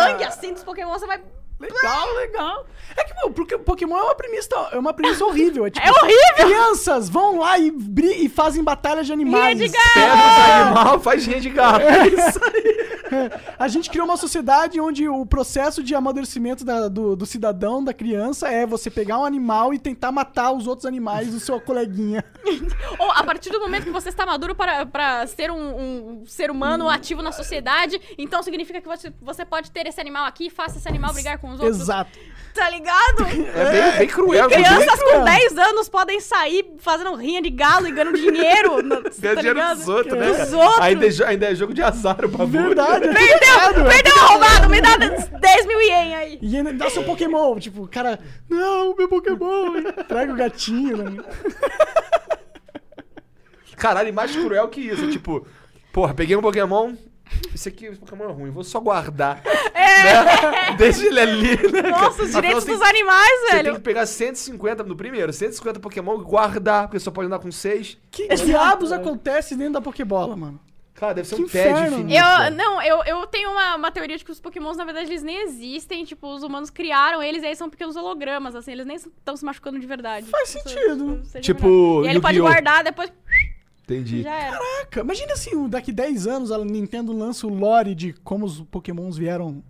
C: sangue assim dos Pokémon, você vai.
A: Legal, legal. É que, meu, porque Pokémon é uma premissa, é uma premissa horrível. É, tipo,
C: É horrível!
A: Crianças vão lá e, bri- e fazem batalha de animais.
C: Rinha é de gato.
B: Pega
C: Ah!
B: os animal, faz gente de gato.
C: É.
A: A gente criou uma sociedade onde o processo de amadurecimento da- do, do cidadão, da criança, é você pegar um animal e tentar matar os outros animais do seu coleguinha.
C: Ou a partir do momento que você está maduro para, para ser um, um ser
B: Hum.
C: humano ativo na sociedade, então significa que você, você pode ter esse animal aqui, faça esse animal brigar com os outros.
A: Exato.
C: Tá ligado?
B: É bem, bem cruel.
C: Crianças com
A: cara.
C: 10 anos podem sair fazendo rinha de galo e ganhando dinheiro. no-
B: Ganha
C: tá
B: dinheiro
C: ligado?
B: dos outros, né?
C: Dos
B: cara?
C: outros.
B: Ainda, é jo- ainda é jogo de azar o bagulho.
A: Verdade. é
C: Perdeu, perdeu a roubada, me dá 10 mil ien aí.
A: E ainda dá seu Pokémon. Tipo, o cara, não, meu Pokémon. Traga o gatinho. Né?
B: Caralho, e mais cruel que isso. é Tipo, porra, peguei um Pokémon. Esse aqui, esse Pokémon é ruim, vou só guardar. É. Deixa ele ali, né? cara?
C: Nossa, os
B: Afinal,
C: direitos
B: você tem
C: dos animais,
B: Você tem
C: velho.
B: que pegar 150 no primeiro, 150 Pokémon e guardar, porque só pode andar com 6.
A: Que diabos acontece dentro da Pokébola, mano?
B: Cara, deve ser
A: Que
B: um tédio
A: inferno,
B: infinito.
C: Eu, não, eu, eu tenho uma, uma teoria de que os pokémons, na verdade, eles nem existem. Tipo, os humanos criaram eles e aí são pequenos hologramas, assim. Eles nem estão se machucando de verdade.
A: Faz
C: Isso-
A: sentido.
C: isso seja
B: Tipo,
C: verdade. E aí ele pode
B: Yu-Gi-Oh!
C: guardar, depois
B: Entendi.
C: já era.
A: Caraca, imagina se o- daqui 10 anos a Nintendo lança o lore de como os Pokémons vieram.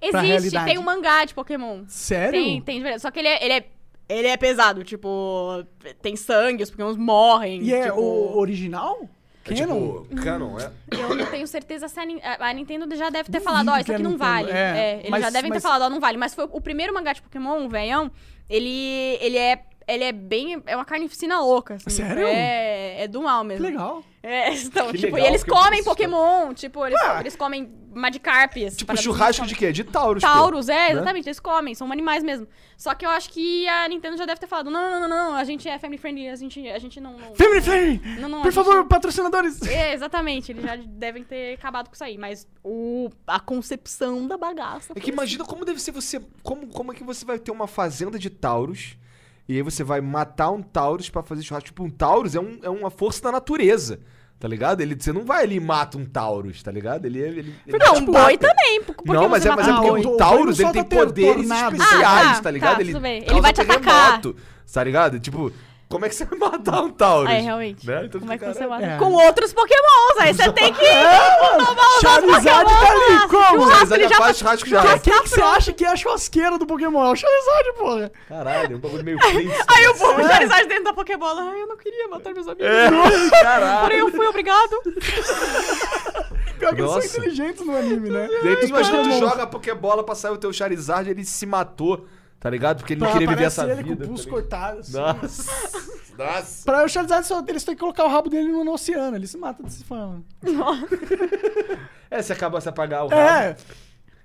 C: Existe,
A: realidade.
C: tem um mangá de pokémon.
A: Sério?
C: Tem, tem de verdade. Só que ele é, ele é, ele é pesado, tipo, tem sangue, os pokémons morrem.
A: E é
C: tipo...
A: o original?
B: É
A: Canon?
B: tipo, Canon, é?
C: Eu não tenho certeza se a, Nin- a- a Nintendo já deve ter
A: Duvido
C: falado, ó, isso
A: que a
C: aqui não
A: Nintendo-
C: vale.
A: é,
C: É, eles
A: mas-
C: já devem
A: mas-
C: ter falado, ó, não vale. Mas foi o primeiro mangá de Pokémon, o velhão, ele, ele é. Ele é bem. É uma carnificina louca. assim.
A: Sério?
C: É, é do mal
A: Que
C: mesmo.
A: legal.
C: É, então,
B: Que
C: tipo,
B: legal,
C: e eles
B: que eu
C: comem
B: preciso.
C: Pokémon, tipo, eles,
B: Ah.
C: eles comem Magikarp. essas
B: Tipo,
C: paradas que
B: churrasco
C: eles
B: de quê? De Taurus. pô.
C: Tauros, é,
B: né?
C: exatamente, eles comem, são animais mesmo. Só que eu acho que a Nintendo já deve ter falado: não, não, não, não, a gente é family friendly, a gente, a gente não. não-
A: Family Friendly!
C: Não, não, a
A: Por
C: gente-
A: favor, patrocinadores!
C: É, exatamente, eles já devem ter acabado com isso aí, mas o, a concepção da bagaça.
B: É que
C: foi
B: imagina como deve ser você. Como, como é que você vai ter uma fazenda de Tauros e aí você vai matar um Taurus pra fazer churrasco? Tipo, um Taurus é, um- é uma força da natureza. Tá ligado? Ele, você não vai ali e mata um Taurus, tá ligado? Ele, ele, ele
C: assim. Não, um
B: tipo,
C: boi
B: mata.
C: também. por- Porque
B: não, mas
C: você
B: é, mas é
C: matar
B: porque
C: um boi.
B: o
A: Boi
B: Taurus
A: não
B: ele tem
A: solta ter-
B: poderes
A: tornado.
B: especiais,
C: Ah, tá,
B: tá ligado?
C: tá, tudo bem. Ele
B: causa
C: vai te atacar.
B: terremoto, Tá ligado? Tipo, como é que você vai matar um Taurus?
C: É, realmente.
B: Né? Então
C: Como é que
B: fica,
C: você
B: caralho.
C: mata?
A: É.
C: Com outros pokémons, aí você tem que
B: É,
A: Charizard tá ali! Como?
B: Mas ele
C: Ele já
B: já
C: faz-
B: é faz churrasco já.
A: Quem que você acha que é a churrasqueira do Pokémon? É o Charizard, porra!
B: Caralho, é um bagulho meio Flintstone.
C: Aí o povo Charizard dentro da Pokébola. Ai, eu não queria matar meus amigos.
B: É, caralho.
C: Porém, eu fui obrigado.
A: Pior que eles são
B: Nossa.
A: inteligentes no anime, né?
B: E aí tu imagina, tu
A: Pokémon.
B: joga a Pokébola pra sair o teu Charizard ele se matou, tá ligado? Porque ele não
A: Pra-
B: queria viver
A: aparece
B: essa
A: ele
B: vida.
A: com o pulso
B: tá ligado?
A: cortado. assim.
B: Nossa. Nossa.
A: Pra o Charizard, só, eles têm que colocar o rabo dele no oceano. Ele se mata desse fã.
B: É, se acaba se apagar o rabo.
A: É!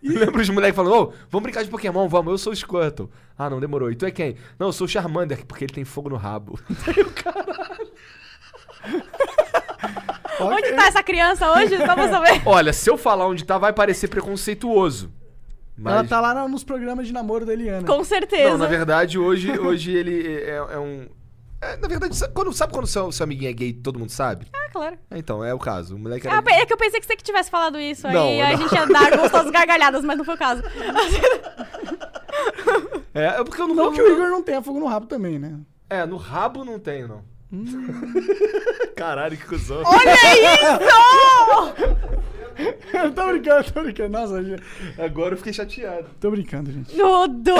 B: Lembra os moleques um falando, ô, vamos brincar de Pokémon, vamos, eu sou o Squirtle. Ah, não, demorou. E tu é quem? Não, eu sou o Charmander, porque ele tem fogo no rabo.
A: É,
C: Onde tá essa criança hoje? Vamos saber.
B: Olha, se eu falar onde tá, vai parecer preconceituoso. Mas...
A: Ela tá né? lá na- nos programas de namoro da Eliana.
C: Com certeza.
B: Não, na verdade, hoje, hoje ele é, é um... é, na verdade, sabe quando, sabe quando seu, seu amiguinho é gay, todo mundo sabe?
C: Ah, claro.
B: É, Então, é o caso. O moleque
C: Ah,
B: era...
C: pe- é que eu pensei que você que tivesse falado isso. Aí
B: Não,
C: a
B: não.
C: gente ia dar gostosas gargalhadas, mas não foi o caso.
B: É, é porque eu não...
A: Não que o Igor não tenha fogo no rabo também, né?
B: É, no rabo não tenho, não. Hum. Caralho, que cuzão.
A: Eu tô brincando, tô brincando. Nossa, gente.
B: Agora eu fiquei chateado.
A: Tô brincando, gente.
C: No dó!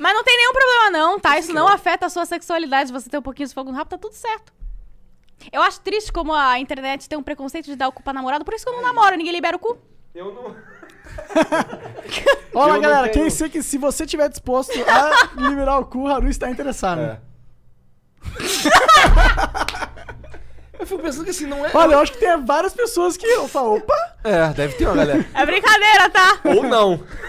C: Mas não tem nenhum problema, não, tá? Isso não afeta a sua sexualidade. Você ter um pouquinho de fogo no rabo, tá tudo certo. Eu acho triste como a internet tem um preconceito de dar o cu pra namorado, por isso que eu não namoro, ninguém libera o cu.
B: Eu não...
A: Olha,
B: não
A: galera,
B: tenho-
A: quem sei que se você tiver disposto a liberar o cu, o Haru está interessado.
B: É. eu fico pensando que assim, não é...
A: Olha, eu acho que tem várias pessoas que eu falo, opa!
B: É, deve ter uma galera.
C: É brincadeira, tá?
B: Ou não.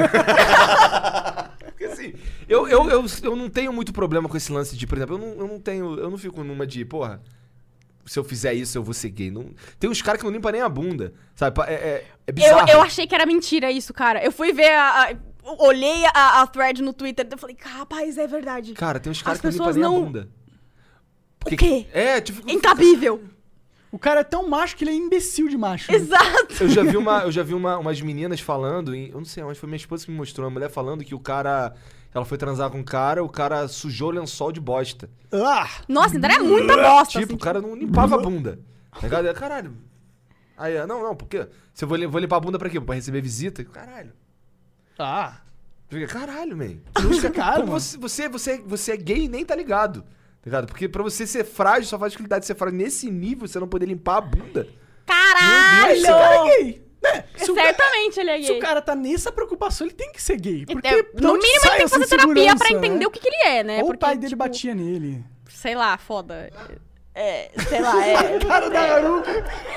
B: Porque assim, eu, eu, eu, eu não tenho muito problema com esse lance de, por exemplo, eu não, eu não tenho. Eu não fico numa de, porra. Se eu fizer isso, eu vou ser gay. Não, tem uns caras que não limpam nem a bunda. Sabe? Pa- É, é, é
C: Eu,
B: bizarro.
C: eu achei que era mentira isso, cara. Eu fui ver a- a- olhei a, a thread no Twitter e falei, rapaz, é verdade.
B: Cara, tem uns caras
C: As
B: que não limpam
C: pessoas
B: nem a
C: não-
B: bunda.
C: o quê?
B: É, tipo...
C: Incabível.
A: O cara é tão macho que ele é imbecil de macho. né?
C: Exato.
B: Eu já vi, uma, eu já vi uma- umas meninas falando, em- eu não sei onde, foi minha esposa que me mostrou, uma mulher falando que o cara... Ela foi transar com um cara, o cara sujou o lençol de bosta.
C: Tá
A: Ah!
C: Nossa, então é muita bosta.
B: tipo,
C: assim,
B: o cara não limpava a bunda. Tá ligado? Eu, Caralho. Aí, eu, não, não, por quê? Se eu vou, li- vou limpar a bunda pra quê? Pra receber visita? Caralho.
A: Ah!
B: Eu fiquei, Caralho, man.
C: né,
A: Isso é caro,
B: Como
A: mano.
B: você, você, você, você é gay e nem tá ligado. Tá ligado? Porque pra você ser frágil, só faz dificuldade de ser frágil nesse nível, você não poder limpar a bunda.
A: Esse
C: Caralho!
A: cara é gay! Né? Se, o cara,
C: Certamente ele é gay.
A: se o cara tá nessa preocupação, ele tem que ser gay. Porque
C: Então,
A: de
C: no
A: onde
C: mínimo
A: sai
C: ele tem que
A: essa
C: fazer terapia pra
A: insegurança,
C: entender
A: né?
C: o que, que ele é, né?
A: Ou
C: Porque,
A: o pai dele
C: tipo,
A: batia nele.
C: Sei lá, foda. É, sei lá, é.
A: Cara da Haru!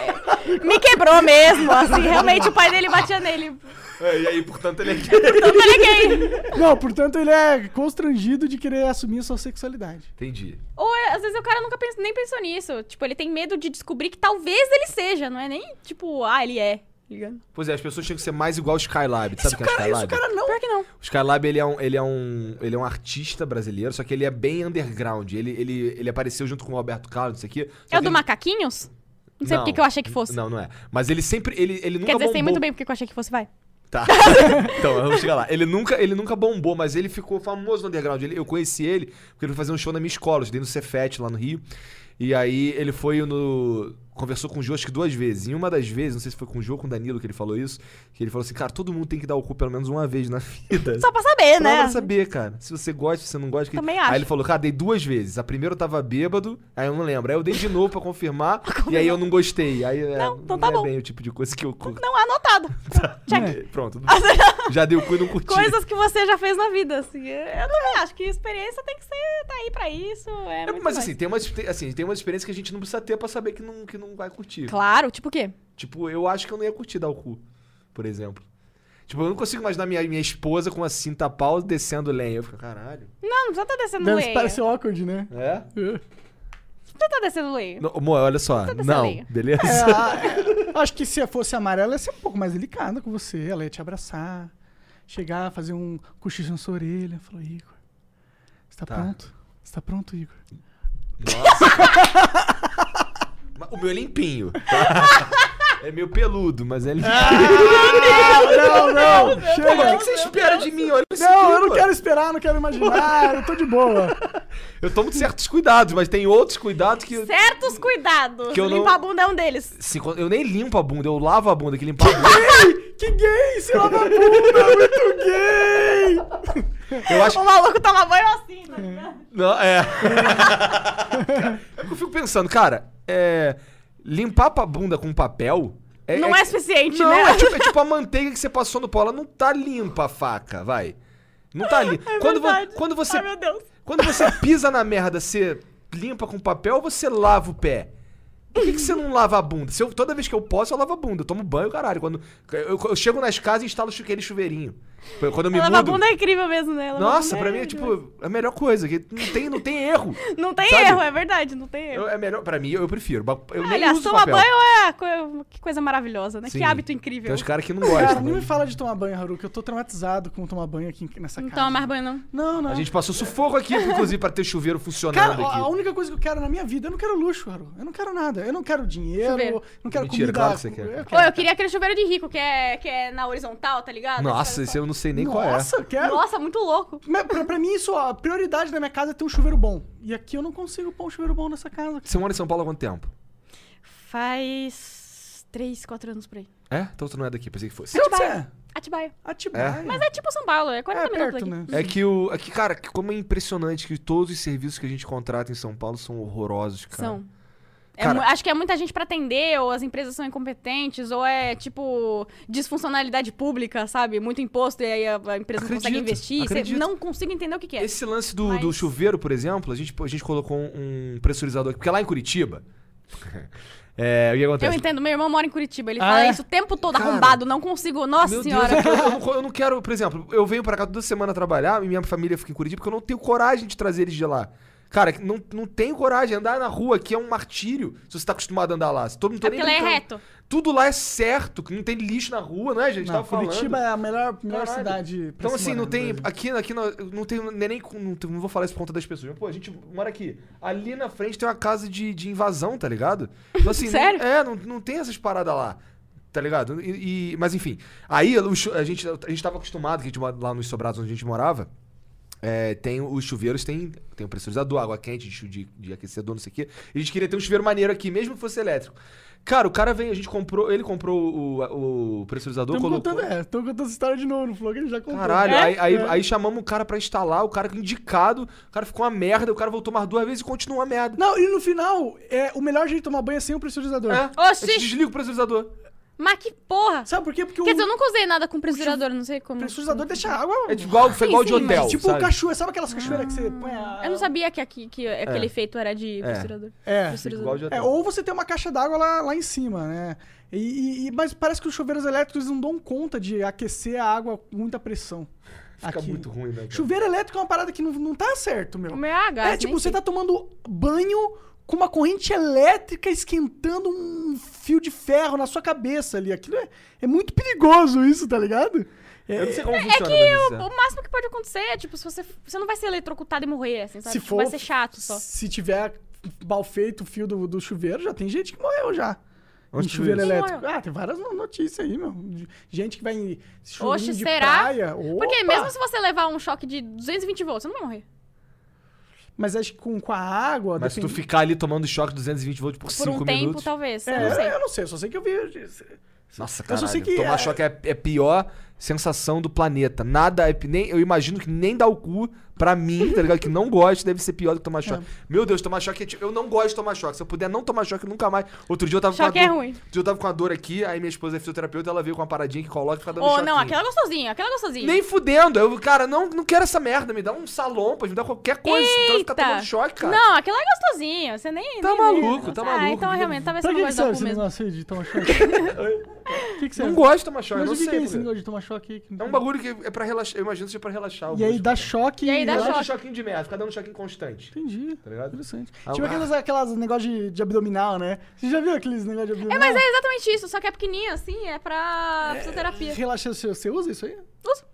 C: Me quebrou mesmo, assim, realmente o pai dele batia nele.
B: e aí, portanto, ele é gay.
C: Então ele é gay.
A: Não, portanto, ele é constrangido de querer assumir a sua sexualidade.
B: Entendi.
C: Ou é, às vezes o cara nunca pensa, nem pensou nisso. Tipo, ele tem medo de descobrir que talvez ele seja, não é nem tipo, ah, ele é. Ligando.
B: Pois é, as pessoas tinham que ser mais igual ao Skylab. Sabe
A: Isso
B: o que
A: o
B: é
A: cara,
B: Skylab?
A: isso o cara não.
C: Pior que não.
B: O Skylab, ele é, um, ele, é um, ele é um artista brasileiro, só que ele é bem underground. Ele, ele, ele apareceu junto com o Roberto Carlos, isso aqui. só que
C: É o do
B: ele-
C: Macaquinhos? Não sei porque que eu achei que fosse.
B: Não, não é. Mas ele sempre. Ele, ele nunca
C: Quer dizer,
B: bombou.
C: sei muito bem porque que eu achei que fosse, vai.
B: Tá. então, vamos chegar lá. Ele nunca, ele nunca bombou, mas ele ficou famoso no underground. Ele- eu conheci ele porque ele foi fazer um show na minha escola, eu estudei no Cefet lá no Rio. E aí ele foi no. Conversou com o Jô acho que duas vezes. Em uma das vezes, não sei se foi com o Jô ou com o Danilo que ele falou isso, que ele falou assim: cara, todo mundo tem que dar o cu pelo menos uma vez na vida.
C: Só pra saber, né?
B: Pra saber, cara. Se você gosta, se você não gosta. que-
C: Também
B: Aí
C: acho.
B: ele falou, cara, dei duas vezes. A primeira eu tava bêbado, aí eu não lembro. Aí eu dei de novo pra confirmar, e aí eu não gostei. Aí é,
C: Não, então tá
B: é
C: bom.
B: bem o tipo de coisa que eu curto.
C: Não, anotado. Check.
B: É, Pronto. tudo bem. Já dei o cu e não curti.
C: Coisas que você já fez na vida, assim. Eu também acho que experiência tem que ser, tá aí pra isso. É,
B: É, mas
C: muito mais.
B: assim tem, umas, tem- assim, tem umas experiências que a gente não precisa ter pra saber que não, que não vai curtir.
C: Claro, tipo o quê?
B: Tipo, eu acho que eu não ia curtir dar o cu, por exemplo. Tipo, eu não consigo imaginar minha, minha esposa com uma cinta pau descendo lenha. Eu fico, caralho.
C: Não, não precisa tá descendo
A: Deve
C: lenha.
A: parecer awkward, né?
B: É?
C: Não precisa tá descendo lenha.
B: Não, amor, olha só.
C: Toda essa
B: Não,
C: lenha.
B: beleza?
A: É, a- acho que se fosse amarela, ela ia ser um pouco mais delicada com você. Ela ia te abraçar, chegar, fazer um cochicho na sua orelha. Falou, Igor, está
B: Tá.
A: pronto? Está pronto, Igor?
C: É.
B: Mas O meu é limpinho. é meio peludo, mas é limpinho.
C: Ah,
A: Não, não,
B: Pô, mas
A: chega!
B: o que que você espera de mim? Olha isso
A: Não,
B: aqui,
A: eu não
B: pô.
A: quero esperar, não quero imaginar, eu tô de boa.
B: Eu tomo certos cuidados, mas tem outros cuidados que...
C: Certos cuidados.
B: Que eu não-
C: Limpar a bunda é um deles.
B: Sim, quando- eu nem limpo a bunda, eu lavo a bunda, que limpar a bunda.
A: Que gay, você lava a bunda, muito gay!
B: Eu acho
C: O maluco toma banho assim, tá ligado?
B: Não, é. eu fico pensando, cara, é. Limpar a bunda com papel.
C: Não é suficiente,
B: Não,
C: né?
B: é tipo, é tipo a manteiga que você passou no pó. Ela não tá limpa a faca, vai. Não tá limpa. quando, vo-
C: É verdade. Tá
B: quando você,
C: Ai, meu Deus.
B: quando você pisa na merda, você limpa com papel ou você lava o pé? Por que, que você não lava a bunda? Se eu- toda vez que eu posso, eu lavo a bunda. Eu tomo banho, caralho. Quando, eu, eu chego nas casas e instalo chu- aquele chuveirinho. Quando eu me
C: Lavar a
B: mudo...
C: bunda é incrível mesmo, né? Lavar a
B: Nossa,
C: bunda
B: pra mim é tipo a melhor coisa. Que não, tem, não tem erro.
C: Não tem
B: sabe?
C: erro, é verdade, não tem erro.
B: Eu- é melhor, pra mim, eu, eu prefiro. ba- Eu nem
C: Aliás,
B: uso
C: tomar
B: papel.
C: banho é co- que coisa maravilhosa, né?
B: Sim.
C: Que hábito incrível.
B: Tem uns
C: Não
B: caras que não
A: Cara,
B: gostam.
A: não
B: né?
A: me fala de tomar banho, Haru, que eu tô traumatizado com tomar banho aqui em- nessa casa.
C: toma mais banho, não.
A: Não, não.
B: A gente passou sufoco aqui, inclusive, pra ter chuveiro funcionando
A: Cara, a-
B: aqui.
A: a única coisa que eu quero na minha vida, eu não quero luxo, Haru. Eu não quero nada. Eu não quero dinheiro,
C: Chuveiro.
A: eu não quero comida.
B: Mentira, claro que você quer.
A: Eu
C: Ou eu queria aquele chuveiro de rico, que é, que é na horizontal, tá ligado?
B: Nossa, esse eu não sei nem qual é.
A: Nossa, eu quero.
C: Nossa, muito louco.
A: Mas Pra, pra mim, isso, ó, a prioridade da minha casa é ter um chuveiro bom. E aqui eu não consigo pôr um chuveiro bom nessa casa.
B: Você mora em São Paulo há quanto tempo?
C: Faz três, quatro anos por aí.
B: É? Então tu não é daqui, pensei que fosse.
A: De onde você
C: Atibaia.
A: é?
C: Atibaia.
A: Atibaia.
B: É.
C: Mas é tipo São Paulo, é 40
A: É
C: minutos
A: perto,
C: daqui.
A: né?
B: É que o. É que, cara, que como é impressionante que todos os serviços que a gente contrata em São Paulo são horrorosos, cara.
C: São. É
B: Cara-
C: mu- acho que é muita gente pra atender, ou as empresas são incompetentes, ou é tipo disfuncionalidade pública, sabe? Muito imposto e aí a, a empresa não consegue
B: Acredito,
C: investir. Você
B: acredito.
C: não consigo entender o que, que é.
B: Esse lance do, do
C: Mas-
B: chuveiro, por exemplo, a gente, a gente colocou um pressurizador aqui. Porque lá em Curitiba. é, o que
C: Eu
B: acontece?
C: entendo, meu irmão mora em Curitiba, ele
A: Ah,
C: fala
A: é?
C: isso o tempo todo
B: Cara,
C: arrombado, não consigo. Nossa
B: Meu
C: senhora.
B: Deus, é que eu, eu não, co- eu não quero, por exemplo, eu venho pra cá toda semana trabalhar e minha família fica em Curitiba porque eu não tenho coragem de trazer eles de lá. Cara, que não, não tem coragem. Andar na rua aqui é um martírio se você tá acostumado a andar lá. Todo mundo tô
C: É
B: nem
C: porque lá é
B: brincando.
C: reto.
B: Tudo lá é certo, que não tem lixo na rua, não é, gente?
A: Não,
B: Tava falando.
A: Curitiba é a melhor, melhor
B: Caralho.
A: cidade pra
B: Então,
A: se
B: assim,
A: morar
B: não
A: no
B: tem.
A: Brasil.
B: Aqui, aqui não, não tem nem. nem com- Não, tem- não vou falar isso por conta das pessoas. Mas, pô, a gente mora aqui. Ali na frente tem uma casa de, de invasão, tá ligado? Então, assim.
C: Sério?
B: Não, é, não, não tem essas paradas lá. Tá ligado? E, e- mas, enfim. Aí, o chu- a gente, a gente tava acostumado, que a gente mora lá nos sobrados onde a gente morava. É, tem os chuveiros, tem, tem o pressurizador, água quente, de, chu- de, de aquecedor, não sei o quê. E a gente queria ter um chuveiro maneiro aqui, mesmo que fosse elétrico. Cara, o cara veio, a gente comprou, ele comprou o, o pressurizador,
A: Tão
B: colocou.
A: contando, é, tão contando essa história de novo, não falou que ele já contou.
B: Caralho,
A: É?
B: aí, aí,
A: É.
B: aí chamamos o cara pra instalar, o cara indicado, o cara ficou uma merda, o cara voltou mais duas vezes e continuou uma merda.
A: Não, e no final, é, o melhor jeito de tomar banho é sem o pressurizador.
B: É, a
C: Oxi!
B: gente desliga o pressurizador.
C: Mas que porra!
A: Sabe por quê? Porque
C: Quer
A: o
C: dizer, eu nunca usei nada com pressurizador, não sei
A: um
C: como.
A: pressurizador deixa a água...
B: É tipo igual, foi
C: Sim,
B: igual de
C: sim,
B: hotel,
C: mas
A: tipo
B: sabe?
A: cachoeira, sabe aquelas cachoeiras que você põe a...
C: Eu não sabia que, aqui, que aquele efeito era de pressurizador.
A: Ah. É.
C: Pressurizador.
B: É. Igual de
A: É,
B: hotel.
A: ou você tem uma caixa d'água lá, lá em cima, né? E, e- e- mas parece que os chuveiros elétricos não dão conta de aquecer a água com muita pressão.
C: É,
B: Fica muito ruim, né? cara?
A: Chuveiro elétrico é uma parada que não, não tá certo, meu.
C: O meu é a gás,
A: é tipo,
C: nem
A: você
C: sei.
A: tá tomando banho com uma corrente elétrica esquentando um fio de ferro na sua cabeça ali. Aquilo é, é muito perigoso isso, tá ligado? É-
B: Eu não sei como
C: É
B: funciona. mas
C: que
B: isso
C: o, o máximo que pode acontecer é, tipo, se você. Você não vai ser eletrocutado e morrer, assim, sabe?
A: se
C: Tipo,
A: for,
C: Vai ser chato só.
A: Se tiver mal feito o fio do, do chuveiro, já tem gente que morreu já.
B: Onde
A: em
B: tu né,
A: chuveiro
B: viu
C: né,
B: isso?
A: elétrico.
C: Morreu.
A: Ah, tem várias no- notícias aí, meu. De- Gente que vai em
C: Oxe,
A: chuveirinho de
C: será?
A: praia. Opa!
C: Porque mesmo se você levar um choque de 220 volts, você não vai morrer. assim-
A: Mas acho que com, com a água...
B: Mas se tu
A: depende-
B: ficar ali tomando choque 220 volts por
C: Por um
B: 5
C: tempo,
B: minutos. Tá
C: talvez.
A: É,
C: Eu não sei.
A: Eu não sei, eu só sei que eu vi...
B: Nossa,
A: Eu só
B: caralho.
A: sei que
B: tomar
A: é-
B: choque é, é a pior sensação do planeta. Nada é. pi- Nem, eu imagino que nem dar o cu pra mim, tá ligado? Que não gosto, deve ser pior do que tomar choque. Meu Deus, tomar choque é tipo. Eu não gosto de tomar choque. Se eu puder não tomar choque nunca mais. Outro dia eu tava
C: Choque
B: com. a
C: é
B: dor-
C: ruim.
B: Outro dia eu tava com uma dor aqui, aí minha esposa é fisioterapeuta, ela veio com uma paradinha que coloca e fica dando
C: Ou
B: choquinho.
C: não, aquela é gostosinha, aquela é gostosinha.
B: Nem fudendo. Eu, cara, não, não quero essa merda. Me dá um salompas, me dá qualquer coisa.
A: tá
B: Então eu ficar
C: Eita!
B: tomando choque, cara.
C: Não, aquela é gostosinha. Você nem.
B: Tá
C: nem
B: maluco,
C: lembra.
B: tá
C: ah,
B: maluco.
C: então realmente, talvez você
A: Pra
C: não
A: que que
C: goste da
A: serve
C: cu
A: esse
C: mesmo.
A: negócio aí de tomar choque? O que que serve?
B: Não gosto de tomar choque,
A: Mas
B: não
A: o que que
B: sei.
A: é esse
B: por quê.
A: negócio de tomar choque aí? que
B: É
A: não-
B: um bagulho que é pra relaxar. Eu imagino que seja pra relaxar. o
A: E aí
B: músculo,
A: dá
B: cara.
A: choque...
C: E aí dá
A: relaxa-
B: Relaxa
C: choque.
B: o um choquinho de merda, fica dando choquinho constante.
A: Entendi.
B: Tá ligado?
A: Interessante.
B: Ah,
A: tipo
B: ah.
A: aquelas, aquelas negócios de, de abdominal, né? Você já viu aqueles negócios de abdominal?
B: né?
C: É, mas é exatamente isso, só que é pequenininho, assim, é pra fisioterapia.
A: Relaxa, você você usa isso aí?
C: Uso,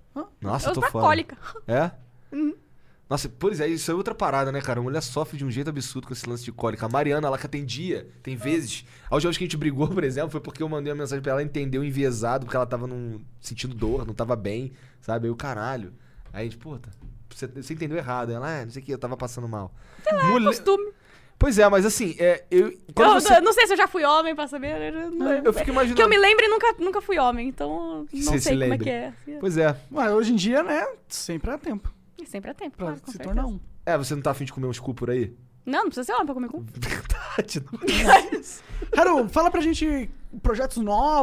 B: Nossa,
C: eu Uhum. uso pra cólica.
B: É? Nossa, pois é, isso é outra parada, né, cara? A mulher sofre de um jeito absurdo com esse lance de cólica. A Mariana, ela que atendia, tem vezes. A última vez que a gente brigou, por exemplo, foi porque eu mandei uma mensagem pra ela, ela entendeu enviesado, porque ela tava num, sentindo dor, não tava bem, sabe? Aí o caralho. Aí a gente, puta, você, você entendeu errado. Ela, ah, não sei o que, eu tava passando mal. Mulher-
C: Costume.
B: Pois é, mas assim, é, eu.
C: Eu,
B: Quando você... Ah,
C: eu não sei se eu já fui homem pra saber. Eu, não-
B: Eu fico imaginando.
C: Que eu me lembre, nunca, nunca fui homem, então
B: Que
C: não
B: você
C: sei
B: se
C: como é
B: lembre.
C: que é. assim,
B: Pois é.
A: Mas hoje em dia, né? Sempre há tempo
C: é. Sempre é tempo,
A: pra
C: claro, com
A: se
C: certeza.
A: tornar um.
B: É, você não tá afim de comer uns cu por aí?
C: Não, não precisa ser homem pra comer cu.
B: Verdade.
A: Haru, fala pra gente projetos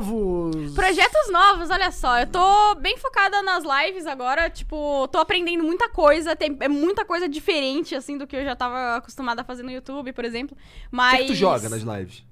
A: novos.
C: Projetos novos, olha só. Eu tô bem focada nas lives agora. Tipo, tô aprendendo muita coisa. Tem, é muita coisa diferente, assim, do que eu já tava acostumada a fazer no YouTube, por exemplo.
B: O que,
C: Mas.
B: que tu joga nas lives?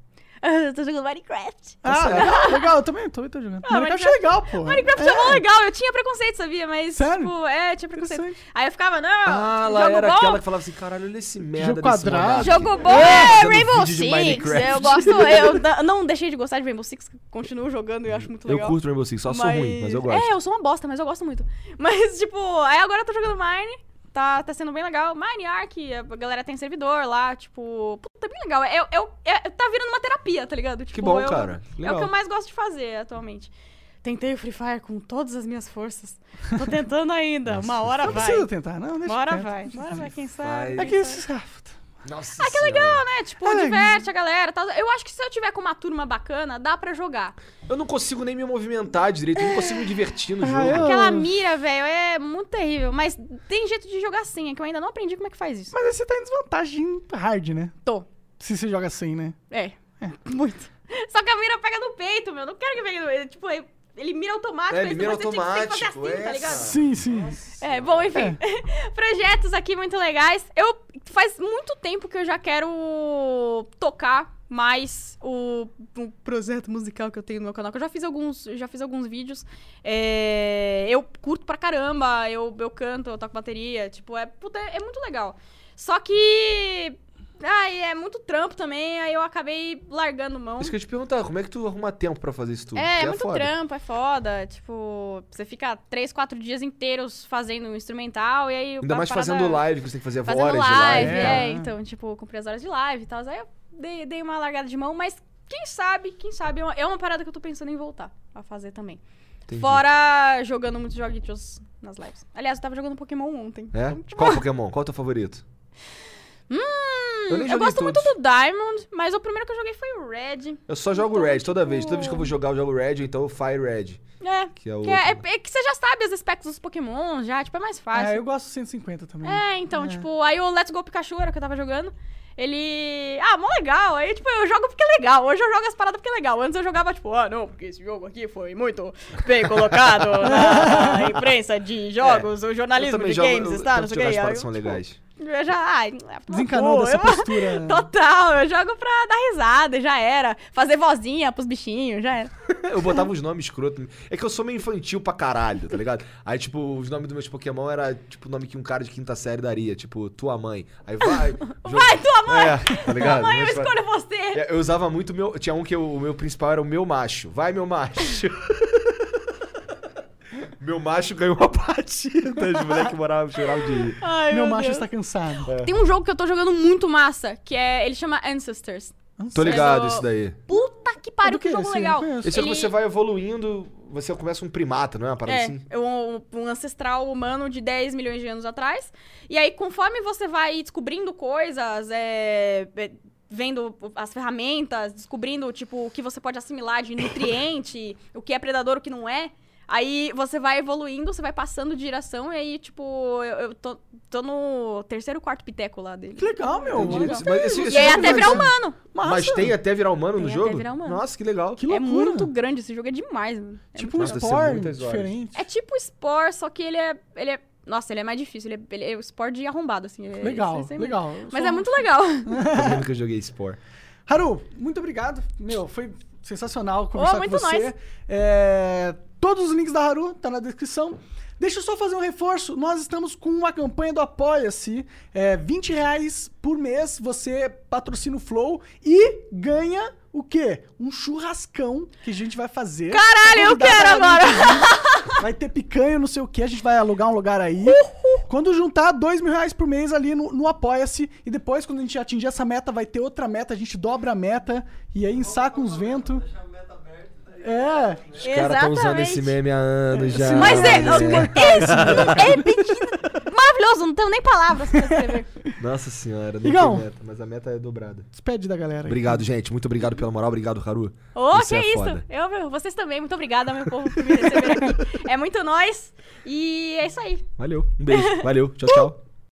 C: Eu tô jogando Minecraft.
A: Ah, legal, legal, eu também, também tô jogando.
C: Ah,
A: Minecraft é legal, pô.
C: Minecraft é, mó legal. Eu tinha preconceito, sabia? Mas,
A: Sério?
C: tipo, é, tinha preconceito.
A: Interessante.
C: Aí eu ficava, não,
B: Ah,
C: jogo
B: ela era
C: bom.
B: aquela que falava assim, caralho, olha esse merda desse
A: quadrado.
B: monarca."
C: Jogo bom
B: É,
C: é,
B: fazendo
C: Rainbow
B: vídeo de
C: Six.
B: Minecraft.
C: Eu gosto, eu n- não deixei de gostar de Rainbow Six, continuo jogando e eu acho muito
B: Eu
C: legal.
B: curto Rainbow Six, só sou ruim, mas eu gosto.
C: É, eu sou uma bosta, mas eu gosto muito. Mas, tipo, aí agora eu tô jogando Mine. Tá, tá sendo bem legal. Mine Ark, a galera tem servidor lá, tipo. Puta, é bem legal. Eu, eu, é- tá virando uma terapia, tá ligado? Tipo,
B: bom,
C: eu-
B: cara.
C: É o
B: Legal.
C: que eu mais gosto de fazer atualmente. Tentei o Free Fire com todas as minhas forças. Tô tentando ainda. uma hora
B: é
A: Não
C: vai.
A: precisa tentar, não, deixa
C: Uma hora
A: quieto.
C: vai. Uma hora vai, quem
B: Fire.
C: sabe.
A: É que isso... ah, puta.
B: Nossa Ah,
C: Que é legal, né? Tipo,
A: É legal.
C: diverte a galera. tal. Eu acho que se eu tiver com uma turma bacana, dá pra jogar.
B: Eu não consigo nem me movimentar direito, eu não consigo me divertir no jogo.
A: Ah, eu-
C: Aquela mira, velho, é muito terrível. Mas tem jeito de jogar assim, é que eu ainda não aprendi como é que faz isso.
A: Mas aí você tá em desvantagem hard, né?
C: Tô.
A: Se você joga assim, né?
C: É. Muito. Só que a mira pega no peito, meu. Não quero que pegue no peito. Tipo, ele- ele mira automático.
B: É, ele mira
C: você tinha que- Tem que
B: automático,
C: fazer assim, tá
B: é,
C: ligado?
B: cara.
A: Sim, sim.
C: É, bom, enfim. Projetos aqui muito legais. Eu faz muito tempo que eu já quero tocar mais o, o projeto musical que eu tenho no meu canal. Que eu já fiz alguns, já fiz alguns vídeos. É, eu curto pra caramba, eu, eu canto, eu toco bateria, tipo, é, puta, é, é muito legal. Só que. Ai, é muito trampo também, aí eu acabei largando mão.
B: Isso que eu ia te perguntar, como é que tu arruma tempo pra fazer isso tudo?
C: É,
B: Porque
C: é muito
B: foda.
C: trampo, é foda. Tipo, você fica três, quatro dias inteiros fazendo um instrumental e aí.
B: Ainda
C: a
B: mais
C: parada-
B: fazendo live, que você tem que fazer
C: Fazendo
B: horas de live.
C: live,
B: e tal.
C: é.
A: tal.
C: Então, tipo, cumpri as horas de live e tal. Aí eu dei, dei uma largada de mão, mas quem sabe, quem sabe, é uma- é uma parada que eu tô pensando em voltar a fazer também.
B: Entendi.
C: Fora jogando muitos joguinhos nas lives. Aliás, eu tava jogando Pokémon ontem.
B: É?
C: Então, tipo,
B: Qual Pokémon? Qual é o teu favorito?
C: hum,
B: Eu
C: eu,
B: nem joguei
C: gosto muito
B: todos.
C: do Diamond, mas o primeiro que eu joguei foi o Red.
B: Eu só jogo
C: Então,
B: Red toda
C: tipo-
B: vez. Toda vez que eu vou jogar, eu jogo Red, ou então eu Fire Red,
C: É.
B: que é o.
C: Que é, é- é que você já sabe as aspectos dos Pokémon, já, tipo, é mais
A: Ah,
C: fácil.
A: eu gosto do 150 também.
C: É, então, tipo, aí o Let's Go Pikachu era o que eu tava jogando. Ele. Ah, mó legal. Aí, tipo, eu jogo porque é legal. Hoje eu jogo as paradas porque é legal. Antes eu jogava, tipo, ah, não, porque esse jogo aqui foi muito bem colocado na imprensa de jogos, o
B: É. Eu
C: jornalismo
B: também
C: Tá de
B: jogo.
C: games,
B: eu-
C: está,
B: eu-
C: não sei o
B: eu- As
C: que. Aí eu,
B: paradas são
C: tipo,
B: legais.
C: Eu já. Ai, ah,
A: Desencanou
C: pô,
A: dessa
C: eu-
A: postura.
C: Total, eu jogo pra dar risada, já era. Fazer vozinha pros bichinhos, já era.
B: Eu botava uns nomes escroto. É que eu sou meio infantil pra caralho, tá ligado? Aí, tipo, os nomes dos meus Pokémon era, tipo, o nome que um cara de quinta série daria. Tipo, tua mãe. Aí vai.
C: Vai, tua mãe!
B: É, tá ligado?
C: Mãe, eu
B: Mas,
C: escolho você!
B: É, Eu usava muito meu. Tinha um que eu- o meu principal era o meu macho. Vai, meu macho. meu macho ganhou uma partida. Os moleques moravam, choravam de rir.
C: Ai,
A: Meu
C: meu
A: macho
C: Deus.
A: está cansado.
C: Tem um jogo que eu tô jogando muito massa, que é. Ele chama Ancestors.
B: Tô ligado,
C: Mas o-
B: isso daí.
C: Puta que
A: É do
C: pariu, que
A: quê?
C: jogo
A: Esse eu
C: legal.
A: não conheço.
B: Esse é que
C: Ele-
B: você vai evoluindo, você começa um primata, não é uma parada
C: É,
B: assim?
C: é um, um ancestral humano de 10 milhões de anos atrás. E aí, conforme você vai descobrindo coisas, é, é, vendo as ferramentas, descobrindo, tipo, o que você pode assimilar de nutriente, o que é predador, o que não é. Aí você vai evoluindo, você vai passando de geração, e aí, tipo, eu, eu tô, tô no terceiro, quarto piteco lá dele.
A: Que legal, meu.
B: Entendi.
A: Olha,
B: Mas esse- esse
C: E aí
B: jogo é
C: até
B: vai-
C: virar um humano.
A: massa.
B: Mas tem até virar humano
C: Tem
B: no
C: até
B: jogo?
C: virar humano.
B: Nossa, que legal.
A: Que
C: É
A: loucura.
C: muito grande, esse jogo é demais, mano. É
A: Tipo um
B: Nossa, deve ser
A: esporte
B: muitas horas.
A: diferente.
C: É tipo Spore, só que ele é. Ele é nossa, ele é mais difícil. Ele é, ele é o Spore de arrombado, assim. ele é-
A: Legal,
C: isso- isso aí mesmo.
A: legal. Eu
C: Mas
A: sou-
C: é muito legal.
B: Tô vendo que eu joguei Spore.
A: Haru, muito obrigado. Meu, foi sensacional conversar
C: Oh, muito
A: com você.
C: nice.
A: É, todos os links da Haru tá na descrição. Deixa eu só fazer um reforço. Nós estamos com uma campanha do Apoia-se. É, 20 reais por mês você patrocina o Flow e ganha o quê? Um churrascão que a gente vai fazer.
C: Caralho, eu
A: Convidar
C: quero
A: a galera,
C: agora.
A: inclusive. Vai ter picanha, não sei o que. A gente vai alugar um lugar aí. Quando juntar dois mil reais por mês ali no, no Apoia-se. E depois, quando a gente atingir essa meta, vai ter outra meta. A gente dobra a meta. E aí ensaca uns ventos.
D: Deixar a meta aberta. tá ligado?
A: É.
B: Os caras tão tá usando esse meme há anos já.
C: Mas é,
B: mano.
C: é, é, é pedido- maravilhoso, não tenho nem palavras pra escrever.
B: Nossa senhora, não
A: Igão.
B: tem meta, mas a meta é dobrada.
A: Despede da galera. aí.
B: Obrigado, gente. Muito obrigado pela moral. Obrigado, Haru.
C: Ô,
B: Isso
C: que
B: é
C: é isso?
B: foda.
C: Eu, meu, vocês também, muito obrigada, meu povo, por me receber aqui. É muito nós. E é isso aí.
B: Valeu. Um beijo. Valeu. Tchau, tchau.